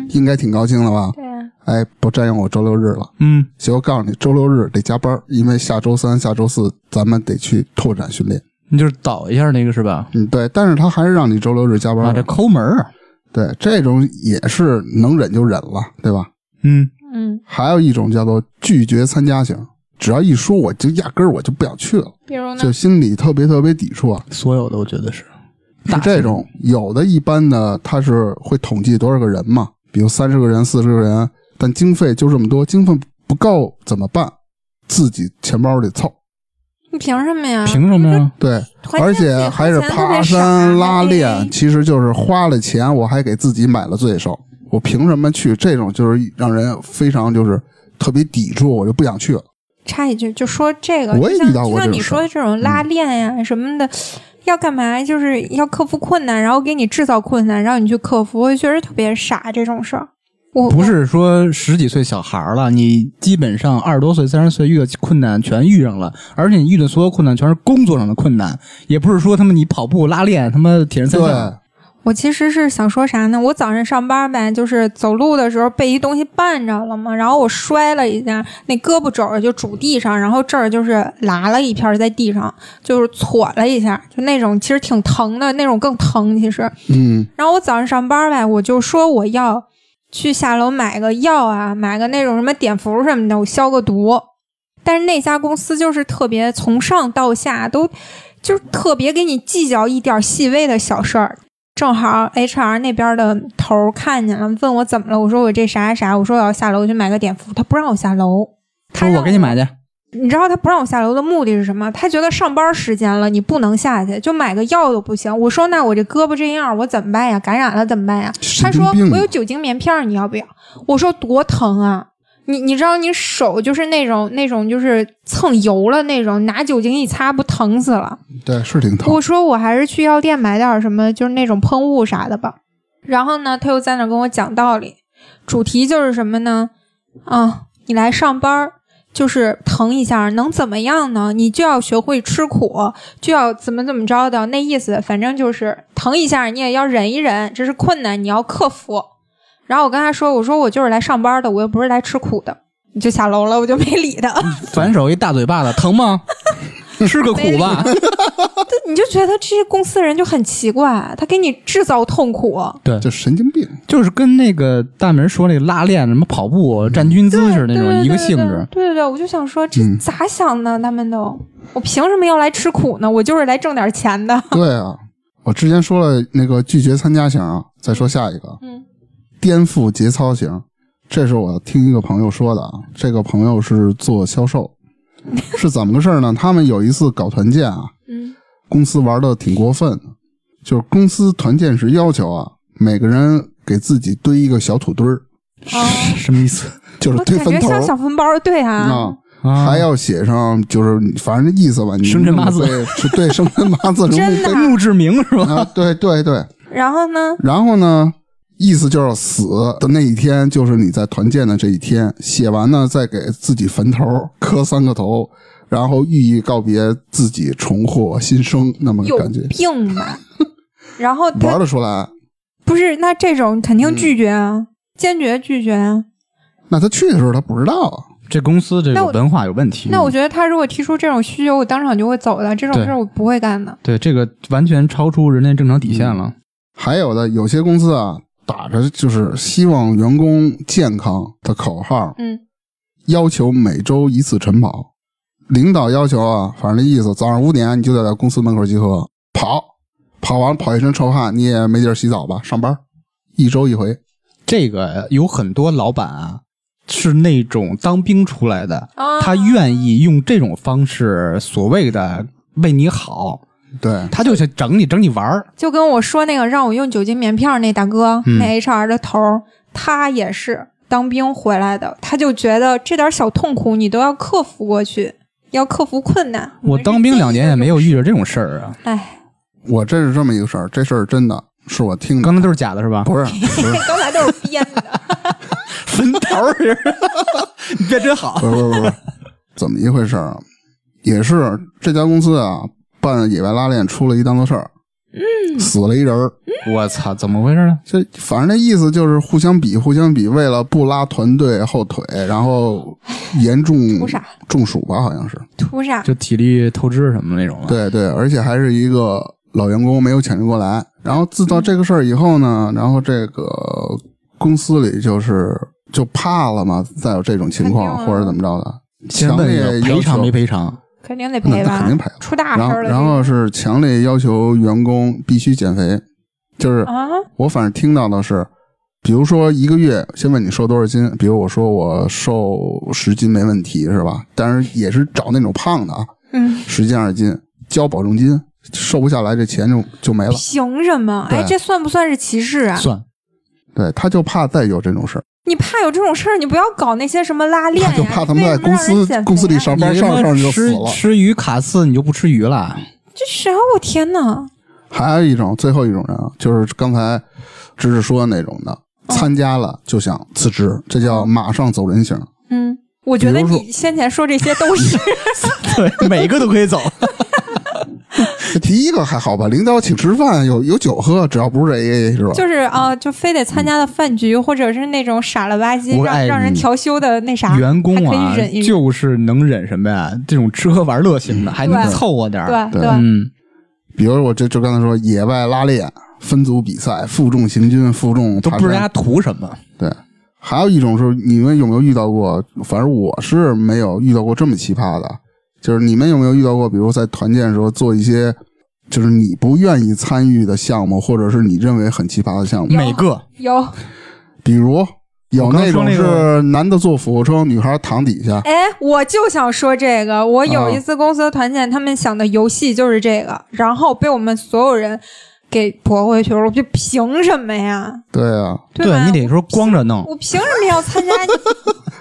Speaker 2: 应该挺高兴的吧？
Speaker 4: (laughs) 对啊，
Speaker 2: 哎，不占用我周六日了。
Speaker 1: 嗯，
Speaker 2: 结果告诉你，周六日得加班，因为下周三、下周四咱们得去拓展训练。
Speaker 1: 你就是倒一下那个是吧？
Speaker 2: 嗯，对，但是他还是让你周六日加
Speaker 1: 啊，
Speaker 2: 班
Speaker 1: 这。抠门儿啊，
Speaker 2: 对，这种也是能忍就忍了，对吧？
Speaker 1: 嗯，
Speaker 4: 嗯，
Speaker 2: 还有一种叫做拒绝参加型，只要一说我就压根儿我就不想去了，
Speaker 4: 比如呢
Speaker 2: 就？心里特别特别抵触啊。
Speaker 1: 所有的我觉得是
Speaker 2: 是这种，有的一般呢，他是会统计多少个人嘛，比如三十个人、四十个人，但经费就这么多，经费不够怎么办？自己钱包里凑。
Speaker 4: 你凭什么呀？
Speaker 1: 凭什么呀？
Speaker 2: 对，
Speaker 4: 团建
Speaker 2: 而
Speaker 4: 自己
Speaker 2: 且
Speaker 4: 花
Speaker 2: 还是
Speaker 4: 钱特
Speaker 2: 爬
Speaker 4: 别傻
Speaker 2: 山拉
Speaker 4: 哎
Speaker 2: 练，其实就是花了钱，我还给自己买了罪受。我凭什么去？这种就是让人非常就是特别抵触，我就不想去了。
Speaker 4: 插一句，就说这个，
Speaker 2: 我也
Speaker 4: 就像
Speaker 2: 遇到过
Speaker 4: 就像
Speaker 2: 这种
Speaker 4: 你
Speaker 2: 事
Speaker 4: 说
Speaker 2: 儿嗯
Speaker 4: 的这种拉练呀、什么的，要干嘛？就是要克服困难，然后给你制造困难，让你去克服，我就觉得特别傻这种事儿。我
Speaker 1: 不是说十几岁小孩儿了，你基本上二十多岁、三十岁遇到困难全遇上了，而且你遇的所有困难全是工作上的困难，也不是说他们你跑步、拉练、他妈铁人三
Speaker 4: 啊
Speaker 2: 对，
Speaker 1: 项，
Speaker 4: 我其实是想说啥呢？我早上上班呗，就是走路的时候被一东西绊着了嘛，然后我摔了一下，那胳膊肘儿就拄地上，然后这儿就是拉了一片儿在地上，就是搓了一下，就那种其实挺疼的，那种更疼其实。
Speaker 2: 嗯，
Speaker 4: 然后我早上上班呗，我就说我要去下楼买个药啊，买个那种什么碘伏什么的，我消个毒。但是那家公司就是特别从上到下都就是特别给你计较一点细微的小事儿。正好 HR 那边的头儿看见了，问我怎么了，我说我这啥啥啥，我说我要下楼去买个碘伏，他不让我下楼。他
Speaker 1: 说
Speaker 4: 让
Speaker 1: 我给你买去，
Speaker 4: 你知道他不让我下楼的目的是什么？他觉得上班时间了，你不能下去，就买个药都不行。我说那我这胳膊这样，我怎么办呀？感染了怎么办呀？
Speaker 2: 神
Speaker 4: 他
Speaker 2: 经
Speaker 4: 说
Speaker 2: 病
Speaker 4: 我有酒精棉片儿，你要不要？我说多疼啊！你你知道你手就是那种那种就是蹭油了那种，拿酒精一擦不疼死了。
Speaker 2: 对，是挺疼
Speaker 4: 我。说我还是去药店买点儿什么，就是那种喷雾啥的吧。然后呢，他又在那儿跟我讲道理，主题就是什么呢？啊，你来上班儿就是疼一下，能怎么样呢？你就要学会吃苦，就要怎么怎么着的，那意思反正就是疼一下，你也要忍一忍，这是困难，你要克服。然后我跟他说，我说我就是来上班的，我又不是来吃苦的。你就下楼了，我就没理他。
Speaker 1: 反手一大嘴巴子，疼 (laughs) 吗？吃个苦吧，
Speaker 4: 你就觉得这些公司人就很奇怪，他给你制造痛苦。
Speaker 1: 对，
Speaker 2: 就神经病，
Speaker 4: 啊
Speaker 1: 就是跟那个大明说那个拉练、什么跑步、站军姿势那
Speaker 4: 对
Speaker 1: 种
Speaker 4: 对
Speaker 1: 一个
Speaker 4: 对
Speaker 1: 性质。
Speaker 4: 对对对，我就想说，这
Speaker 2: 嗯
Speaker 4: 咋想的？他们都，我凭什么要来吃苦呢？我就是来挣点钱的。
Speaker 2: 对啊，我之前说了那个拒绝参加型啊，再说下一个，
Speaker 4: 嗯，
Speaker 2: 颠覆节操型，这是我听一个朋友说的啊，这个朋友是做销售，是怎么个事儿呢？他们有一次搞团建啊，
Speaker 4: 嗯
Speaker 2: 公司玩的挺过分的，就是公司团建时要求啊，每个人给自己堆一个小土堆儿，
Speaker 4: 哦，
Speaker 1: 什么意思
Speaker 2: 就是
Speaker 4: 我
Speaker 2: 堆
Speaker 4: 感觉
Speaker 2: 坟头
Speaker 4: 像小坟包，对啊，
Speaker 1: 嗯
Speaker 2: 啊。还要写上，就是反正意思吧，你
Speaker 1: 生辰
Speaker 2: 那么
Speaker 1: 八字
Speaker 2: 背是对生辰八字容易
Speaker 4: 真的
Speaker 2: 背
Speaker 4: 啊
Speaker 1: 墓志铭是吧？
Speaker 2: 啊，对对对，
Speaker 4: 然后呢，
Speaker 2: 然后呢，意思就是死的那一天就是你在团建的这一天，写完呢再给自己坟头磕三个头，然后寓意告别自己重获新生，那么个
Speaker 4: 有
Speaker 2: 感觉
Speaker 1: (laughs)
Speaker 4: 病吧？然后
Speaker 2: 玩
Speaker 4: 他
Speaker 2: 得出来。
Speaker 4: 不是，那这种肯
Speaker 1: 嗯
Speaker 4: 定拒绝啊，坚决拒绝啊。
Speaker 2: 那他去的时候他不知道啊，
Speaker 1: 这公司这
Speaker 4: 那
Speaker 1: 个
Speaker 4: 我
Speaker 1: 文化有问题。
Speaker 4: 那我觉得他如果提出这种需求，我当场就会走的。这种
Speaker 1: 嗯对
Speaker 4: 事儿我不会干的。
Speaker 1: 对这个完全超出人类正常底线了。
Speaker 2: 还有的有些公司啊，打着就是希望员工健康的口号，
Speaker 4: 嗯，
Speaker 2: 要求每周一次晨跑。领导要求啊，反正那意思，早上五点你就得在公司门口集合跑，跑完跑一身臭汗，你也没地儿洗澡吧？上班，一周一回。
Speaker 1: 这个有很多老板啊，是那种当兵出来的，
Speaker 4: 啊
Speaker 1: 他愿意用这种方式所谓的为你好，
Speaker 2: 对，
Speaker 1: 他就想整你整你玩儿。
Speaker 4: 就跟我说那个让我用酒精棉片儿那大哥，
Speaker 1: 嗯
Speaker 4: 那 HR 的头儿，他也是当兵回来的，他就觉得这点小痛苦你都要克服过去，要克服困难。
Speaker 1: 我当兵两年也没有遇着这种事儿啊，
Speaker 4: 哎，
Speaker 2: 我这是这么一个事儿，这事儿真的是我听的，
Speaker 1: 刚才都是假的是吧？
Speaker 2: 不是，不是，
Speaker 4: 刚才都是编
Speaker 2: (laughs)
Speaker 4: 的。
Speaker 1: 坟头儿 (laughs) 是，你别真好。
Speaker 2: 不是，不是，不是，怎么一回事儿啊？也是这家公司啊，办野外拉练出了一档子事儿，嗯，死了一人儿。
Speaker 1: 我操，怎么回事呢？
Speaker 2: 这反正那意思就是互相比，互相比，为了不拉团队后腿，然后严
Speaker 4: (laughs)
Speaker 2: 重
Speaker 4: 图啥
Speaker 2: 中暑吧，好像是。
Speaker 4: 图啥？
Speaker 1: 就体力透支什么那种了。，
Speaker 2: 对对，而且还是一个老员工没有抢救过来。然后自到这个事儿以后呢，然后这个公司里就是就怕了嘛，再有这种情况
Speaker 4: 肯定啊
Speaker 2: 或者怎么着的，
Speaker 1: 先
Speaker 2: 强
Speaker 1: 问
Speaker 2: 烈
Speaker 1: 一下
Speaker 2: 要
Speaker 1: 赔偿
Speaker 2: 求
Speaker 1: 没赔偿？
Speaker 4: 肯定得赔
Speaker 2: 嗯那
Speaker 4: 吧？
Speaker 2: 肯定赔了
Speaker 4: 出大事
Speaker 2: 然后
Speaker 4: 儿了。
Speaker 2: 然后是强烈要求员工必须减肥，就是
Speaker 4: 这个啊，
Speaker 2: 我反正听到的是，比如说一个月先问你瘦多少斤，比如我说我瘦十斤没问题是吧？但是也是找那种胖的啊，
Speaker 4: 嗯，
Speaker 2: 十斤二十斤交保证金，瘦不下来这钱就就没了。
Speaker 4: 凭什么？哎，
Speaker 2: 对
Speaker 4: 这算不算是歧视啊？
Speaker 1: 算，
Speaker 2: 对，他就怕再有这种事儿，
Speaker 4: 你怕有这种事儿，你不要搞那些什么拉练
Speaker 2: 他
Speaker 4: 呀，
Speaker 2: 就怕他们
Speaker 4: 你为
Speaker 2: 在
Speaker 4: 什么让人
Speaker 2: 公司
Speaker 4: 减肥
Speaker 2: 公司里
Speaker 4: 啊
Speaker 2: 上
Speaker 1: 你
Speaker 2: 班上着上着就死
Speaker 1: 吃
Speaker 2: 了。
Speaker 1: 吃鱼卡刺你就不吃鱼 (laughs) 了？
Speaker 4: 这啥？我天哪！
Speaker 2: 还有一种最后一种人啊，就是刚才芝芝说的那种的，参加了就想辞职，这叫马上走人型。
Speaker 4: 嗯，我觉得
Speaker 2: 比如说
Speaker 4: 你先前说这些都是。
Speaker 1: 对，每个都可以走。
Speaker 2: 第一个还好吧，领导请吃饭有有酒喝，只要不是 A A 是吧？
Speaker 4: 就是啊、就非得参加的饭局，或者是那种傻了吧唧
Speaker 1: 我爱
Speaker 4: 让
Speaker 1: 你
Speaker 4: 让人调休的那啥，
Speaker 1: (laughs) 员工
Speaker 4: 还
Speaker 1: 啊
Speaker 4: 可以忍一，忍。
Speaker 1: 就是能忍什么呀？这种吃喝玩乐
Speaker 2: 嗯
Speaker 1: 型的，还能
Speaker 4: 对
Speaker 1: 凑合点儿。
Speaker 4: 对对，
Speaker 1: 嗯，
Speaker 2: 比如我这就刚才说野外拉练、分组比赛、负重行军、负重
Speaker 1: 都
Speaker 2: 爬
Speaker 1: 不啊知道他
Speaker 2: 山
Speaker 1: 图什么。
Speaker 2: 对。还有一种是你们有没有遇到过？反正我是没有遇到过这么奇葩的。就是你们有没有遇到过？比如在团建的时候做一些，就是你不愿意参与的项目，或者是你认为很奇葩的项目
Speaker 4: 有？
Speaker 1: 每个
Speaker 4: 有
Speaker 2: 比如有
Speaker 1: 我刚
Speaker 2: 那
Speaker 1: 说
Speaker 2: 种
Speaker 1: 那个
Speaker 2: 是男的坐俯卧撑，女孩躺底下，
Speaker 4: 哎，我就想说这个。我有
Speaker 1: 嗯
Speaker 4: 一次公司的团建，他们想的游戏就是这个，然后被我们所有人给驳回去了。我就凭什么呀？
Speaker 2: 对啊，
Speaker 4: 对吧
Speaker 1: 你得说光着弄，
Speaker 4: 我凭什么要参加你？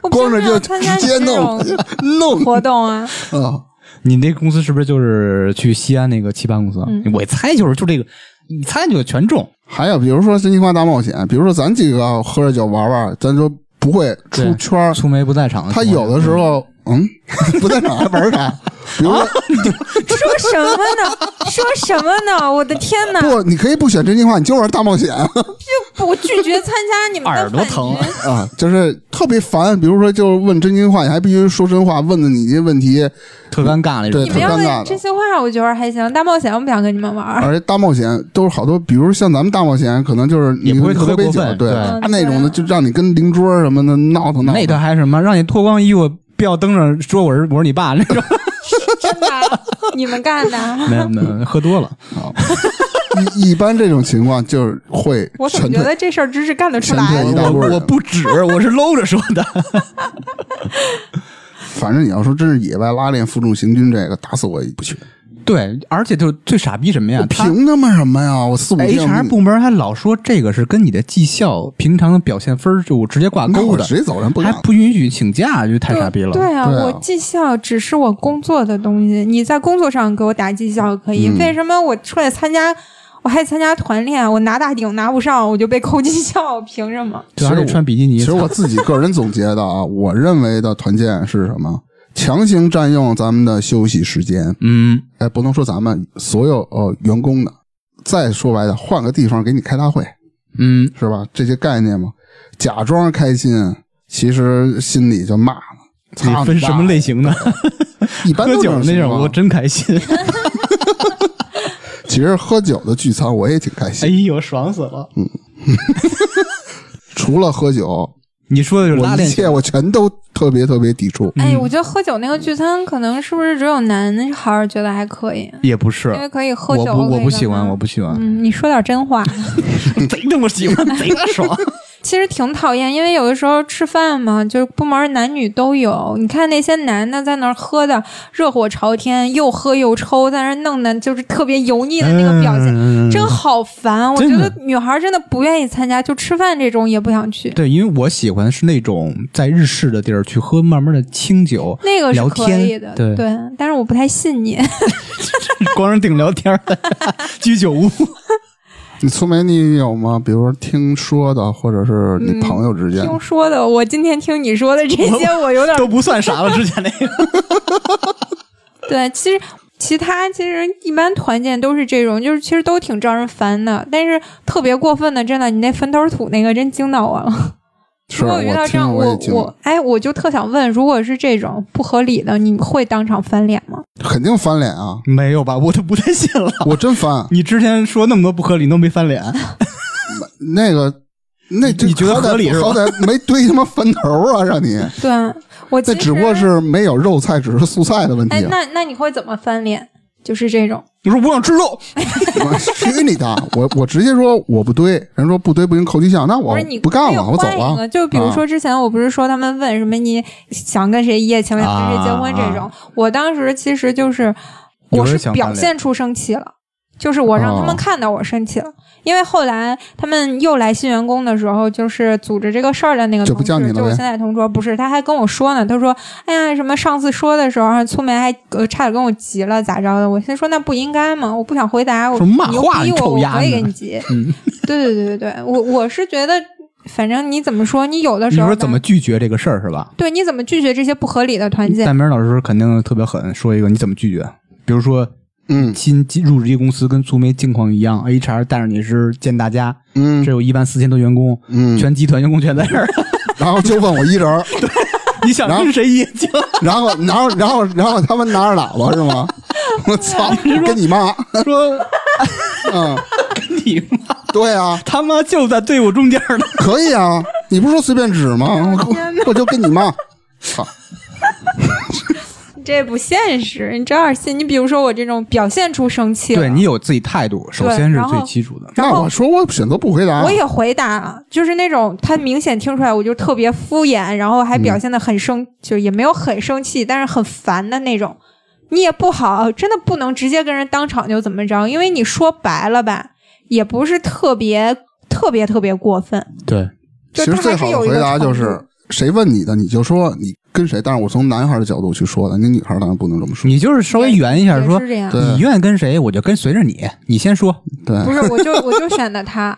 Speaker 4: 我凭
Speaker 2: 光
Speaker 4: 什
Speaker 2: 着
Speaker 4: 么
Speaker 2: 就
Speaker 4: 要参
Speaker 2: 直
Speaker 4: 加你
Speaker 2: 接
Speaker 4: 这
Speaker 2: 弄
Speaker 4: 种
Speaker 2: (laughs) 弄
Speaker 4: 活动啊？
Speaker 2: 啊，
Speaker 1: 你那公司是不是就是去西安那个棋盘公司？
Speaker 4: 嗯
Speaker 1: 我一猜就是就这个，一猜就全中。
Speaker 2: 还有比如说《真心话大冒险》，比如说咱几个喝着酒玩玩，咱就不会出
Speaker 1: 对
Speaker 2: 圈儿。
Speaker 1: 粗梅不在场的情
Speaker 2: 他
Speaker 1: 况下，
Speaker 2: 有的时候，嗯， (laughs) 不在场还玩啥？比如说，
Speaker 4: 说什么呢？说什么呢？我的天
Speaker 1: (laughs)
Speaker 4: 哪！
Speaker 2: 不，你可以不选真心话，你就玩大冒险
Speaker 4: 不，我拒绝参加你们的
Speaker 1: 耳朵
Speaker 4: 饭局
Speaker 1: 疼
Speaker 2: 啊，就是特别烦。比如说，就问真心话，你还必须说真话，问的你这问题，
Speaker 1: 特尴尬啊那种
Speaker 2: 对
Speaker 4: 你。们要
Speaker 2: 特尴尬
Speaker 4: 问
Speaker 2: 的
Speaker 4: 真心话，我觉得还行。大冒险我不想跟你们玩儿。
Speaker 2: 而且大冒险都是好多，比如像咱们大冒险，可能就是你
Speaker 1: 也不会
Speaker 2: 喝
Speaker 1: 特
Speaker 2: 杯
Speaker 1: 别
Speaker 2: 酒
Speaker 1: 过，分
Speaker 2: 对，
Speaker 1: 对
Speaker 2: 他
Speaker 4: 嗯
Speaker 2: 那种的
Speaker 4: 对
Speaker 2: 就让你跟邻桌什么的闹腾闹
Speaker 1: 那
Speaker 2: 腾
Speaker 1: 他。还什么让你脱光衣服，不要登上说我是我是你爸那种。
Speaker 4: 真的，啊你们干的。
Speaker 1: 没有没有，喝多 (laughs) 了。
Speaker 2: 一一般这种情况就是会
Speaker 4: 我怎么
Speaker 2: 全
Speaker 4: 觉
Speaker 2: 退
Speaker 4: 得这事儿真是干得出
Speaker 2: 全退
Speaker 4: 来
Speaker 2: 一？大
Speaker 1: 我
Speaker 2: 波人。
Speaker 1: 我不止，我是搂着说的。
Speaker 2: 反正你要说真是野外拉练、负重行军这个，打死我也不去。
Speaker 1: (laughs) 对，而且就最傻逼什么呀？他
Speaker 2: 凭他妈什么呀？我四五天
Speaker 1: HR 部门还老说这个是跟你的绩效、平常的表现分儿就直接挂
Speaker 2: 那
Speaker 1: 钩
Speaker 2: 我
Speaker 1: 的，
Speaker 2: 直接走人不
Speaker 1: 还
Speaker 2: 干。
Speaker 1: 不允许请假，就太傻逼了。
Speaker 4: 对啊，
Speaker 2: 对啊
Speaker 4: 我绩效只是我工作的东西，你在工作上给我打绩效可以，
Speaker 2: 嗯
Speaker 4: 为什么我出来参加，我还参加团练，我拿大顶拿不上，我就被扣绩效，凭什么？
Speaker 1: 对，而且穿比基尼。
Speaker 2: 其实我自己个人总结的啊， (laughs) 我认为的团建是什么？强行占用咱们的休息时间，
Speaker 1: 嗯，
Speaker 2: 哎，不能说咱们所有呃员工的。再说白了，换个地方给你开大会，
Speaker 1: 嗯，
Speaker 2: 是吧？这些概念嘛，假装开心，其实心里就骂了。
Speaker 1: 你
Speaker 2: 操
Speaker 1: 分
Speaker 2: 你大
Speaker 1: 什么
Speaker 2: 爷？
Speaker 1: 类型的？
Speaker 2: 一般
Speaker 1: 喝
Speaker 2: 都这
Speaker 1: 酒
Speaker 2: 种
Speaker 1: 那
Speaker 2: 情
Speaker 1: 种，
Speaker 2: 况
Speaker 1: 我真开
Speaker 2: (laughs)
Speaker 1: 心。
Speaker 2: 其实喝酒的聚餐我也挺开
Speaker 1: 哎
Speaker 2: 心。
Speaker 1: 呦，爽死了！
Speaker 2: 嗯除了喝酒，
Speaker 1: 你说的就是拉
Speaker 2: 我一
Speaker 1: 链
Speaker 2: 切我全都特别特别抵触。
Speaker 1: 嗯
Speaker 4: 哎，我觉得喝酒那个聚餐，可能是不是只有男孩儿觉得还可以？
Speaker 1: 也不是
Speaker 4: 因为，可以喝
Speaker 1: 我
Speaker 4: 酒，
Speaker 1: 不我
Speaker 4: 可以
Speaker 1: 不喜
Speaker 4: 干
Speaker 1: 欢，
Speaker 4: 嘛
Speaker 1: 我不喜欢，
Speaker 4: 嗯，你说点真话。
Speaker 1: 贼他妈喜欢，贼他妈爽。
Speaker 4: 其实挺讨厌，因为有的时候吃饭嘛，就是部门男女都有。你看那些男的在那儿喝的热火朝天，又喝又抽，在那儿弄的就是特别油腻的 (laughs) 那个表情，
Speaker 1: 嗯
Speaker 4: 真好烦。我
Speaker 1: 真
Speaker 4: 觉
Speaker 1: 的
Speaker 4: 得女孩真的不愿意参加，就吃饭这种也不想去。
Speaker 1: 对，因为我喜欢是那种在日式的地儿去喝慢慢的清酒，
Speaker 4: 那个是
Speaker 1: 聊
Speaker 4: 可以
Speaker 1: 天
Speaker 4: 的，
Speaker 1: 对
Speaker 4: 但是我不太信你。
Speaker 1: (laughs) 光是定聊天儿，居酒
Speaker 4: (laughs)
Speaker 1: 屋。
Speaker 2: 你粗梅，你有吗？比如说听说的，或者是你朋友之间，
Speaker 4: 嗯听说的，我今天听你说的这些，我有点
Speaker 1: 都不算啥了，之前那个。
Speaker 4: (laughs) 对，其实其他其实一般团建都是这种，就是其实都挺招人烦的，但是特别过分的，真的，你那坟头土那个真惊到我了。(laughs)
Speaker 2: 是
Speaker 4: 如果遇到这
Speaker 2: 听
Speaker 4: 样，
Speaker 2: 我也
Speaker 4: 我
Speaker 2: 听过，
Speaker 4: 我哎，我就特想问，如果是这种不合理的，你会当场翻脸吗？
Speaker 2: 肯定翻脸啊！
Speaker 1: 没有吧？我都不太信了。
Speaker 4: 啊
Speaker 2: 我真翻
Speaker 1: 你之前说那么多不合理，你都没翻脸，
Speaker 2: 那个，那这
Speaker 1: 你觉得
Speaker 2: 好歹
Speaker 1: 合理是吧
Speaker 2: 好歹没堆他妈坟头啊，让你
Speaker 4: 对我其
Speaker 2: 那
Speaker 4: 实
Speaker 2: 只不过是没有肉菜，只是素菜的问
Speaker 4: 哎
Speaker 2: 题，啊。
Speaker 4: 那那你会怎么翻脸？就是这种，
Speaker 1: 你说我想吃肉，
Speaker 2: 我去你的！我我直接说我不堆，人说不堆不行扣绩效，那我
Speaker 4: 不是你
Speaker 2: 不干
Speaker 4: 可以
Speaker 2: 了，我走
Speaker 4: 换一
Speaker 2: 啊
Speaker 4: 个。就比如说之前我不是说他们问什么你想跟谁一夜情，想跟谁结婚这
Speaker 2: 啊
Speaker 4: 种，我当时其实就是我
Speaker 1: 有人
Speaker 4: 是
Speaker 1: 想翻
Speaker 4: 表
Speaker 1: 脸
Speaker 4: 现出生气了。就是我让他们
Speaker 2: 哦
Speaker 4: 看到我生气了，因为后来他们又来新员工的时候，就是组织这个事儿的那个
Speaker 2: 就
Speaker 4: 同
Speaker 2: 不
Speaker 4: 事，
Speaker 2: 叫你
Speaker 4: 就
Speaker 2: 了
Speaker 4: 我
Speaker 2: 呗
Speaker 4: 现在同桌，不是，他还跟我说呢，他说，哎呀，什么上次说的时候，粗梅还呃差点跟我急了，咋着的？我先说那不应该嘛，我不想回答，我
Speaker 1: 说骂
Speaker 4: 你又
Speaker 1: 话你
Speaker 4: 逼我，
Speaker 1: 臭
Speaker 4: 我
Speaker 1: 丫
Speaker 4: 可以
Speaker 1: 子
Speaker 4: 跟你急，
Speaker 2: (laughs)
Speaker 4: 对对对对对，我我是觉得，反正你怎么说，你有的
Speaker 1: 你
Speaker 4: 时候
Speaker 1: 说
Speaker 4: 吧
Speaker 1: 怎么拒绝这个事儿是吧？
Speaker 4: 对？你怎么拒绝这些不合理的团建？
Speaker 1: 大明老师肯定特别狠，说一个你怎么拒绝？比如说
Speaker 2: 嗯
Speaker 1: 新进入职一公司跟苏梅境况一样，HR 带着你是见大家，
Speaker 2: 嗯
Speaker 1: 这有一万四千多员工，
Speaker 2: 嗯，
Speaker 1: 全集团员工全在这儿，
Speaker 2: 然后就问我一人儿，
Speaker 1: 你想
Speaker 2: 然后
Speaker 1: 跟谁业绩？
Speaker 2: 然后然后然后然后他们拿着喇叭是吗？我
Speaker 4: (laughs)
Speaker 2: 操，跟你妈，
Speaker 1: 说
Speaker 2: 嗯，
Speaker 1: 你妈
Speaker 2: 对啊，
Speaker 1: 他妈就在队伍中间呢，
Speaker 2: 可以啊，你不是说随便指吗？我我我就跟你妈，操，
Speaker 4: 这不现实，你这二信，你比如说我这种表现出生气了，
Speaker 1: 对你有自己态度，首
Speaker 4: 啊对
Speaker 1: 先是
Speaker 4: 然
Speaker 1: 最
Speaker 4: 后
Speaker 1: 基础的。
Speaker 4: 然
Speaker 2: 那
Speaker 4: 后
Speaker 2: 我说我选择不回答
Speaker 1: 啊
Speaker 4: 我，也回答，啊就是那种他明显听出来我就特别敷衍，然后还表现的很生，就是也没有很生气，但是很烦的那种。你也不好，真的不能直接跟人当场就怎么着，因为你说白了吧，也不是特别特别特别过分。
Speaker 1: 对，
Speaker 4: 就
Speaker 2: 其实
Speaker 4: 他
Speaker 2: 最
Speaker 4: 还是
Speaker 2: 好的
Speaker 4: 有一
Speaker 2: 回
Speaker 4: 个
Speaker 2: 答
Speaker 4: 程
Speaker 2: 就
Speaker 4: 度
Speaker 2: 是谁问你的你就说你跟谁，但是我从男孩的角度去说的，那女孩当然不能这么说，
Speaker 1: 你就是稍微圆一下
Speaker 4: 也
Speaker 1: 说
Speaker 4: 是这样，
Speaker 2: 对
Speaker 1: 你愿意跟谁，我就跟随着你。你先说，
Speaker 2: 对
Speaker 4: 不是，我就我就选的他，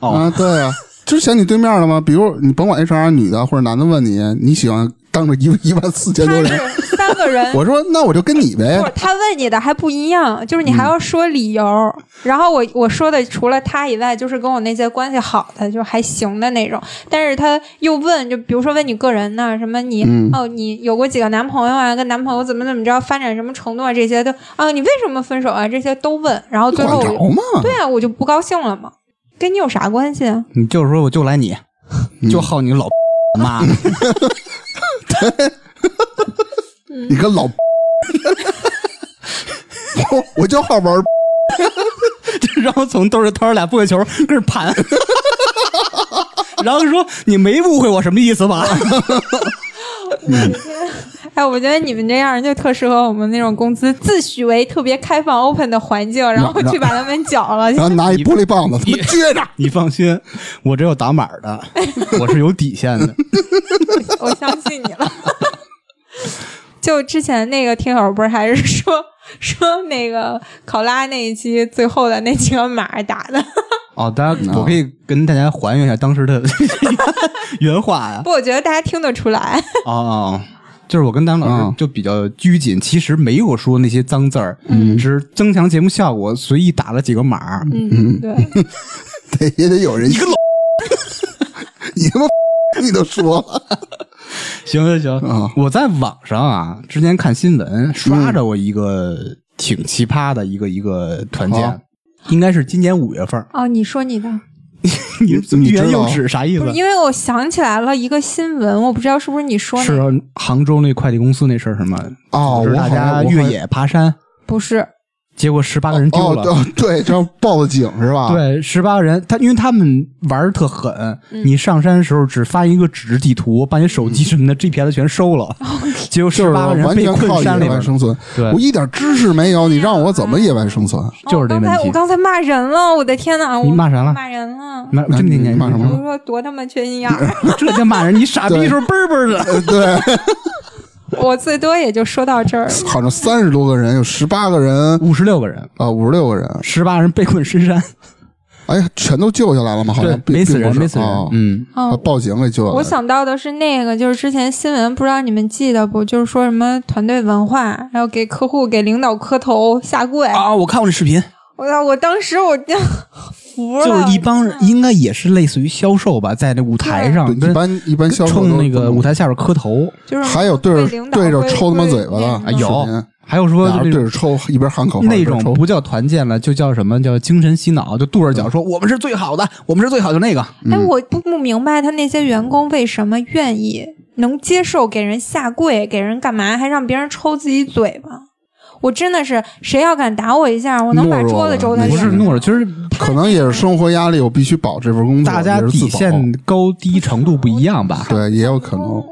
Speaker 1: 哦
Speaker 2: 啊，对啊，就是选你对面的吗？比如你甭管 HR 女的或者男的问你，你喜欢当着一一万四千
Speaker 4: 他
Speaker 2: 多人，，
Speaker 4: 是三个人
Speaker 2: (laughs) 我说那我就跟你呗
Speaker 4: 不是，他问你的还不一样，就是你还
Speaker 2: 嗯
Speaker 4: 要说理由。然后我我说的除了他以外，就是跟我那些关系好的，就还行的那种。但是他又问，就比如说问你个人呢，什么你、
Speaker 2: 嗯
Speaker 4: 哦，你有过几个男朋友啊？跟男朋友怎么怎么着，发展什么程度啊？这些都哦，你为什么分手啊？这些都问。然后最
Speaker 2: 管
Speaker 4: 后我
Speaker 2: 着
Speaker 4: 就
Speaker 2: 吗？
Speaker 4: 对啊，我就不高兴了嘛，跟你有啥关系啊？
Speaker 1: 你就是说我就来你，就好你 (laughs) 老妈。
Speaker 2: 你个老，我 (laughs) 我就好玩儿，
Speaker 1: (laughs) 然后从兜里掏出俩玻璃球跟这盘， (laughs) 然后说你没误会我什么意思吧？ (laughs)
Speaker 4: 哎，我觉得你们这样就特适合我们那种公司自诩为特别开放 open 的环境，然后
Speaker 2: 那
Speaker 4: 去把他们搅了。
Speaker 2: 然后拿一玻璃棒子，他
Speaker 1: 你
Speaker 2: 妈撅着。
Speaker 1: 你放心，我这有打码 (laughs) 的，我是有底线的。
Speaker 4: (laughs) 我相信你了。就之前那个听友不是还是说说那个考拉那一期最后的那几个码打的，
Speaker 1: 哦，大家，
Speaker 2: 嗯
Speaker 1: 我可以跟大家还原一下当时的 (laughs) 原话呀、
Speaker 4: 不，我觉得大家听得出来。
Speaker 1: 哦哦，就是我跟丹老
Speaker 2: 嗯
Speaker 1: 师就比较拘谨，其实没有说那些脏字儿，只是增强节目效果，随意打了几个码儿。
Speaker 4: 嗯，对，
Speaker 2: 得也得有人。你个老， (laughs) 你他妈你都说了，
Speaker 1: 行行行，
Speaker 2: 啊
Speaker 1: 我在网上啊，之前看新闻刷着过一个挺奇葩的一个一个团建，
Speaker 2: 好
Speaker 1: 应该是今年五月份儿。
Speaker 4: 哦，你说你的，
Speaker 1: 你
Speaker 2: (laughs) 你
Speaker 1: 欲
Speaker 2: 知
Speaker 1: 言
Speaker 2: 道
Speaker 1: 又止啥意
Speaker 4: 不是
Speaker 1: 思？
Speaker 4: 因为我想起来了一个新闻，我不知道是不是你说
Speaker 1: 是
Speaker 4: 的，
Speaker 1: 啊杭州那快递公司那事儿，什么
Speaker 2: 哦
Speaker 1: 组织
Speaker 2: 我
Speaker 1: 大
Speaker 2: 好像
Speaker 1: 家
Speaker 2: 我
Speaker 1: 越
Speaker 2: 还
Speaker 1: 野爬山，
Speaker 4: 不是，
Speaker 1: 结果十八个人丢
Speaker 2: 哦
Speaker 1: 了。
Speaker 2: 哦，对，这报的警是吧？，
Speaker 1: 对，十八个人，他因为他们玩儿特狠，
Speaker 4: 嗯
Speaker 1: 你上山的时候只发一个纸质地图，把你手机什么的、GPS 全收
Speaker 4: (laughs)
Speaker 1: 了，
Speaker 4: 哦
Speaker 1: 结果
Speaker 2: 就
Speaker 1: 十
Speaker 2: 是
Speaker 1: 八个人
Speaker 2: 完
Speaker 1: 被
Speaker 2: 全
Speaker 1: 困
Speaker 2: 靠
Speaker 1: 山里
Speaker 2: 野
Speaker 1: 边
Speaker 2: 外
Speaker 1: 儿，
Speaker 2: 生存。
Speaker 1: 对
Speaker 2: 我一点知识没有，你让我怎么野外
Speaker 1: (laughs)
Speaker 2: 生存？
Speaker 1: 就是这
Speaker 4: 哦、
Speaker 1: 问
Speaker 4: 刚才
Speaker 1: 题
Speaker 4: 我。刚才骂人了，我的天哪！我
Speaker 1: 你骂啥了
Speaker 4: 骂人了。
Speaker 1: 妈，这么
Speaker 2: 你
Speaker 1: 年
Speaker 2: 骂什
Speaker 4: 我
Speaker 2: 么
Speaker 4: 就说多他妈缺心眼儿，
Speaker 1: (laughs) 这叫骂人！你傻逼的时候嘣嘣的，
Speaker 2: 呃，对，
Speaker 1: (laughs)
Speaker 4: 我最多也就说到这儿了。
Speaker 2: 好像三十多个人，有十八个人
Speaker 1: 五十六个人，
Speaker 2: 啊，五十六个人，
Speaker 1: 十八人被困深山，
Speaker 2: 哎呀，全都救下来了吗？好像并
Speaker 1: 没死
Speaker 2: 并
Speaker 1: 人，
Speaker 2: 不是
Speaker 1: 没死人
Speaker 2: 哦。
Speaker 1: 嗯，
Speaker 4: 哦
Speaker 2: 啊，报警给救了。
Speaker 4: 我想到的是那个，就是之前新闻，不知道你们记得不？就是说什么团队文化，然后给客户、给领导磕头下跪。
Speaker 2: 哎
Speaker 1: 啊，我看过那视频，
Speaker 4: 我操！我当时我就服了。
Speaker 1: 就是一帮人，应该也是类似于销售吧，啊在那舞台上
Speaker 2: 嗯对
Speaker 1: 跟
Speaker 2: 啊一般一般销售
Speaker 1: 冲
Speaker 2: 都
Speaker 1: 那个舞，台下边磕头
Speaker 4: 就是哎
Speaker 2: 还有对
Speaker 4: 跪
Speaker 2: 着
Speaker 4: 领导
Speaker 2: 对着
Speaker 4: 跪
Speaker 2: 抽他妈
Speaker 4: 跪
Speaker 2: 嘴巴的
Speaker 4: 那
Speaker 1: 啊，
Speaker 4: 种
Speaker 1: 有
Speaker 2: 视频，
Speaker 1: 还有说
Speaker 2: 俩
Speaker 1: 那
Speaker 2: 人对
Speaker 1: 种
Speaker 2: 着抽，一边喊口号
Speaker 1: 那
Speaker 2: 一边
Speaker 1: 种
Speaker 2: 抽
Speaker 1: 不叫团建了，就叫什么叫精神洗脑，就跺着
Speaker 2: 嗯
Speaker 1: 脚说我们是最好的，我们是最好的那个。
Speaker 4: 哎，我不不明白他那些员工为什么愿意能接受给人下跪，给人干嘛，还让别人抽自己嘴巴。我真的是，谁要敢打我一下，我能把
Speaker 2: 懦弱
Speaker 4: 桌
Speaker 2: 了
Speaker 4: 子抽他
Speaker 2: 那
Speaker 1: 不
Speaker 4: 脸
Speaker 1: 是
Speaker 4: 上。
Speaker 1: 懦弱，就是
Speaker 2: 可能也是生活压力，我必须保这份工作，
Speaker 1: 大家
Speaker 2: 也是自
Speaker 1: 底
Speaker 2: 保嗯
Speaker 1: 线高低程度不一样吧？
Speaker 2: 对也有可能。
Speaker 4: 哦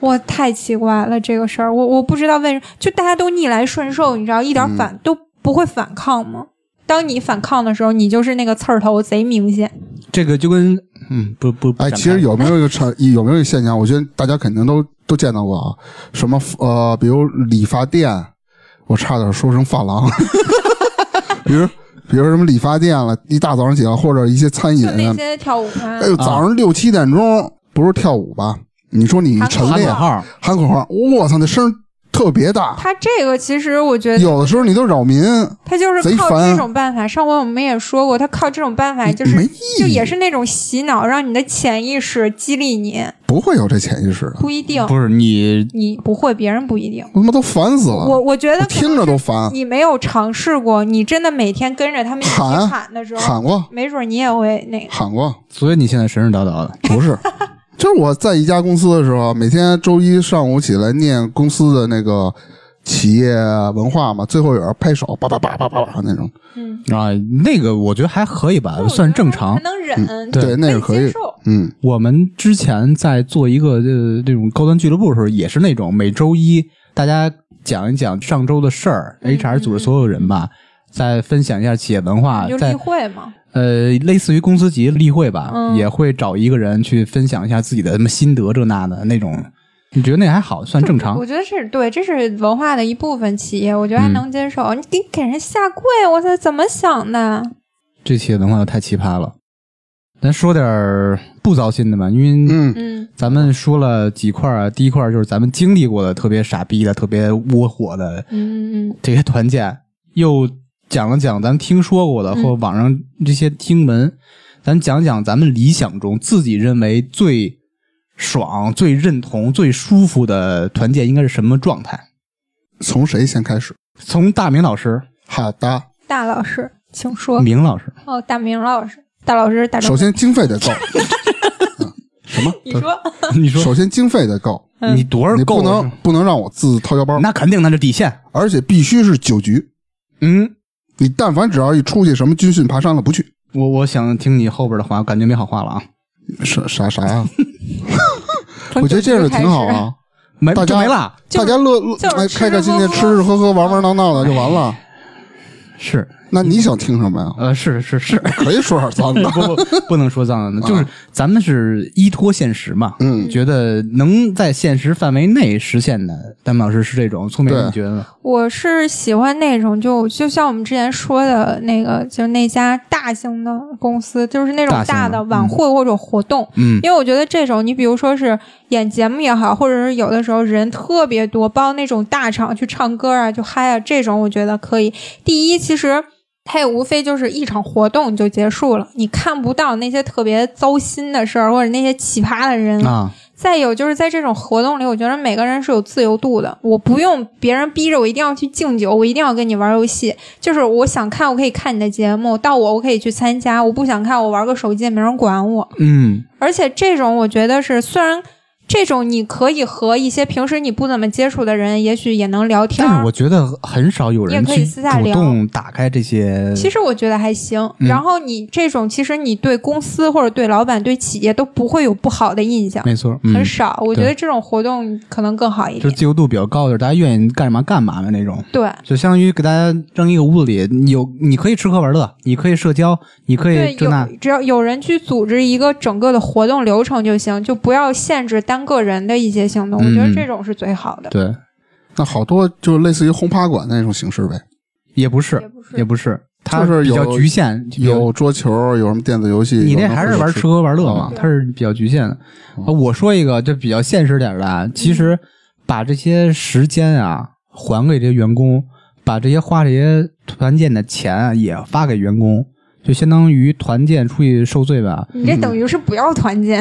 Speaker 4: 我太奇怪了这个事儿，我我不知道为什么，就大家都逆来顺受，你知道，一点反、都不会反抗吗？当你反抗的时候，你就是那个刺儿头，贼明显。
Speaker 1: 这个就跟嗯不不，不
Speaker 2: 哎，
Speaker 1: 展
Speaker 2: 其实
Speaker 1: 开
Speaker 2: 有没有一个产有没有一个现象？我觉得大家肯定都都见到过啊，什么呃，比如理发店，我差点说成发廊， (laughs) 比如比如什么理发店了，一大早上起来或者一些餐饮
Speaker 4: 就，那些跳舞啊
Speaker 2: 哎，呦，早上六七点钟不是跳舞吧？你说你
Speaker 4: 喊口
Speaker 2: 晨
Speaker 1: 喊
Speaker 2: 练
Speaker 1: 口号，
Speaker 2: 喊口号，我操，那声儿特别大，
Speaker 4: 他这个其实我觉得
Speaker 2: 有的时候你都扰民，
Speaker 4: 他就是
Speaker 2: 贼
Speaker 4: 靠
Speaker 2: 烦啊
Speaker 4: 这种办法。上回我们也说过，他靠这种办法哎就是
Speaker 2: 没意义
Speaker 4: 就也是那种洗脑，让你的潜意识激励你，
Speaker 2: 不会有这潜意识的，
Speaker 4: 不一定
Speaker 1: 不是你
Speaker 4: 你不会，别人不一定。
Speaker 2: 我他妈都烦死
Speaker 4: 我
Speaker 2: 了，
Speaker 4: 我觉得
Speaker 2: 我
Speaker 4: 可能
Speaker 2: 听着
Speaker 4: 是
Speaker 2: 都烦。
Speaker 4: 你没有尝试过，你真的每天跟着他们一起
Speaker 2: 喊啊
Speaker 4: 喊的时候，
Speaker 2: 喊过，
Speaker 4: 没准你也会那个。
Speaker 2: 喊过，
Speaker 1: 所以你现在神神叨叨的，
Speaker 4: (laughs)
Speaker 2: 不是，就是我在一家公司的时候，每天周一上午起来念公司的那个企业文化嘛，最后有人拍手，叭叭叭叭叭叭那种，
Speaker 1: 啊，那个我觉得还可以吧，
Speaker 4: 哦我觉得
Speaker 1: 呃算正常
Speaker 4: 还。能忍，
Speaker 1: 对
Speaker 2: 嗯对，那是可
Speaker 4: 接
Speaker 2: 以
Speaker 4: 受，
Speaker 2: 嗯，
Speaker 1: 我们之前在做一个呃这种高端俱乐部的时候，也是那种每周一大家讲一讲上周的事儿，HR
Speaker 4: 嗯
Speaker 1: 组织所有人吧，再分享一下企业文化
Speaker 4: 就，嗯例
Speaker 1: 再
Speaker 4: 会嘛。
Speaker 1: 呃类似于公司级例会吧，
Speaker 4: 嗯
Speaker 1: 也会找一个人去分享一下自己的什么心得这那的那种。你觉得那还好，算正常
Speaker 4: 我？觉得是对，这是文化的一部分。企业，我觉得还
Speaker 1: 啊嗯
Speaker 4: 能接受。你给给人下跪，我操，怎么想的？
Speaker 1: 这企业文化太奇葩了。咱说点儿不糟心的吧，因为
Speaker 2: 嗯，
Speaker 4: 嗯，
Speaker 1: 咱们说了几块儿啊，第一块儿就是咱们经历过的特别傻逼的、特别窝火的
Speaker 4: 嗯嗯
Speaker 1: 这些团建，又讲了讲咱们听说过的
Speaker 4: 嗯
Speaker 1: 或网上这些听闻，咱讲讲咱们理想中自己认为最爽、最认同、最舒服的团建应该是什么状态？
Speaker 2: 从谁先开始？
Speaker 1: 从大明老师，
Speaker 2: 好的，
Speaker 4: 大老师，请说。
Speaker 1: 明老
Speaker 2: (laughs)
Speaker 1: 师，
Speaker 4: 哦，大明老师，大老师，大张
Speaker 2: 首先经费
Speaker 4: (laughs)
Speaker 2: 得够，嗯
Speaker 4: 你说，
Speaker 1: 你说
Speaker 2: 首先经费得够，
Speaker 1: 你多少
Speaker 2: 你
Speaker 1: 够
Speaker 2: 不
Speaker 1: 啊？
Speaker 2: 能不能让我自掏腰包，
Speaker 1: 那肯定，那是底线。
Speaker 2: 而且必须是酒局。
Speaker 1: 嗯，
Speaker 2: 你但凡只要一出去什么军训爬山了，不去，
Speaker 1: 我我想听你后边的话，感觉没好话了啊。
Speaker 2: 啥啥啥呀？我觉得这样就挺好啊，
Speaker 1: 没
Speaker 2: 大
Speaker 1: 就
Speaker 2: 家
Speaker 1: 没了，
Speaker 2: 大家乐乐
Speaker 4: 就是
Speaker 2: 哎
Speaker 4: 吃
Speaker 2: 开开心心、
Speaker 4: 吃
Speaker 2: 吃
Speaker 4: 喝喝
Speaker 2: 吃喝喝、玩玩闹闹的就完了。
Speaker 1: 是
Speaker 2: 那你想听什么
Speaker 1: (laughs)
Speaker 2: 呀？
Speaker 1: 呃是是是，。
Speaker 2: 可以说点脏的
Speaker 1: (laughs) 不不不能说脏的，就是咱们是依托现实嘛，
Speaker 2: 啊嗯
Speaker 1: 觉得能在现实范围内实现的，丹麦老师是这种，聪明
Speaker 2: 对
Speaker 1: 你觉得呢？
Speaker 4: 我是喜欢那种就就像我们之前说的那个，就是那家大型的公司，就是那
Speaker 1: 大
Speaker 4: 种
Speaker 1: 型的
Speaker 4: 大的晚会或者活动。
Speaker 1: 嗯，
Speaker 4: 因为我觉得这种，你比如说是演节目也好，或者是有的时候人特别多，包那种大场去唱歌啊、就嗨啊，这种我觉得可以。第一，其实它也无非就是一场活动就结束了，你看不到那些特别糟心的事儿或者那些奇葩的人
Speaker 1: 啊，
Speaker 4: 再有就是在这种活动里，我觉得每个人是有自由度的，我不用别人逼着我一定要去敬酒，我一定要跟你玩游戏。就是我想看，我可以看你的节目，到我我可以去参加；我不想看，我玩个手机也没人管我。
Speaker 1: 嗯，
Speaker 4: 而且这种我觉得是，虽然这种你可以和一些平时你不怎么接触的人，也许也能聊天
Speaker 1: 但
Speaker 4: 儿。
Speaker 1: 是我觉得很少有人
Speaker 4: 啊也可以
Speaker 1: 去
Speaker 4: 私下
Speaker 1: 主
Speaker 4: 聊
Speaker 1: 动打开这些，
Speaker 4: 其实我觉得还行。
Speaker 1: 嗯
Speaker 4: 然后你这种，其实你对公司或者对老板、对企业都不会有不好的印象，
Speaker 1: 没错，嗯
Speaker 4: 很，少。我觉
Speaker 1: 对
Speaker 4: 得这种活动可能更好一
Speaker 1: 就
Speaker 4: 点。
Speaker 1: 自由度比较高点，大家愿意干嘛干嘛的那种。
Speaker 4: 对，
Speaker 1: 就相当于给大家扔一个屋子里，你有你可以吃喝玩乐，你可以社交，你可
Speaker 4: 对
Speaker 1: 以，这那
Speaker 4: 有，只要有人去组织一个整个的活动流程就行，就不要限制单个人的一些行动。我觉
Speaker 1: 嗯
Speaker 4: 得
Speaker 1: 嗯
Speaker 4: 这种是最好的。
Speaker 1: 对，
Speaker 2: 那好多就类似于轰趴馆那种形式呗，
Speaker 1: 也不是
Speaker 4: 也不，是
Speaker 1: 也不是，它
Speaker 2: 就是
Speaker 1: 比
Speaker 2: 有
Speaker 1: 较局限，
Speaker 2: 有桌球，有什么电子游戏。
Speaker 1: 你那
Speaker 2: 有嗯
Speaker 1: 还是玩吃喝玩乐嘛，
Speaker 4: 对
Speaker 1: 它是比较局限的。啊我说一个就比较现实点儿的，啊，其实把这些时间啊还给这些员工，把这些花这些团建的钱啊也发给员工，就相当于团建出去受罪吧。
Speaker 4: 你这等于是不要团
Speaker 1: (laughs)
Speaker 4: 建，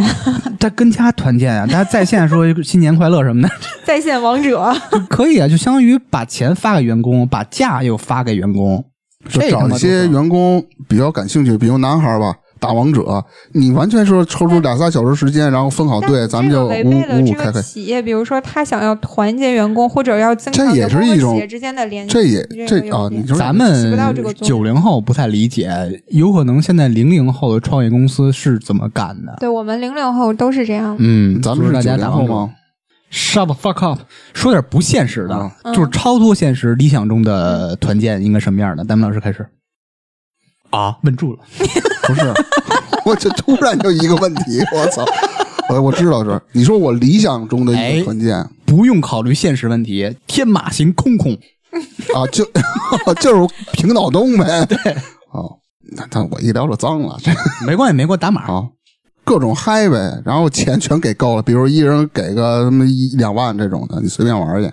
Speaker 1: 他跟家团建啊，大家在线说新年快乐什么的， (laughs)
Speaker 4: 在线王者。
Speaker 1: 就可以啊，就相当于把钱发给员工，把假又发给员工，
Speaker 2: 就
Speaker 1: 这他
Speaker 2: 找
Speaker 1: 妈
Speaker 2: 一
Speaker 1: 多
Speaker 2: 些
Speaker 1: 爽啊
Speaker 2: 员工比较感兴趣，比如男孩吧，打王者，你完全是抽出俩仨小时时间，然后分好队，哦咱们就
Speaker 4: 违
Speaker 2: 五
Speaker 4: 背了
Speaker 2: 五五
Speaker 4: 这
Speaker 2: 开
Speaker 4: 个
Speaker 2: 会。
Speaker 4: 企业，比如说他想要团结员工，或者要增强
Speaker 2: 这也
Speaker 4: 员工
Speaker 2: 是
Speaker 4: 和
Speaker 2: 一种
Speaker 4: 企业之间的联系。
Speaker 2: 这也
Speaker 4: 这
Speaker 2: 这
Speaker 4: 个有
Speaker 2: 啊，
Speaker 4: 点
Speaker 2: 你就是
Speaker 1: 咱
Speaker 4: 起
Speaker 1: 们
Speaker 4: 不到这个作
Speaker 1: 九
Speaker 4: 用
Speaker 1: 零后不太理解，有可能现在零零后的创业公司是怎么干的？
Speaker 4: 对我们零零后都是这
Speaker 2: (laughs)
Speaker 4: 样的。
Speaker 1: 嗯，
Speaker 2: 咱
Speaker 1: 阻
Speaker 2: 们
Speaker 1: 止
Speaker 2: 是
Speaker 1: 大
Speaker 2: 九
Speaker 1: 家
Speaker 2: 零
Speaker 1: 打
Speaker 2: 后
Speaker 1: 广
Speaker 2: 吗
Speaker 1: 告？？Shut the fuck up！说点不现实的啊，
Speaker 4: 嗯
Speaker 1: 就是超脱现实，理想中的团建应该什么样的？丹们老师开始。啊，问住了，(laughs)
Speaker 2: 不是，我这突然就一个问题，我操！我我知道是你说我理想中的一
Speaker 1: 哎
Speaker 2: 个团建
Speaker 1: 不用考虑现实问题，天马行空空。
Speaker 2: 啊，就 (laughs) 就是平脑洞呗。对，哦，那那我一聊就脏了，这
Speaker 1: 没关系，没关系，打码。
Speaker 2: 好，各种嗨呗，然后钱全给够了，比如一人给个他妈一两万这种的，你随便玩去。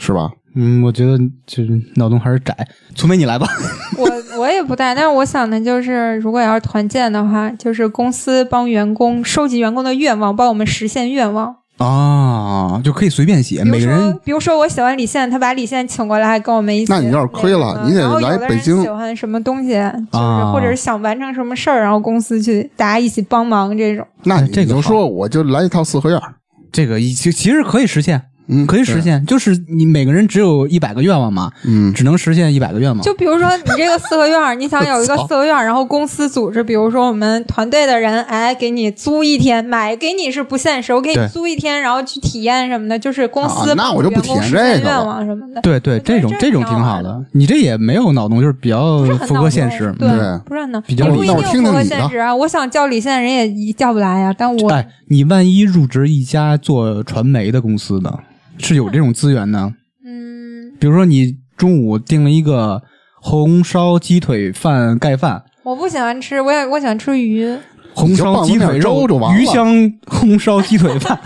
Speaker 2: 是吧？
Speaker 1: 嗯，我觉得就是脑洞还是窄。聪梅，你来吧。
Speaker 4: 我我也不带，但是我想的就是，如果要是团建的话，就是公司帮员工收集员工的愿望，帮我们实现愿望。
Speaker 1: 啊，就可以随便写，
Speaker 4: 比如
Speaker 1: 每个
Speaker 4: 说
Speaker 1: 人，
Speaker 4: 比如说我喜欢李现，他把李现请过来跟我们一起。
Speaker 2: 那你要是亏了
Speaker 4: 那个
Speaker 2: 你得
Speaker 4: 然后有
Speaker 2: 来
Speaker 4: 的
Speaker 2: 北
Speaker 4: 人
Speaker 2: 京
Speaker 4: 喜欢什么东西，就是、
Speaker 1: 啊
Speaker 4: 或者是想完成什么事儿，然后公司去大家一起帮忙这种。
Speaker 2: 那
Speaker 1: 哎
Speaker 2: 你
Speaker 1: 这个
Speaker 2: 就
Speaker 1: 好
Speaker 2: 说我就来一套四合院儿，
Speaker 1: 这个一其其实可以实现，
Speaker 2: 嗯，
Speaker 1: 可以
Speaker 2: 对
Speaker 1: 实。现，就是你每个人只有一百个愿望嘛，
Speaker 2: 嗯，
Speaker 1: 只能实现一百个愿
Speaker 2: 啊
Speaker 1: 望。
Speaker 4: 就比如说你这个四合院儿，你想
Speaker 2: (laughs)
Speaker 4: 有一个
Speaker 1: 操
Speaker 4: 四合院儿，然后公司组织，比如说我们团队的人，哎，给你租一天，买给你是不现实，我给
Speaker 1: 对
Speaker 4: 你租一天，然后去体验什么的，就是公司
Speaker 2: 啊那我就不体验这个了
Speaker 4: 帮助员工实现愿望什么的，
Speaker 1: 对对，
Speaker 4: 我觉得
Speaker 1: 这种
Speaker 4: 这
Speaker 1: 种
Speaker 4: 挺
Speaker 1: 挺
Speaker 4: 好
Speaker 1: 好
Speaker 4: 玩
Speaker 1: 的，你这也没有脑洞，就是比较
Speaker 4: 不是很
Speaker 1: 嗯符
Speaker 4: 脑
Speaker 1: 合
Speaker 4: 洞
Speaker 1: 现实。
Speaker 4: 对，
Speaker 1: 嗯
Speaker 2: 对
Speaker 4: 不是很脑
Speaker 1: 比较
Speaker 4: 也
Speaker 1: 理
Speaker 4: 不一
Speaker 1: 那
Speaker 4: 定
Speaker 1: 我
Speaker 2: 听听
Speaker 4: 符合
Speaker 2: 你的
Speaker 4: 现实啊。我想叫李现，人也一叫不来呀、但我、
Speaker 1: 哎，你万一入职一家做传媒的公司呢，是有这种资源呢？
Speaker 4: 嗯，
Speaker 1: 比如说你中午订了一个红烧鸡腿饭盖饭，
Speaker 4: 我不喜欢吃，我也我喜欢吃鱼，
Speaker 1: 哎红烧鸡腿
Speaker 2: 你就
Speaker 1: 肉
Speaker 2: 放点粥就完了
Speaker 1: 鱼香红烧鸡腿
Speaker 2: (laughs)
Speaker 1: 饭，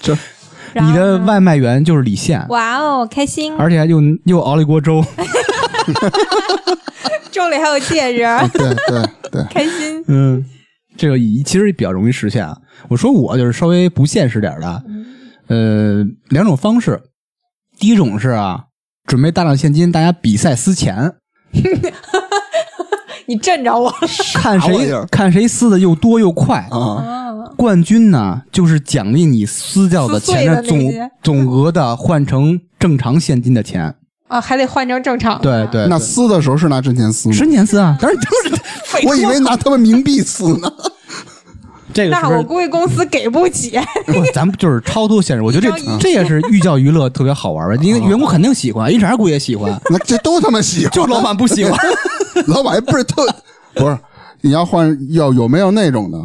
Speaker 1: 这
Speaker 4: 然后
Speaker 1: 你的
Speaker 4: 呢
Speaker 1: 外卖员就是李现，
Speaker 4: 哇哦，开心，
Speaker 1: 而且又又熬了一锅粥，
Speaker 4: 粥里还有
Speaker 1: (laughs)
Speaker 4: 戒指，
Speaker 2: 对对啊对，
Speaker 4: 开心。
Speaker 1: 嗯，这个以其实比较容易实现啊。我说我就是稍微不现实点儿的，
Speaker 4: 嗯
Speaker 1: 呃，两种方式，第一种是啊，准备大量现金，大家比赛撕钱，
Speaker 4: 你震着我了，
Speaker 1: 看
Speaker 2: 玩
Speaker 1: 谁
Speaker 2: 意儿
Speaker 1: 看谁撕的又多又快
Speaker 2: 啊，
Speaker 4: 哦
Speaker 1: 冠军呢，就是奖励你撕掉的
Speaker 4: 撕
Speaker 1: 钱
Speaker 4: 碎
Speaker 1: 的
Speaker 4: 的
Speaker 1: 总
Speaker 4: 那些
Speaker 1: 总额的换成正常现金的钱。
Speaker 4: 啊，还得换成正常。
Speaker 1: 对对，
Speaker 2: 那
Speaker 1: 对
Speaker 2: 撕的时候是拿真钱撕吗？
Speaker 1: 真钱撕啊，当然都
Speaker 4: (laughs)
Speaker 1: 是
Speaker 2: 我以为拿他们冥币撕呢。 (laughs)
Speaker 1: 这个是
Speaker 4: 那
Speaker 1: 不
Speaker 4: 我
Speaker 1: 是
Speaker 4: 估计公司给不起。哎
Speaker 1: 不？咱们就是超脱现实，我觉得
Speaker 4: 一
Speaker 1: 这
Speaker 4: 张一
Speaker 1: 这也是寓教于乐，特别好玩吧？因为员工肯定喜欢，HR 估计也喜欢，
Speaker 2: 那这都他妈喜欢，
Speaker 1: 就老板不喜欢。 (laughs)
Speaker 2: 老板也不是特不是，你要换要有没有那种的？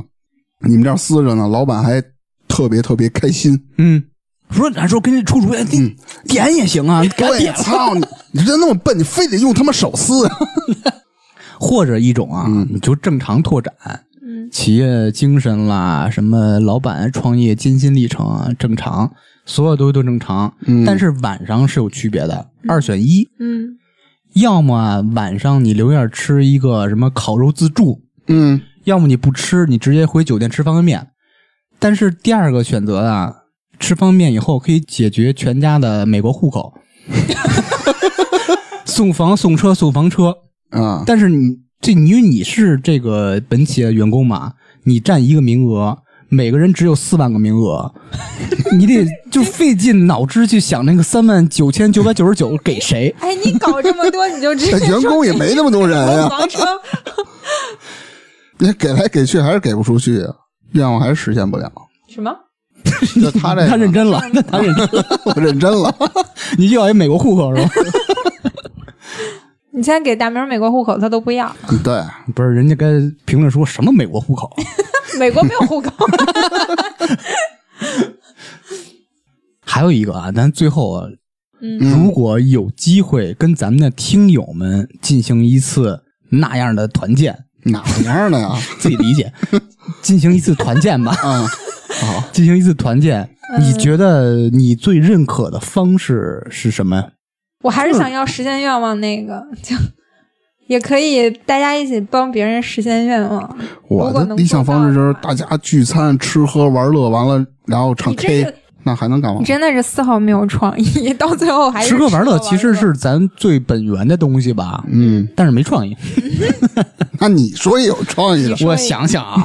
Speaker 2: 你们这儿撕着呢，老板还特别特别开心。
Speaker 1: 嗯，说咱说跟这出主意，你点也行啊，给我
Speaker 2: 对，
Speaker 1: 点。 (laughs)
Speaker 2: 操你！你这那么笨，你非得用他妈手撕。啊
Speaker 1: 或者一种啊，你就正常拓展，
Speaker 4: 嗯，
Speaker 1: 企业精神啦，什么老板创业艰辛历程啊，正常，所有东西都正常。
Speaker 2: 嗯
Speaker 1: 但是晚上是有区别的，二选一，
Speaker 4: 嗯，
Speaker 1: 要么啊晚上你留院吃一个什么烤肉自助，
Speaker 2: 嗯，
Speaker 1: 要么你不吃，你直接回酒店吃方便面。但是第二个选择啊，吃方便面以后可以解决全家的美国户口， (laughs) 送房送车送房车。
Speaker 2: 啊，
Speaker 1: 但是你这你因为你是这个本企业的员工嘛，你占一个名额，每个人只有四万个名额，你得就费尽脑汁去想那个三万九千九百九十九给谁。
Speaker 4: 哎，你搞这么多，你就直
Speaker 2: 这
Speaker 4: 接
Speaker 2: 员工也没那么多人
Speaker 4: 说
Speaker 2: 啊，
Speaker 4: 房车。
Speaker 2: 你给来给去还是给不出去啊，愿望还是实
Speaker 1: (laughs)
Speaker 2: 现不了。
Speaker 4: 什么？
Speaker 2: 就他这个
Speaker 1: 他认真了， (laughs) 那他认真了，
Speaker 2: (laughs) 我认真了，
Speaker 1: 你就要一美国户口是吧？
Speaker 4: 你现在给大明美国户口，他都不要。
Speaker 2: 对，
Speaker 1: 不是，人家该评论说什么美国户口？
Speaker 4: (laughs) 美国没有户口。
Speaker 1: 还有一个啊，咱最后啊，
Speaker 2: 嗯
Speaker 1: 如果有机会跟咱们的听友们进行一次那样的团建，
Speaker 2: 哪样的呀？
Speaker 1: 自己理解，进行一次团建吧， (laughs)
Speaker 2: 啊，
Speaker 1: 进行一次团建。你觉得你最认可的方式是什么呀？
Speaker 4: 我还是想要实现愿望那个，就也可以大家一起帮别人实现愿望。
Speaker 2: (laughs) 我
Speaker 4: 如果
Speaker 2: 的
Speaker 4: 能
Speaker 2: 理想方式就是
Speaker 4: 做到
Speaker 2: 大家聚餐、吃喝玩乐，完了然后唱
Speaker 4: 你这
Speaker 2: K，
Speaker 4: 个
Speaker 2: 那还能干嘛
Speaker 4: 你？真的是丝毫没有创意， (laughs) 到最后还是
Speaker 1: 吃喝玩乐
Speaker 4: 乐
Speaker 1: 其实是咱最本源的东西吧，
Speaker 2: 嗯，
Speaker 1: 但是没创意。
Speaker 2: 那你说也有创意了，
Speaker 1: 我想想啊，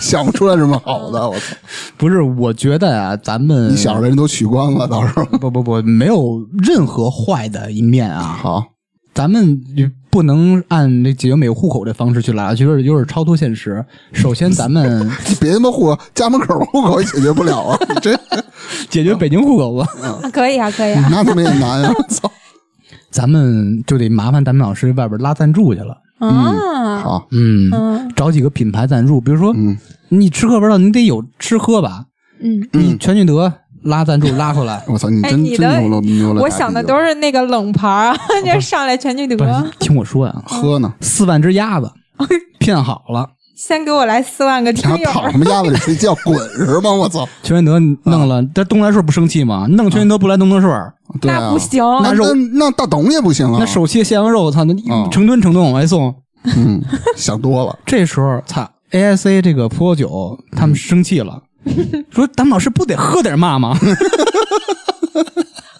Speaker 2: 想不出来什么好的。我操，
Speaker 1: 不是，我觉得啊，咱们
Speaker 2: 你想的人都取关了，到时候
Speaker 1: 不不不，没有任何坏的一面啊。
Speaker 2: (laughs) 好，
Speaker 1: 咱们不能按这解决美国户口这方式去来，就是有点超脱现实。首先，咱 (laughs) 们
Speaker 2: 你别他妈户口家门口户口也解决不了啊！ (laughs) 你这
Speaker 1: 解决北京户口吧，
Speaker 4: 啊可以啊，可以啊。
Speaker 2: 那他妈也难啊！操，
Speaker 1: 咱们就得麻烦咱们老师外边拉赞助去了。
Speaker 4: 啊，
Speaker 2: 好，
Speaker 1: 嗯，
Speaker 4: 嗯
Speaker 1: 找几个品牌赞助，比如说，
Speaker 2: 嗯，
Speaker 1: 你吃喝玩乐，你得有吃喝吧？
Speaker 4: 嗯，
Speaker 1: 你全聚德拉赞助拉回来
Speaker 2: 我操，你
Speaker 4: 哎
Speaker 2: 真
Speaker 4: 你的
Speaker 2: 真牛了牛了！
Speaker 4: 我想的都是那个冷盘儿啊， (laughs) 这上来全聚
Speaker 1: 不
Speaker 4: 德嗯
Speaker 1: 是，听我说呀、啊，
Speaker 2: 喝呢，
Speaker 1: 四万只鸭子骗好了，
Speaker 4: 先给我来四万个听
Speaker 2: 然后
Speaker 4: 友，
Speaker 2: 躺他妈丫子里睡觉，滚是吗？我操！
Speaker 1: 邱元德弄
Speaker 2: 啊
Speaker 1: 了，但东来顺不生气吗？弄邱元德不来东来顺，
Speaker 2: 对啊，
Speaker 4: (laughs) 那不行，
Speaker 2: 那
Speaker 1: 肉
Speaker 2: 那那大董也不行啊，
Speaker 1: 那手切蟹黄肉，操，那一
Speaker 2: 嗯
Speaker 1: 成吨成吨往外送。
Speaker 2: 嗯，想多了，
Speaker 1: 这时候，操，AIC 这个葡萄酒，他们生气 (laughs) 了，说咱们老师不得喝点嘛 (laughs) 吗？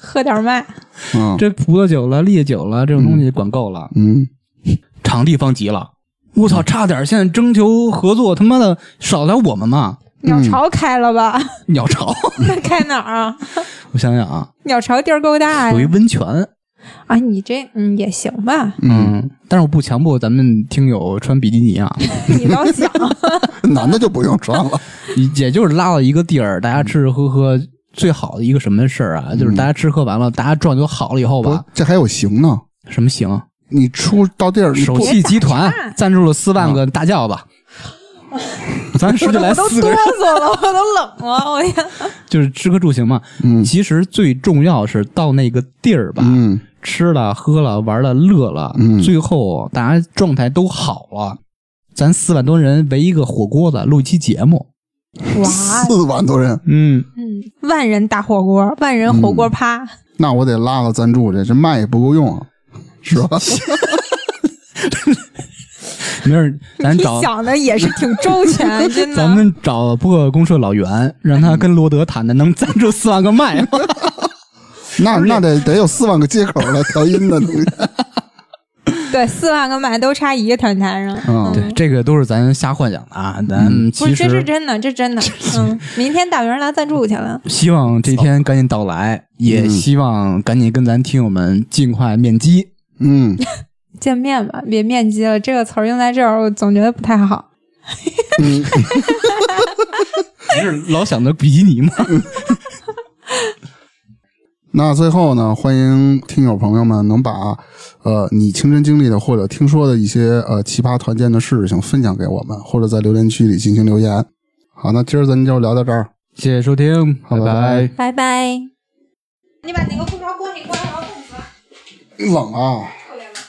Speaker 4: 喝点麦，
Speaker 2: 嗯
Speaker 1: 这葡萄酒了、烈酒了，这种东西管够了。
Speaker 2: 嗯，
Speaker 1: 场地方急了，我操，差点现在征求合作，他妈的少来我们嘛，
Speaker 4: 鸟巢开了吧？ (laughs)
Speaker 1: 鸟巢。
Speaker 4: 那开哪儿啊？
Speaker 1: (laughs) 我想想啊，
Speaker 4: 鸟巢地儿够大
Speaker 1: 有一
Speaker 4: 呀！
Speaker 1: 温泉，
Speaker 4: 啊，你这嗯也行吧，
Speaker 1: 嗯，但是我不强迫咱们听友穿比基尼 (laughs) 啊，
Speaker 4: (laughs) 你倒想，
Speaker 2: 男的就不用穿了，
Speaker 1: 也就是拉到一个地儿，大家吃吃喝喝。最好的一个什么事儿啊，就是大家吃喝完了，大家状态都好了以后
Speaker 2: 不是
Speaker 1: 吧，
Speaker 2: 这还有行呢。
Speaker 1: 什么行？
Speaker 2: 你出到地儿，你
Speaker 1: 首
Speaker 2: 不
Speaker 1: 汽集团赞助了四万个大轿子，
Speaker 4: (laughs)
Speaker 1: 咱
Speaker 4: 我
Speaker 1: 说就
Speaker 4: 都
Speaker 1: 来
Speaker 4: 我都
Speaker 1: 四
Speaker 4: 哆
Speaker 1: 个人，
Speaker 4: 嗦了，我都冷了，
Speaker 1: (laughs)
Speaker 4: 我天，
Speaker 1: 就是吃喝住行嘛。
Speaker 2: 嗯
Speaker 1: 其实最重要是到那个地儿吧，
Speaker 2: 嗯
Speaker 1: 吃了、喝了、玩了、乐了，
Speaker 2: 嗯
Speaker 1: 最后大家状态都好了，咱四万多人围一个火锅子录一期节目，
Speaker 4: 哇，
Speaker 2: 四万多人，
Speaker 1: 嗯，
Speaker 4: 嗯，万人大火锅，万人火锅趴，
Speaker 2: 那我得拉了赞助去，这麦也不够用啊，是
Speaker 1: (laughs)
Speaker 2: 吧？
Speaker 1: 没事
Speaker 4: (laughs)
Speaker 1: 儿，咱
Speaker 4: 你啊
Speaker 1: 找
Speaker 4: 想的也是挺周
Speaker 1: (laughs)
Speaker 4: 全，真的。
Speaker 1: 咱们找播客公社老袁，让他跟罗德谈谈，能赞助四万个麦
Speaker 4: 嗯
Speaker 1: 吗？
Speaker 2: 那那得得有四万个接口来调音的东西
Speaker 4: 对四万个麦都差一个团台上，
Speaker 2: 啊。
Speaker 1: (laughs) 对，这个都是咱瞎幻想的啊，咱
Speaker 4: 嗯不
Speaker 1: 嗯其
Speaker 4: 是这是
Speaker 1: 实
Speaker 4: 真的，这
Speaker 1: (laughs)
Speaker 4: 真的，嗯，明天大圆来赞助去了，
Speaker 1: 希望这天赶紧到来，也希望赶紧跟咱听友们尽快面基。
Speaker 2: 嗯，
Speaker 4: 见面吧，别面基了，这个词儿用在这儿，我总觉得不太好。
Speaker 1: 你是老想着比基尼吗？
Speaker 2: 那最后呢，欢迎听友朋友们能把呃你亲身经历的或者听说的一些呃奇葩团建的事情分享给我们，或者在留言区里进行留言。好，那今儿咱就聊到这儿。
Speaker 1: (laughs) 谢谢收听，
Speaker 2: 好拜拜
Speaker 4: 拜拜。你把那个空调锅给关上，我冻死了。
Speaker 2: 冷啊！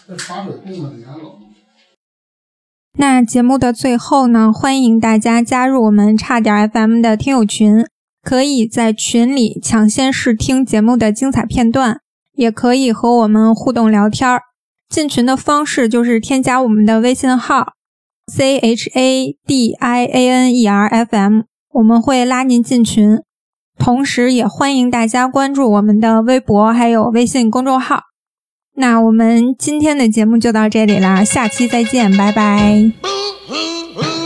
Speaker 2: 这茶水供的你还冷？
Speaker 4: 那节目的最后呢，欢迎大家加入我们差点 FM 的听友群，可以在群里抢先试听节目的精彩片段，也可以和我们互动聊天儿。进群的方式就是添加我们的微信号 c h a d i a n e r f m，我们会拉您进群。同时，也欢迎大家关注我们的微博还有微信公众号。那我们今天的节目就到这里啦，下期再见，拜拜。
Speaker 3: Boo hoo hoo.